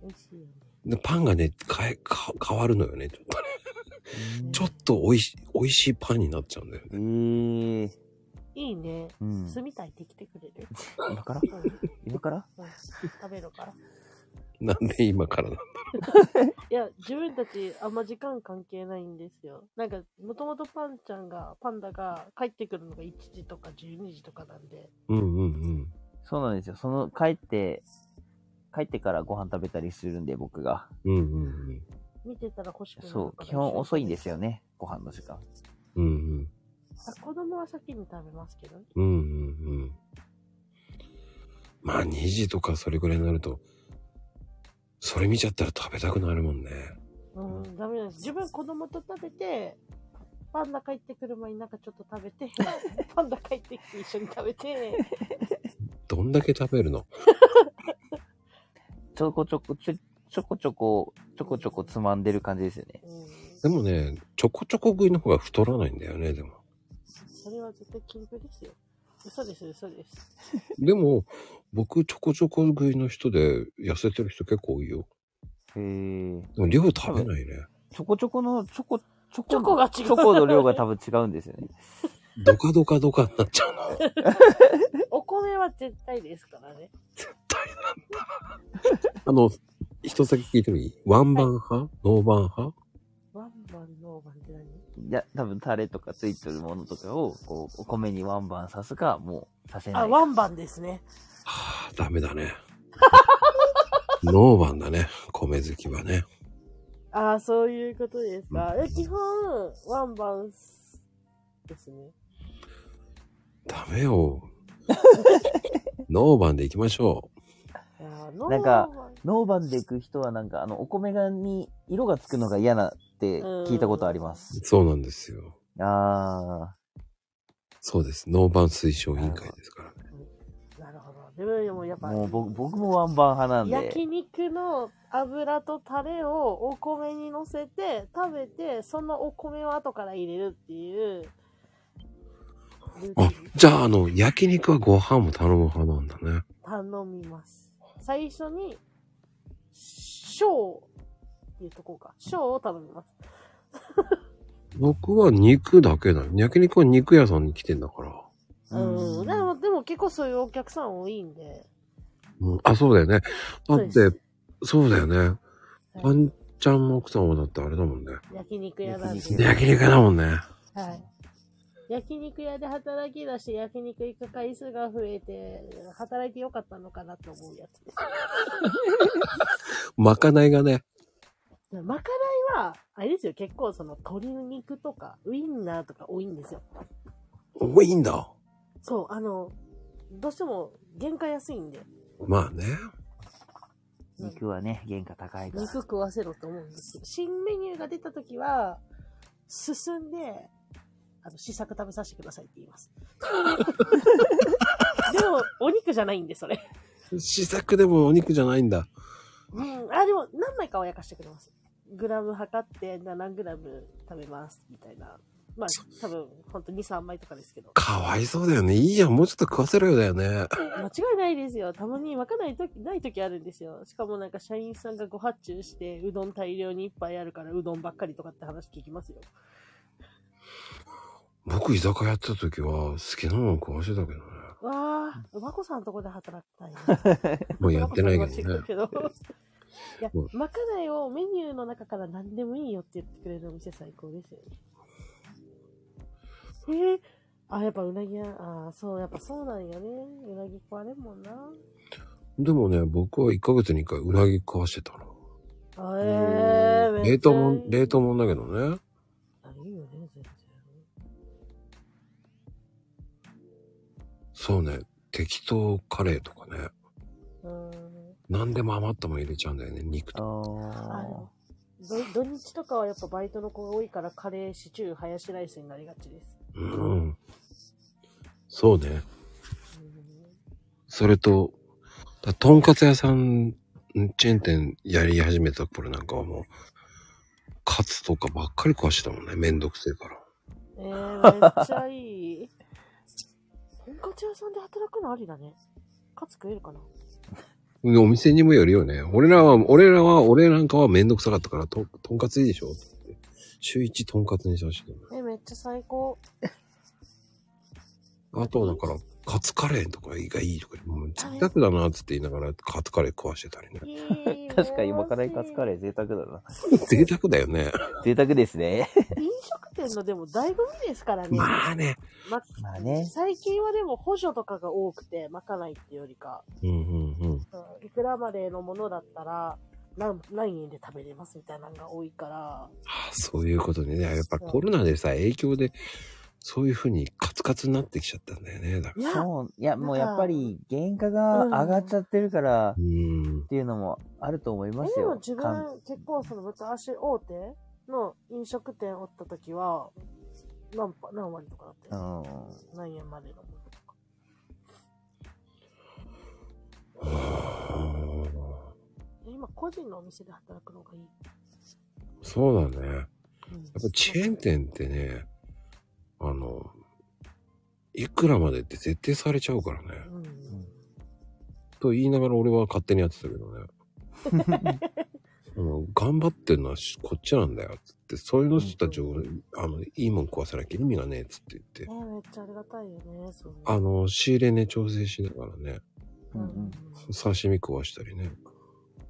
Speaker 5: 美味しいよね。
Speaker 2: でパンがね、かえ、か、変わるのよね。ちょっとね。
Speaker 3: うん
Speaker 2: ちょっと美味しい、美味しいパンになっちゃうんだよね。
Speaker 3: へえ。
Speaker 5: いいね。
Speaker 3: うん。
Speaker 5: 住みたいってきてくれる。
Speaker 3: 今から
Speaker 5: うん
Speaker 3: 今から
Speaker 5: うん食べるから。
Speaker 2: なんで今からなの
Speaker 5: いや、自分たちあんま時間関係ないんですよ。なんか、もともとパンちゃんが、パンダが帰ってくるのが1時とか12時とかなんで。
Speaker 2: うんうん
Speaker 3: そうなんですよ。その、帰って、帰ってからご飯食べたりするんで、僕が。
Speaker 2: うん。うんうんうん。
Speaker 5: 見てたら欲しくなるから
Speaker 3: そう、基本遅いんですよね。ご飯の時間。
Speaker 2: うんうん。
Speaker 5: あ子供は先に食べますけど、ね、
Speaker 2: うんうんうん。まあ2時とかそれぐらいになると、それ見ちゃったら食べたくなるもんね。
Speaker 5: うん、ダメなんです。自分子供と食べて、パンダ帰ってくる前になんかちょっと食 べて、パンダ帰ってきて一緒に食べて、
Speaker 2: どんだけ食べるの
Speaker 3: ちょこちょこ、ちょ、ちょこちょこ、ちょこちょこつまんでる感じですよね。
Speaker 5: うん、
Speaker 2: でもね、ちょこちょこ食いの方が太らないんだよね、でも。
Speaker 5: それは絶対キンプですよ。嘘です、嘘です。
Speaker 2: でも、僕ちょこちょこ食いの人で痩せてる人結構多いよ。
Speaker 3: へえ。
Speaker 2: でも量食べないね。
Speaker 3: ちょこちょこの、ちょこ、ちょこ、
Speaker 5: チョコが違う
Speaker 3: チョコの量が多分違うんですよね。
Speaker 2: ドカドカドカになっちゃうの。絶
Speaker 5: お米は絶対ですからね。
Speaker 2: 対なんだ。あの、一先聞いてもいいワンバン派、ノーバン派
Speaker 5: ワンバン、ノーバンって何
Speaker 3: いや、多分タレとかついてるものとかを、こう、お米にワンバンさすか、もう、させない。
Speaker 5: あ、ワンバンですね。
Speaker 2: はあ、ダメだ ね。ノーバンだね。米好きはね。
Speaker 5: ああ、そういうことですか。え基本、ワンバンですね。
Speaker 2: ダメよ。ノーバンで行きましょ
Speaker 5: いやーノーバン
Speaker 3: なんかノーバンで行く人はなんか、あの、お米がに色がつくのが嫌なって聞いたことあります。
Speaker 2: う。そうなんですよ。
Speaker 3: あ
Speaker 2: そうです。ノーバン推奨委員会ですからね。
Speaker 5: なるほど。でも、でもやっ
Speaker 3: あ、
Speaker 5: ぱ、
Speaker 3: もう僕僕もワンバン派なんで。
Speaker 5: 焼肉の油とタレをお米に乗せて食べて、そのお米を後から入れるっていう。ルー
Speaker 2: あ
Speaker 5: ティン、
Speaker 2: じゃあ、あの、焼肉はご飯も頼む派なんだね。
Speaker 5: 頼みます。最初に、小っていうとこか。小を頼みます。
Speaker 2: 僕は肉だけだ。焼肉は肉屋さんに来てんだから。
Speaker 5: うん。でも、でも結構そういうお客さん多いんで。
Speaker 2: うん、あ、そうだよね。だっ
Speaker 5: そうで
Speaker 2: て、そうだよね。
Speaker 5: はい
Speaker 2: パンちゃんの奥さんはだってあれだもんね。
Speaker 5: 焼肉屋なんで。
Speaker 3: 焼肉
Speaker 2: 焼肉屋だもんね。
Speaker 5: はい。焼肉屋で働き出して焼肉行く回数が増えて、働いてよかったのかなと思うやつです。
Speaker 2: まかないがね、
Speaker 5: まかないは、あれですよ、結構その鶏肉とか、ウインナーとか多いんですよ。
Speaker 2: 多いんだ。
Speaker 5: そう、あの、どうしても原価安いんで、
Speaker 2: まあね。
Speaker 3: 肉はね、原価高いから。
Speaker 5: 肉食わせろと思うんですけど、新メニューが出た時は、進んで、あの、試作食べさせてくださいって言います。 でも、お肉じゃないんで、それ。
Speaker 2: 試作でもお肉じゃないんだ。
Speaker 5: うん。あ、でも、何枚かは焼かしてくれます。グラム測って、何グラム食べます、みたいな。まあ、多分、ほんと2、3枚とかですけど。
Speaker 2: かわいそうだよね。いいじゃん。もうちょっと食わせろよだよね。
Speaker 5: 間違いないですよ。たまにまかないとき、ないときあるんですよ。しかもなんか社員さんがご発注して、うどん大量にいっぱいあるから、うどんばっかりとかって話聞きますよ。
Speaker 2: 僕居酒屋やってた時は好きなの食わしてたけどね。
Speaker 5: わあ、うまこさんのとこで働きたいな。
Speaker 2: もうやってないけどね。
Speaker 5: ど ね。いや
Speaker 2: もう、
Speaker 5: まかないをメニューの中から何でもいいよって言ってくれるお店最高ですよね。えー、あ、やっぱうなぎや、あーそう、やっぱそうなんやね。うなぎ食われんもんな。
Speaker 2: でもね、僕は1ヶ月に1回うなぎ食わしてたの。
Speaker 5: あえー、め
Speaker 2: 冷
Speaker 5: っちゃ
Speaker 2: 凍
Speaker 5: いい
Speaker 2: もん、冷凍もんだけどね。
Speaker 5: あいいよね、全然。
Speaker 2: そうね。適当カレーとかね。
Speaker 5: うー
Speaker 2: 何でも余ったもん入れちゃうんだよね。肉と。
Speaker 5: あ
Speaker 3: あ
Speaker 5: のん。ど土日とかはやっぱバイトの子が多いからカレー、シチュー、ハヤシライスになりがちです。
Speaker 2: うん。そうね。
Speaker 5: うん
Speaker 2: それと、だとんかつ屋さん、チェーン店やり始めた頃なんかはもう、カツとかばっかり食わしてたもんね。めんどくせえから。
Speaker 5: えー、めっちゃいい。とんかつ屋さんで働くのありだね。カツ食えるかな
Speaker 2: でお店にもよるよね。俺らは、俺らは、俺なんかはめんどくさかったから、と、とんかついいでしょって言って週一とんかつにしてほしいと思
Speaker 5: え、めっちゃ最高。
Speaker 2: う。あと、だから、カツカレーとかがいいとか、もう贅沢だなっつって言いながら、カツカレー食わしてたりね。
Speaker 5: いい
Speaker 3: あ。 確かに今からカツカレー贅沢だな。
Speaker 2: 贅沢だよね。
Speaker 3: 贅沢ですね。
Speaker 5: ー。飲食店のでも醍醐味ですから ね。
Speaker 2: まあね。
Speaker 5: ま
Speaker 3: まあね。
Speaker 5: 最近はでも補助とかが多くて、まかないってよりか、
Speaker 2: うんうんうん。
Speaker 5: うんいくらまでのものだったら、何何円で食べれますみたいなのが多いから、
Speaker 2: あそういうことね。やっぱコロナでさ、影響で、そういうふうにカツカツになってきちゃったんだよね。だか
Speaker 5: いや、
Speaker 3: そう、いや、もうやっぱり原価
Speaker 5: な
Speaker 3: が
Speaker 5: んか
Speaker 3: 上がっちゃってるから、っ
Speaker 2: らうん。
Speaker 3: ていうのもあると思いま
Speaker 5: え
Speaker 3: す
Speaker 5: でも
Speaker 3: よ。
Speaker 5: 自
Speaker 3: かん
Speaker 5: 分結構その昔大手の飲食店おった時は何パ何割とかだったよ、
Speaker 3: うん。
Speaker 5: 何円までのものとか今個人のお店で働くのがいい、
Speaker 2: そうだね。やっ
Speaker 5: うん、や
Speaker 2: ぱチェーン店ってね、あの、いくらまでって絶対されちゃうからね。
Speaker 5: うん、
Speaker 2: と言いながら俺は勝手にやってたけどね。 あの頑張ってるのはしこっちなんだよっつってそういうの人たちを、あのいいもん食わさなきゃ意味がねえっつって言って
Speaker 5: ねめっちゃありがたいよねそういう
Speaker 2: あの仕入れね調整しながらね
Speaker 5: う
Speaker 3: うん
Speaker 5: ん
Speaker 2: 刺身食わしたりね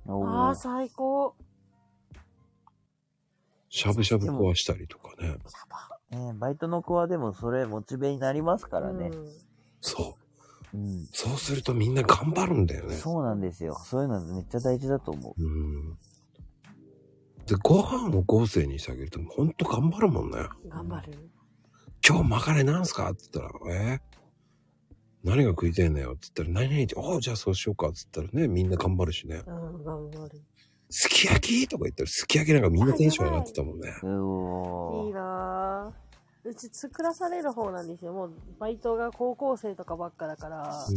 Speaker 3: お
Speaker 5: ああ
Speaker 3: ー
Speaker 5: 最高
Speaker 2: しゃぶしゃぶ食わしたりとかね。
Speaker 5: やば
Speaker 3: ねバイトの子はでもそれモチベになりますからね
Speaker 5: う。ん
Speaker 2: そう。
Speaker 3: うん。
Speaker 2: そうするとみんな頑張るんだよね。
Speaker 3: そうなんですよ。そういうのめっちゃ大事だと思
Speaker 2: うん。で、ご飯を豪勢にしてあげると、ほんと頑張るもんね。
Speaker 5: 頑張る、
Speaker 2: 今日まかれなんすかって言ったら、え何が食いたいんだよって言ったら、何々って、おうじゃあそうしようかって言ったらね、みんな頑張るしね。
Speaker 5: うん、頑張る
Speaker 2: すき焼きとか言ったら、すき焼きなんかみんなテンション上がってたもんね。
Speaker 3: う。うお
Speaker 5: いい
Speaker 3: ー。
Speaker 5: なぁうち作らされる方なんですよもうバイトが高校生とかばっかだから
Speaker 2: うん。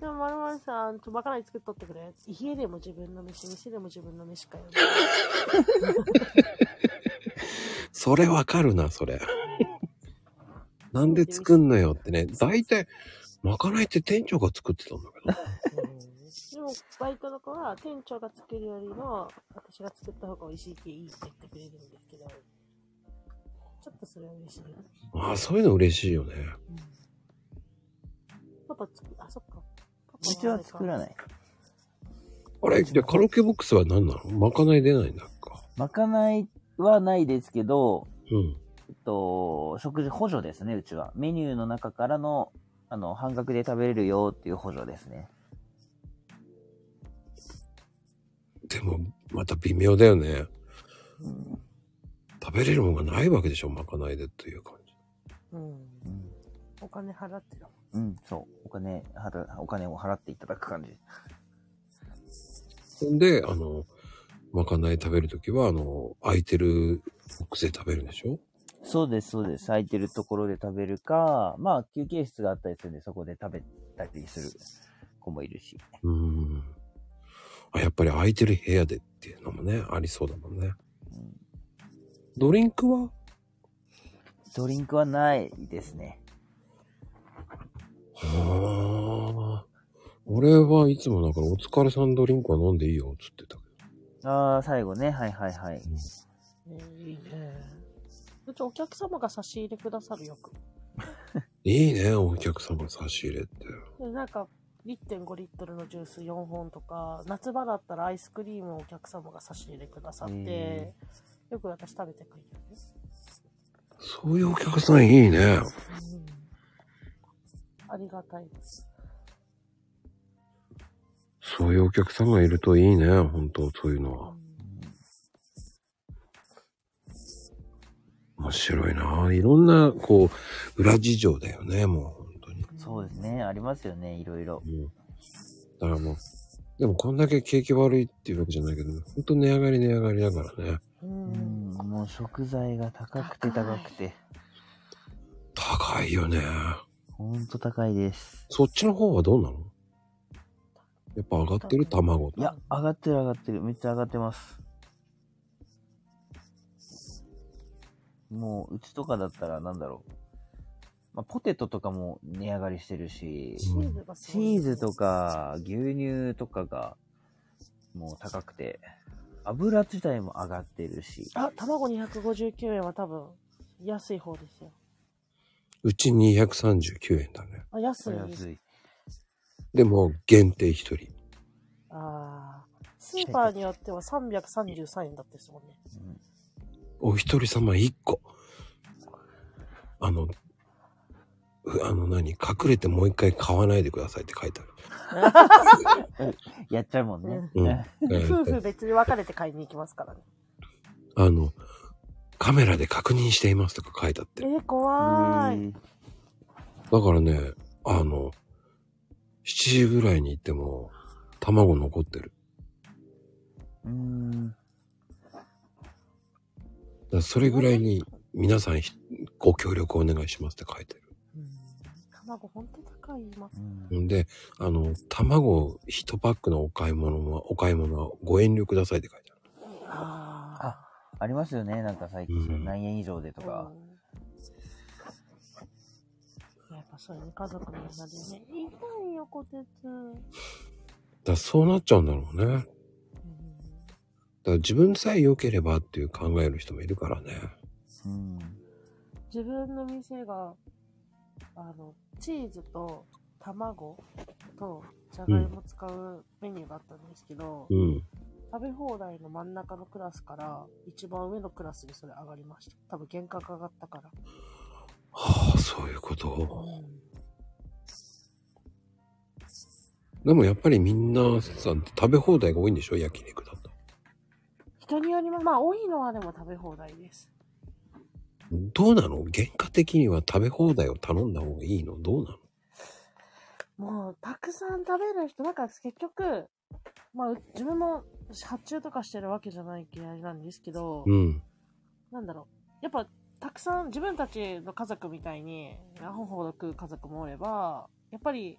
Speaker 5: でも、まるまるさん、ちょ、まかない作っとってくれ。家でも自分の飯、店でも自分の飯かよ。
Speaker 2: それわかるな、それ。なんで作んのよってね。大体、まかないって店長が作ってたんだけど。
Speaker 5: でも、バイトの子は、店長が作るよりも、私が作った方が美味しいっていいって言ってくれるんですけど、ちょっとそれは嬉しいな。
Speaker 2: ああ、そういうの嬉しいよね。
Speaker 5: パパ作、あ、そっか。パパ
Speaker 3: うちは作ら
Speaker 5: い。
Speaker 3: ない。
Speaker 2: あれ、じゃあカラオケボックスは何なのまかない出ないんだっか。
Speaker 3: まかないはないですけど、
Speaker 2: うん。
Speaker 3: えっと、食事補助ですね、うちは。メニューの中からの、あの、半額で食べれるよっていう補助ですね。
Speaker 2: でも、また微妙だよね。食べれるものがないわけでしょ、まかないでという感じ。
Speaker 5: うん。
Speaker 3: うん。
Speaker 5: お金払ってるもん。
Speaker 3: うん、そう。お金、払お金を払っていただく感じ。
Speaker 2: ほんで、あの、まかない食べるときは、あの、空いてるボックスで食べるんでしょ
Speaker 3: そうです、そうです。空いてるところで食べるか、まあ、休憩室があったりするんで、そこで食べたりする子もいるし。
Speaker 2: うーん。あ、やっぱり空いてる部屋でっていうのもね、ありそうだもんね。
Speaker 3: うん
Speaker 2: ドリンクは
Speaker 3: ドリンクはないですね。
Speaker 2: はあ。俺はいつもだから、お疲れさんドリンクは飲んでいいよ、つってたけ
Speaker 3: ああ、最後ね。はいはいはい。
Speaker 2: ど。
Speaker 5: ねいいね。うちお客様が差し入れくださるよく。
Speaker 2: いいね、お客様差し入れって。
Speaker 5: でなんか、1.5リットルのジュース4本とか、夏場だったらアイスクリームをお客様が差し入れくださっ
Speaker 3: へ
Speaker 5: て、よく私食べてくるよね。
Speaker 2: そういうお客さんいいね。
Speaker 5: ありがたいです。
Speaker 2: そういうお客さんがいるといいね、本当そういうのは。面白いな。いろんな、こう、裏事情だよね、もう、本当に。
Speaker 3: そうですね。ありますよね。いろいろ。
Speaker 2: うん。だからもう、でもこんだけ景気悪いっていうわけじゃないけど、本当値上がり値上がりだからね。
Speaker 3: う
Speaker 5: う。
Speaker 3: んん、もう食材が高くて高くて。
Speaker 2: 高いよね。
Speaker 3: ほんと高いです。
Speaker 2: そっちの方はどうなのやっぱ上がってる卵。
Speaker 3: いや、上がってる上がってる。めっちゃ上がってます。もう、うちとかだったらなんだろう。まあ、ポテトとかも値上がりしてるし、
Speaker 5: チーズがす
Speaker 3: チ
Speaker 5: ごい
Speaker 3: ーズとか牛乳とかがもう高くて、油自体も上がってるし、
Speaker 5: あ、卵259円は多分、安い方ですよ。
Speaker 2: うち239円だね。
Speaker 5: あ、安い。
Speaker 3: 安い。
Speaker 2: でも、限定1人。
Speaker 5: あースーパーによっては333円だったですもんね。
Speaker 3: うん
Speaker 2: お一人様一個。あの、うあの何、隠れてもう一回買わないでくださいって書いてある。
Speaker 3: やっちゃうもんね。
Speaker 2: うんえ
Speaker 5: 夫婦
Speaker 2: ー
Speaker 5: 別に別れて買いに行きますからね。
Speaker 2: あの、カメラで確認していますとか書いてあって
Speaker 5: え。ー、怖い。
Speaker 2: だからね、あの、7時ぐらいに行っても、卵残ってる。
Speaker 3: うん。
Speaker 2: だからそれぐらいに、皆さんひご協力お願いしますって書いて
Speaker 5: 卵ほんと高い、今。
Speaker 3: うん
Speaker 2: る。んで、あの、卵1パックのお買い物も、お買い物はご遠慮くださいって書いてある。
Speaker 5: あ
Speaker 3: あ、ありますよね。なんか最近、
Speaker 2: うん
Speaker 3: 何円以上でと
Speaker 5: ー
Speaker 3: か。
Speaker 5: うんやっぱそういう家族みんなでね。痛いよ、こてつ。
Speaker 2: だからそうなっちゃうんだろうね。
Speaker 5: う
Speaker 2: だ
Speaker 5: ん
Speaker 2: から自分さえ良ければっていう考える人もいるからね。
Speaker 3: うん。
Speaker 5: 自分の店が、あの、チーズと卵とじゃがいも使うメニューがあったんですけど、
Speaker 2: うん。
Speaker 5: 食べ放題の真ん中のクラスから一番上のクラスにそれ上がりました。多分原価が上がったから。
Speaker 2: はあ、そういうこと。でもやっぱりみんなさ、食べ放題が多いんでしょ焼肉だと。
Speaker 5: 人によりも、まあ多いのはでも食べ放題です。
Speaker 2: どうなの原価的には食べ放題を頼んだ方がいいのどうなの
Speaker 5: もう、たくさん食べる人、なんか結局、まあう自分も発注とかしてるわけじゃないけんなんですけど、
Speaker 2: うん。
Speaker 5: なんだろう。やっぱ、たくさん自分たちの家族みたいに、アホほど食う家族もおれば、やっぱり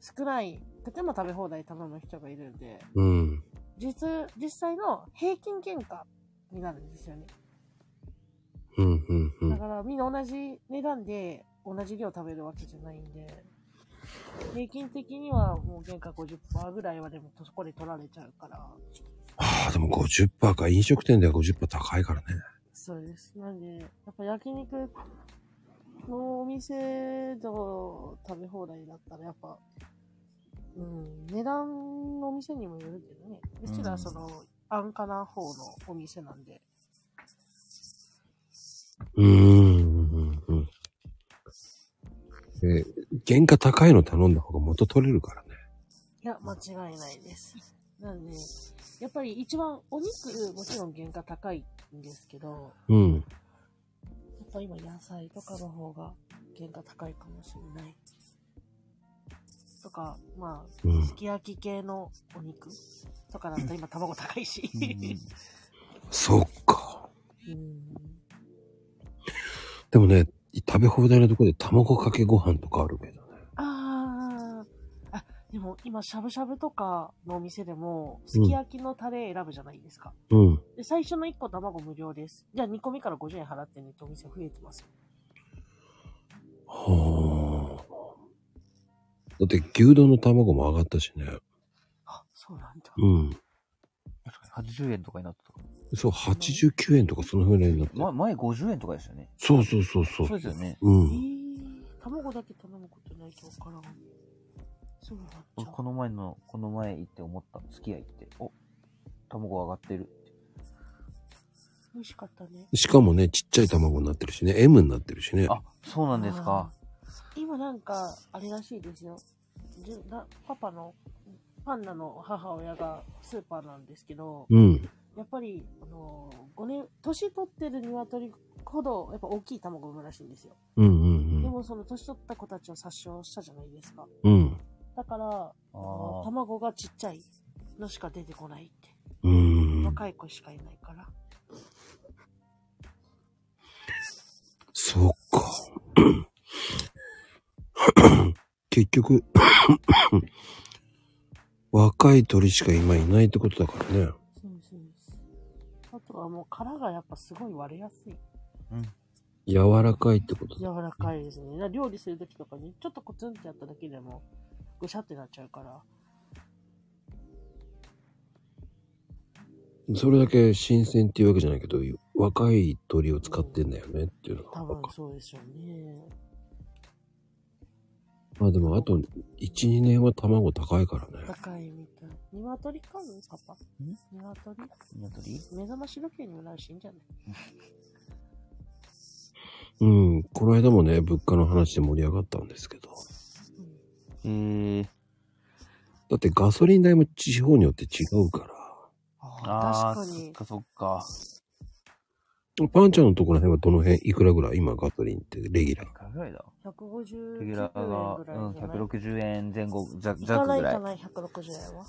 Speaker 5: 少ない、とても食べ放題頼む人がいるんで、
Speaker 2: うん。
Speaker 5: 実、実際の平均原価になるんですよね。
Speaker 2: うん、うん、う
Speaker 5: だ
Speaker 2: ん。
Speaker 5: からみんな同じ値段で同じ量食べるわけじゃないんで、平均的にはもう原価50%ぐらいはでもそこで取られちゃうから、
Speaker 2: はあ、でも50%か。飲食店では50%高いからね。
Speaker 5: そうです。なんで、やっぱ焼肉のお店の食べ放題だったら、やっぱ、うん、値段のお店にもよるけどね。うちらはその、安価な方のお店なんで。
Speaker 2: ううーん。うんうん。え、原価高いの頼んだ方が元取れるからね。
Speaker 5: いや、間違いないです。なんで、やっぱり一番お肉、もちろん原価高いんですけど、
Speaker 2: うん。
Speaker 5: やっぱ今野菜とかの方が原価高いかもしれない。とか、まあ、
Speaker 2: うん
Speaker 5: すき焼き系のお肉とかだと今卵高いし。
Speaker 2: そっか。
Speaker 5: うん。
Speaker 2: でもね、食べ放題のところで卵かけご飯とかあるけどね。
Speaker 5: あーあ、でも今しゃぶしゃぶとかのお店でも、すき焼きのタレ選ぶじゃないですか。
Speaker 2: うん。
Speaker 5: で最初の1個卵無料です。じゃあ2個目から50円払ってねってお店増えてますよ。
Speaker 2: はあ。だって牛丼の卵も上がったしね。
Speaker 5: あ、そうなんだ。
Speaker 2: うん。
Speaker 3: 80円とかになったとか。
Speaker 2: そう、89円とかそのぐらいになって。
Speaker 3: ま、前50円とかですよね。
Speaker 2: そうそうそうそ。
Speaker 3: そううですよね。
Speaker 2: う
Speaker 5: え
Speaker 2: ん。
Speaker 5: ー、卵だけ頼むことないとわからん。そうなん
Speaker 3: 俺
Speaker 5: だ
Speaker 3: こ。の前の、この前行って思った。付き合いって。お、卵上がってるって。
Speaker 5: 美味しかったね。
Speaker 2: しかもね、ちっちゃい卵になってるしね、M になってるしね。
Speaker 3: あ、そうなんですか。
Speaker 5: 今なんか、あれらしいですよ。じゅなパパの、パンダの母親がスーパーなんですけど、
Speaker 2: うん。
Speaker 5: やっぱり、あのー、5年、年取ってる鶏ほど、やっぱ大きい卵を産むらしいんですよ。
Speaker 2: うんう
Speaker 5: で
Speaker 2: ん
Speaker 5: もその年取った子たちを殺傷したじゃないですか。
Speaker 2: うん。うん。
Speaker 5: だから、あの
Speaker 3: あー
Speaker 5: 卵がちっちゃいのしか出てこないって。
Speaker 2: うーん。
Speaker 5: 若い子しかいないから。
Speaker 2: そっか。 結局、 若い鳥しか今いないってことだからね。
Speaker 5: そうそうそう。あとはもう殻がやっぱすごい割れやすい。
Speaker 2: 柔らかいってことだ。
Speaker 5: 柔らかいですね。だから料理するときとかにちょっとコツンってやっただけでも、ぐしゃってなっちゃうから。
Speaker 2: それだけ新鮮っていうわけじゃないけど、若い鳥を使ってんだよねっていうのが
Speaker 5: 多
Speaker 2: 分
Speaker 5: 分
Speaker 2: かる。
Speaker 5: そうでしょうね。
Speaker 2: まあでもあと1、2年は卵高いからね。
Speaker 5: 高いみたい。鶏飼うのパパ。鶏
Speaker 3: 鶏
Speaker 5: 目覚まし時計にもなるしいいんじゃない
Speaker 2: うん。この間もね、物価の話で盛り上がったんですけど。
Speaker 3: えー。
Speaker 2: だってガソリン代も地方によって違うから。
Speaker 3: あー、
Speaker 5: 確か
Speaker 3: そっ
Speaker 5: に。
Speaker 3: かそっか。
Speaker 2: パンちゃんのところら辺はどの辺いくらぐらい今ガソリンってレギュラー
Speaker 3: い。くらぐらいだ
Speaker 5: 150
Speaker 3: レギ
Speaker 5: 円
Speaker 3: ュ
Speaker 5: ぐら
Speaker 3: ラ
Speaker 5: いじゃ
Speaker 3: ーが、うん、
Speaker 5: ない、
Speaker 3: 160円前後、ざ
Speaker 5: い
Speaker 3: ざ
Speaker 5: か
Speaker 3: く
Speaker 5: ない
Speaker 3: ぐ
Speaker 5: い
Speaker 3: らい
Speaker 5: か。ない、160円は。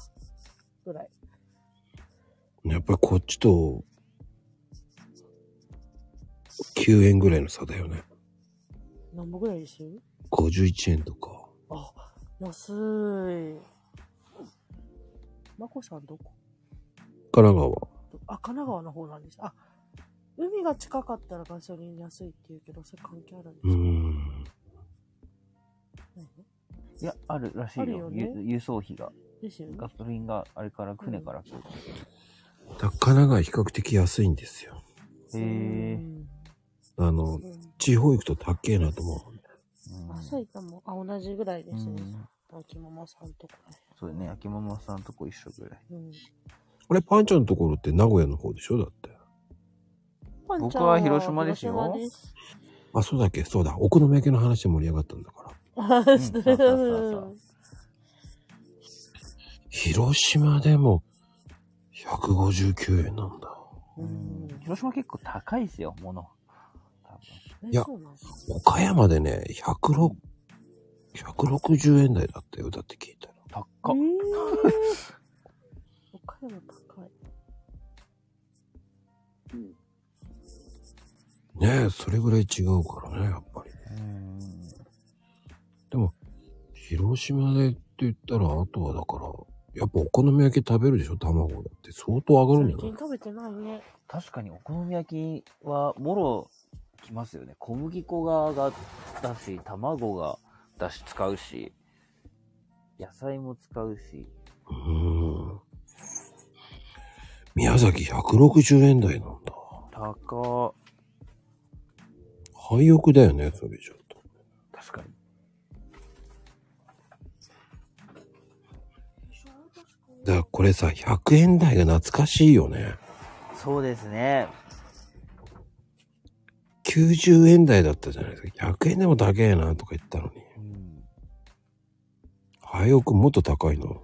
Speaker 5: ぐらい。
Speaker 2: やっぱりこっちと9円ぐらいの差だよね。
Speaker 5: 何本ぐらいです
Speaker 2: 51円とか。
Speaker 5: あ、安い。まこさんどこ
Speaker 2: 神奈川。
Speaker 5: あ、神奈川の方なんです。あ、海が近かったらガソリン安いって言うけど、それ関係あるんで
Speaker 2: うーん。
Speaker 5: すか、ないの
Speaker 3: いや、あるらしい
Speaker 5: ある
Speaker 3: よ。
Speaker 5: よね
Speaker 3: ゆ輸送費が。
Speaker 5: ですよね。
Speaker 3: ガソリンがあれから船から来る。
Speaker 2: だから神奈川比較的安いんですよ。
Speaker 3: へえ
Speaker 5: うん
Speaker 2: あの、地方行くと高えなと思う。
Speaker 3: うん
Speaker 5: あ、埼玉。あ、同じぐらいですね
Speaker 3: うん。
Speaker 5: 秋ママさんとかね。
Speaker 3: そうだね、秋ママさんとこ一緒ぐらい。
Speaker 5: うん。
Speaker 2: あれ、パンちゃんのところって名古屋の方でしょだって。
Speaker 5: パンちゃん
Speaker 3: 僕は広島ですよ
Speaker 5: 広島です
Speaker 2: あ、そうだっけそうだ。お好み焼きの話で盛り上がったんだから。
Speaker 5: あ、
Speaker 3: ん
Speaker 5: そう
Speaker 3: そうそうそう
Speaker 2: 広島でも159円なんだ。
Speaker 5: うん
Speaker 3: 広島結構高いですよ、物。多
Speaker 5: え
Speaker 2: いや
Speaker 5: そうなんだ
Speaker 2: 岡山でね、106、160円台だったよ。だって聞いたら。
Speaker 3: 分。高
Speaker 5: え
Speaker 3: っ。
Speaker 5: ー岡山高い。
Speaker 2: ねえ、それぐらい違うからね、やっぱり。
Speaker 3: うん。
Speaker 2: 広島でって言ったら、あとはだから、やっぱお好み焼き食べるでしょ卵だって相当上がる
Speaker 5: 最
Speaker 2: んじゃない
Speaker 5: 近食べてないね。
Speaker 3: 確かにお好み焼きは、もろきますよね。小麦粉が、が、だし、卵が、だし使うし、野菜も使うし。
Speaker 2: うーん。宮崎160円台なんだ。
Speaker 3: 高
Speaker 2: 廃屋だよね、それちょっと。
Speaker 3: っ確かに。
Speaker 2: だからこれさ、100円台が懐かしいよね。
Speaker 3: そうですね。
Speaker 2: 90円台だったじゃないですか。100円でも高えなとか言ったのに。
Speaker 3: うん
Speaker 2: 早くもっと高いの。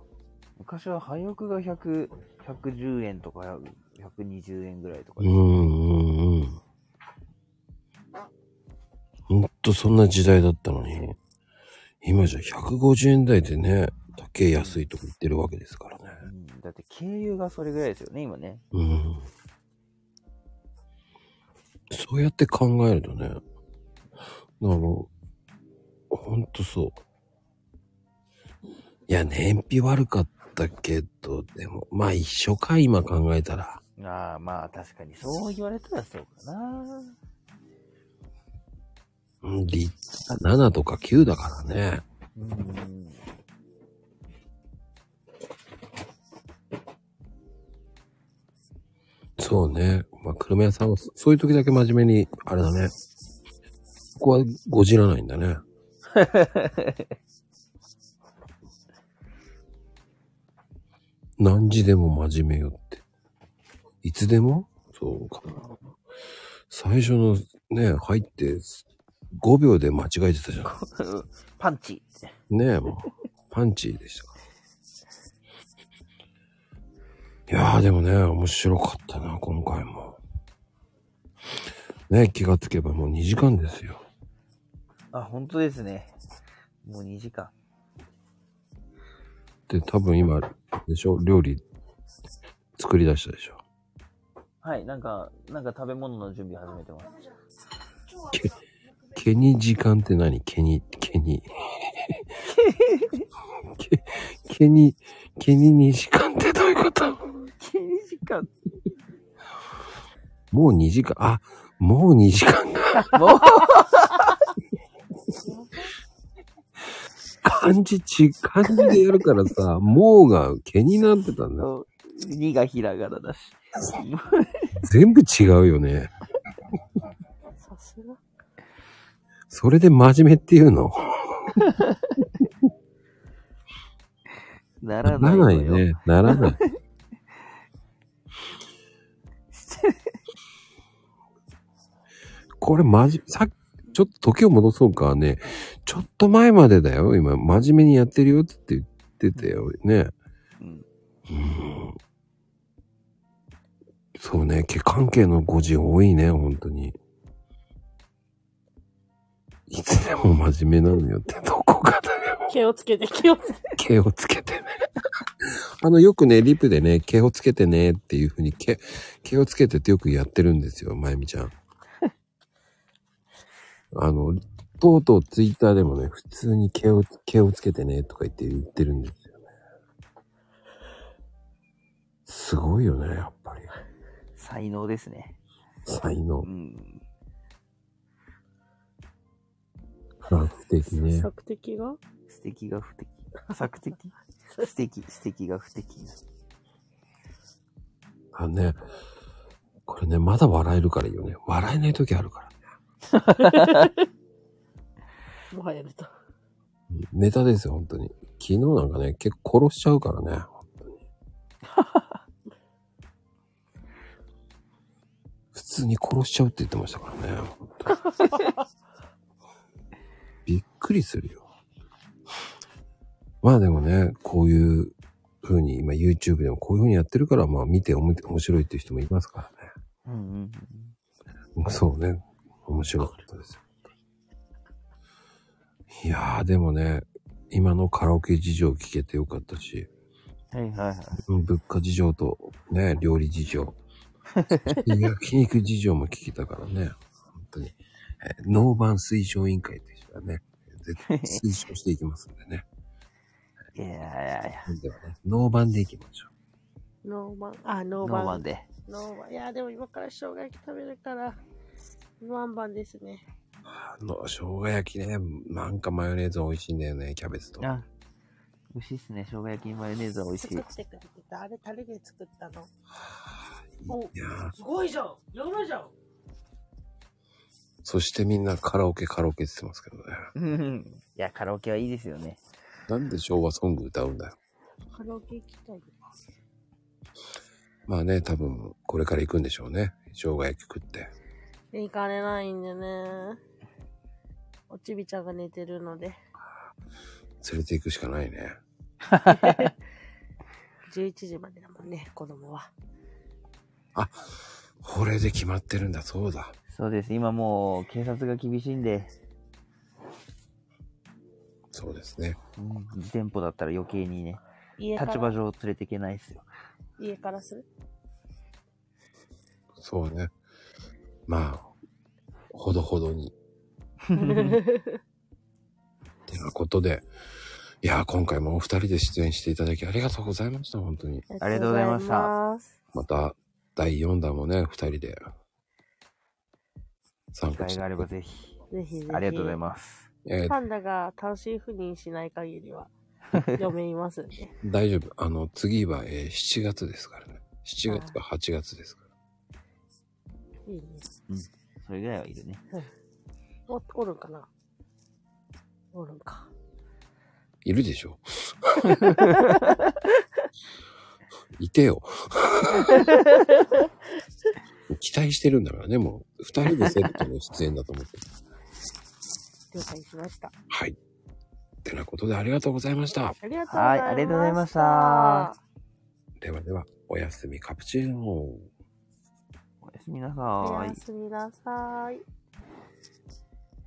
Speaker 3: 昔は廃屋が100、110円とか120円ぐらいとか
Speaker 2: う。んうんうん。もっとそんな時代だったのに、今じゃ150円台でね、高え安いとこ行ってるわけですからね。
Speaker 3: うんだって軽油がそれぐらいですよね、今ね。
Speaker 2: うん。そうやって考えるとね、あの、ほんとそう。いや、燃費悪かったけど、でも、まあ一緒か、今考えたら。
Speaker 3: ああ、まあ確かにそう言われたらそうかな。
Speaker 2: うん、リッター7とか9だからね。
Speaker 3: うん。
Speaker 2: そうね。まあ、車屋さんは、そそういう時だけ真面目に、あれだね。ここはごじらないんだね。何時でも真面目よって。いつでもそうかな。最初のね、入って5秒で間違えてたじゃん。
Speaker 3: パンチって。
Speaker 2: ねえ、もう、パンチでしたから。いやーでもね、面白かったな、今回も。ねえ気がつけばもう2時間ですよ。
Speaker 3: あ、本当ですね。もう2時間。
Speaker 2: で、多分今、でしょ、料理作り出したでしょ。
Speaker 3: はい、なんか、なんか食べ物の準備始め てます。
Speaker 2: 毛に時間って何毛に、毛に。 毛毛に、毛に2時間ってどういうこと
Speaker 3: 2時間
Speaker 2: もう2時間、あ、もう2時間が
Speaker 3: もう
Speaker 2: 漢字ち、漢字でやるからさ、もうが毛になってたんだ。
Speaker 3: 2がひらがな だし。
Speaker 2: 全部違うよね。
Speaker 5: さすが。
Speaker 2: それで真面目っていうの。
Speaker 3: な
Speaker 2: な
Speaker 3: ら
Speaker 2: ら
Speaker 3: ない
Speaker 2: な
Speaker 3: の
Speaker 2: い
Speaker 3: よ。
Speaker 2: ね。なら ない。これまじ、さっき、ちょっと時を戻そうかね。ちょっと前までだよ。今、真面目にやってるよって言ってたよね。
Speaker 3: うん
Speaker 2: うんそうね、毛関係の誤字多いね、本当に。いつでも真面目なのよって、 どこかだよ。
Speaker 5: 気をつけて、気をつけて。
Speaker 2: 毛をつけてね。 あの、よくね、リプでね、毛をつけてねっていうふうに、毛、毛をつけてってよくやってるんですよ、まゆみちゃん。あの、とうとうツイッターでもね、普通に毛を、毛をつけてねとか言って言ってるんですよね。すごいよね、やっぱり。
Speaker 3: 才能ですね。
Speaker 2: 才能
Speaker 3: う。ん。
Speaker 2: フランス的ね。
Speaker 5: 作的が
Speaker 3: 素敵が不敵。作 敵素敵、素敵が不敵。
Speaker 2: あのね、これね、まだ笑えるからいいよね。笑えない時あるから。
Speaker 5: もはや出た。
Speaker 2: うんネタですよ、本当に。昨日なんかね、結構殺しちゃうからね。本当に普通に殺しちゃうって言ってましたからね。本当にびっくりするよ。まあでもね、こういう風に、今 YouTube でもこういう風にやってるから、まあ見ておも面白いっていう人もいますからね。
Speaker 3: うんうん
Speaker 2: そうね。面白かったですよ。いやー、でもね、今のカラオケ事情聞けてよかったし、
Speaker 3: うん。はいはいはい。
Speaker 2: うん物価事情とね、料理事情、焼肉事情も聞けたからね、本当に、えー、ノーバン推奨委員会としてはね、絶対推奨していきますんでね。
Speaker 3: いやいやいや。
Speaker 2: ではね、ノーバンでいきましょう。
Speaker 5: ノーマン、あ、
Speaker 3: ノ
Speaker 5: ノーマ
Speaker 3: ー
Speaker 5: ン。
Speaker 3: マンで。
Speaker 5: ノーマン。いや、でも今から生姜焼き食べるから、ワンバンですね。
Speaker 2: あの、生姜焼きね、なんかマヨネーズ美味しいんだよね、キャベツと。
Speaker 3: あ、美味しいっすね。生姜焼きにマヨネーズは美味し
Speaker 5: 作
Speaker 3: い。
Speaker 5: ってくれてた。あれ、タレで作ったの。
Speaker 2: いやー
Speaker 5: すごいじゃんやばいじゃん
Speaker 2: そしてみんなカラオケカラオケって言ってますけどね。
Speaker 3: うんうんいや、カラオケはいいですよね。
Speaker 2: なんで昭和ソング歌うんだよ。
Speaker 5: カラオケ行きたい。
Speaker 2: まあね、多分これから行くんでしょうね。生姜焼き食って。
Speaker 5: 行かれないんでね。おちびちゃんが寝てるので。
Speaker 2: 連れて行くしかないね。
Speaker 5: 11時までだもんね、子供は。
Speaker 2: これで決まってるんだ、そうだ。
Speaker 3: そうです。今もう警察が厳しいんで、
Speaker 2: そうですね。
Speaker 3: うん、自店舗だったら余計にね、
Speaker 5: 家か
Speaker 3: 立場
Speaker 5: ら、
Speaker 3: 上連れていけないですよ。
Speaker 5: 家か らする
Speaker 2: そうね。まあ、ほどほどに。てなことで、いやー、今回もお二人で出演していただきありがとうございました、本当に。
Speaker 5: あり
Speaker 3: がとうございました
Speaker 5: す。
Speaker 2: また、第4弾もね、二人で参
Speaker 3: 機
Speaker 2: 加
Speaker 3: 会
Speaker 2: して
Speaker 3: があ。ればぜひ。
Speaker 5: ぜひぜひ。
Speaker 3: ありがとうございます。
Speaker 2: えー
Speaker 5: パンダが単身赴任しない 限りは、読めますんで。
Speaker 2: 大丈夫。あの、次は、えー7月ですからね。7月か8月ですから。
Speaker 5: いいね。
Speaker 3: それぐらいはいるね。
Speaker 5: お、おるんかなおるんか。
Speaker 2: いるでしょいてよ。期待してるんだからね、もう。二人でセットの出演だと思ってる。
Speaker 5: 了解しました。
Speaker 2: はい。てなことでありがとうございました。
Speaker 5: ありがとうございました。
Speaker 3: はいありがとうございました。
Speaker 2: ではでは、おやすみカプチーノ。
Speaker 3: おやすみなさ
Speaker 5: お
Speaker 3: ーい
Speaker 5: や。すみなさい。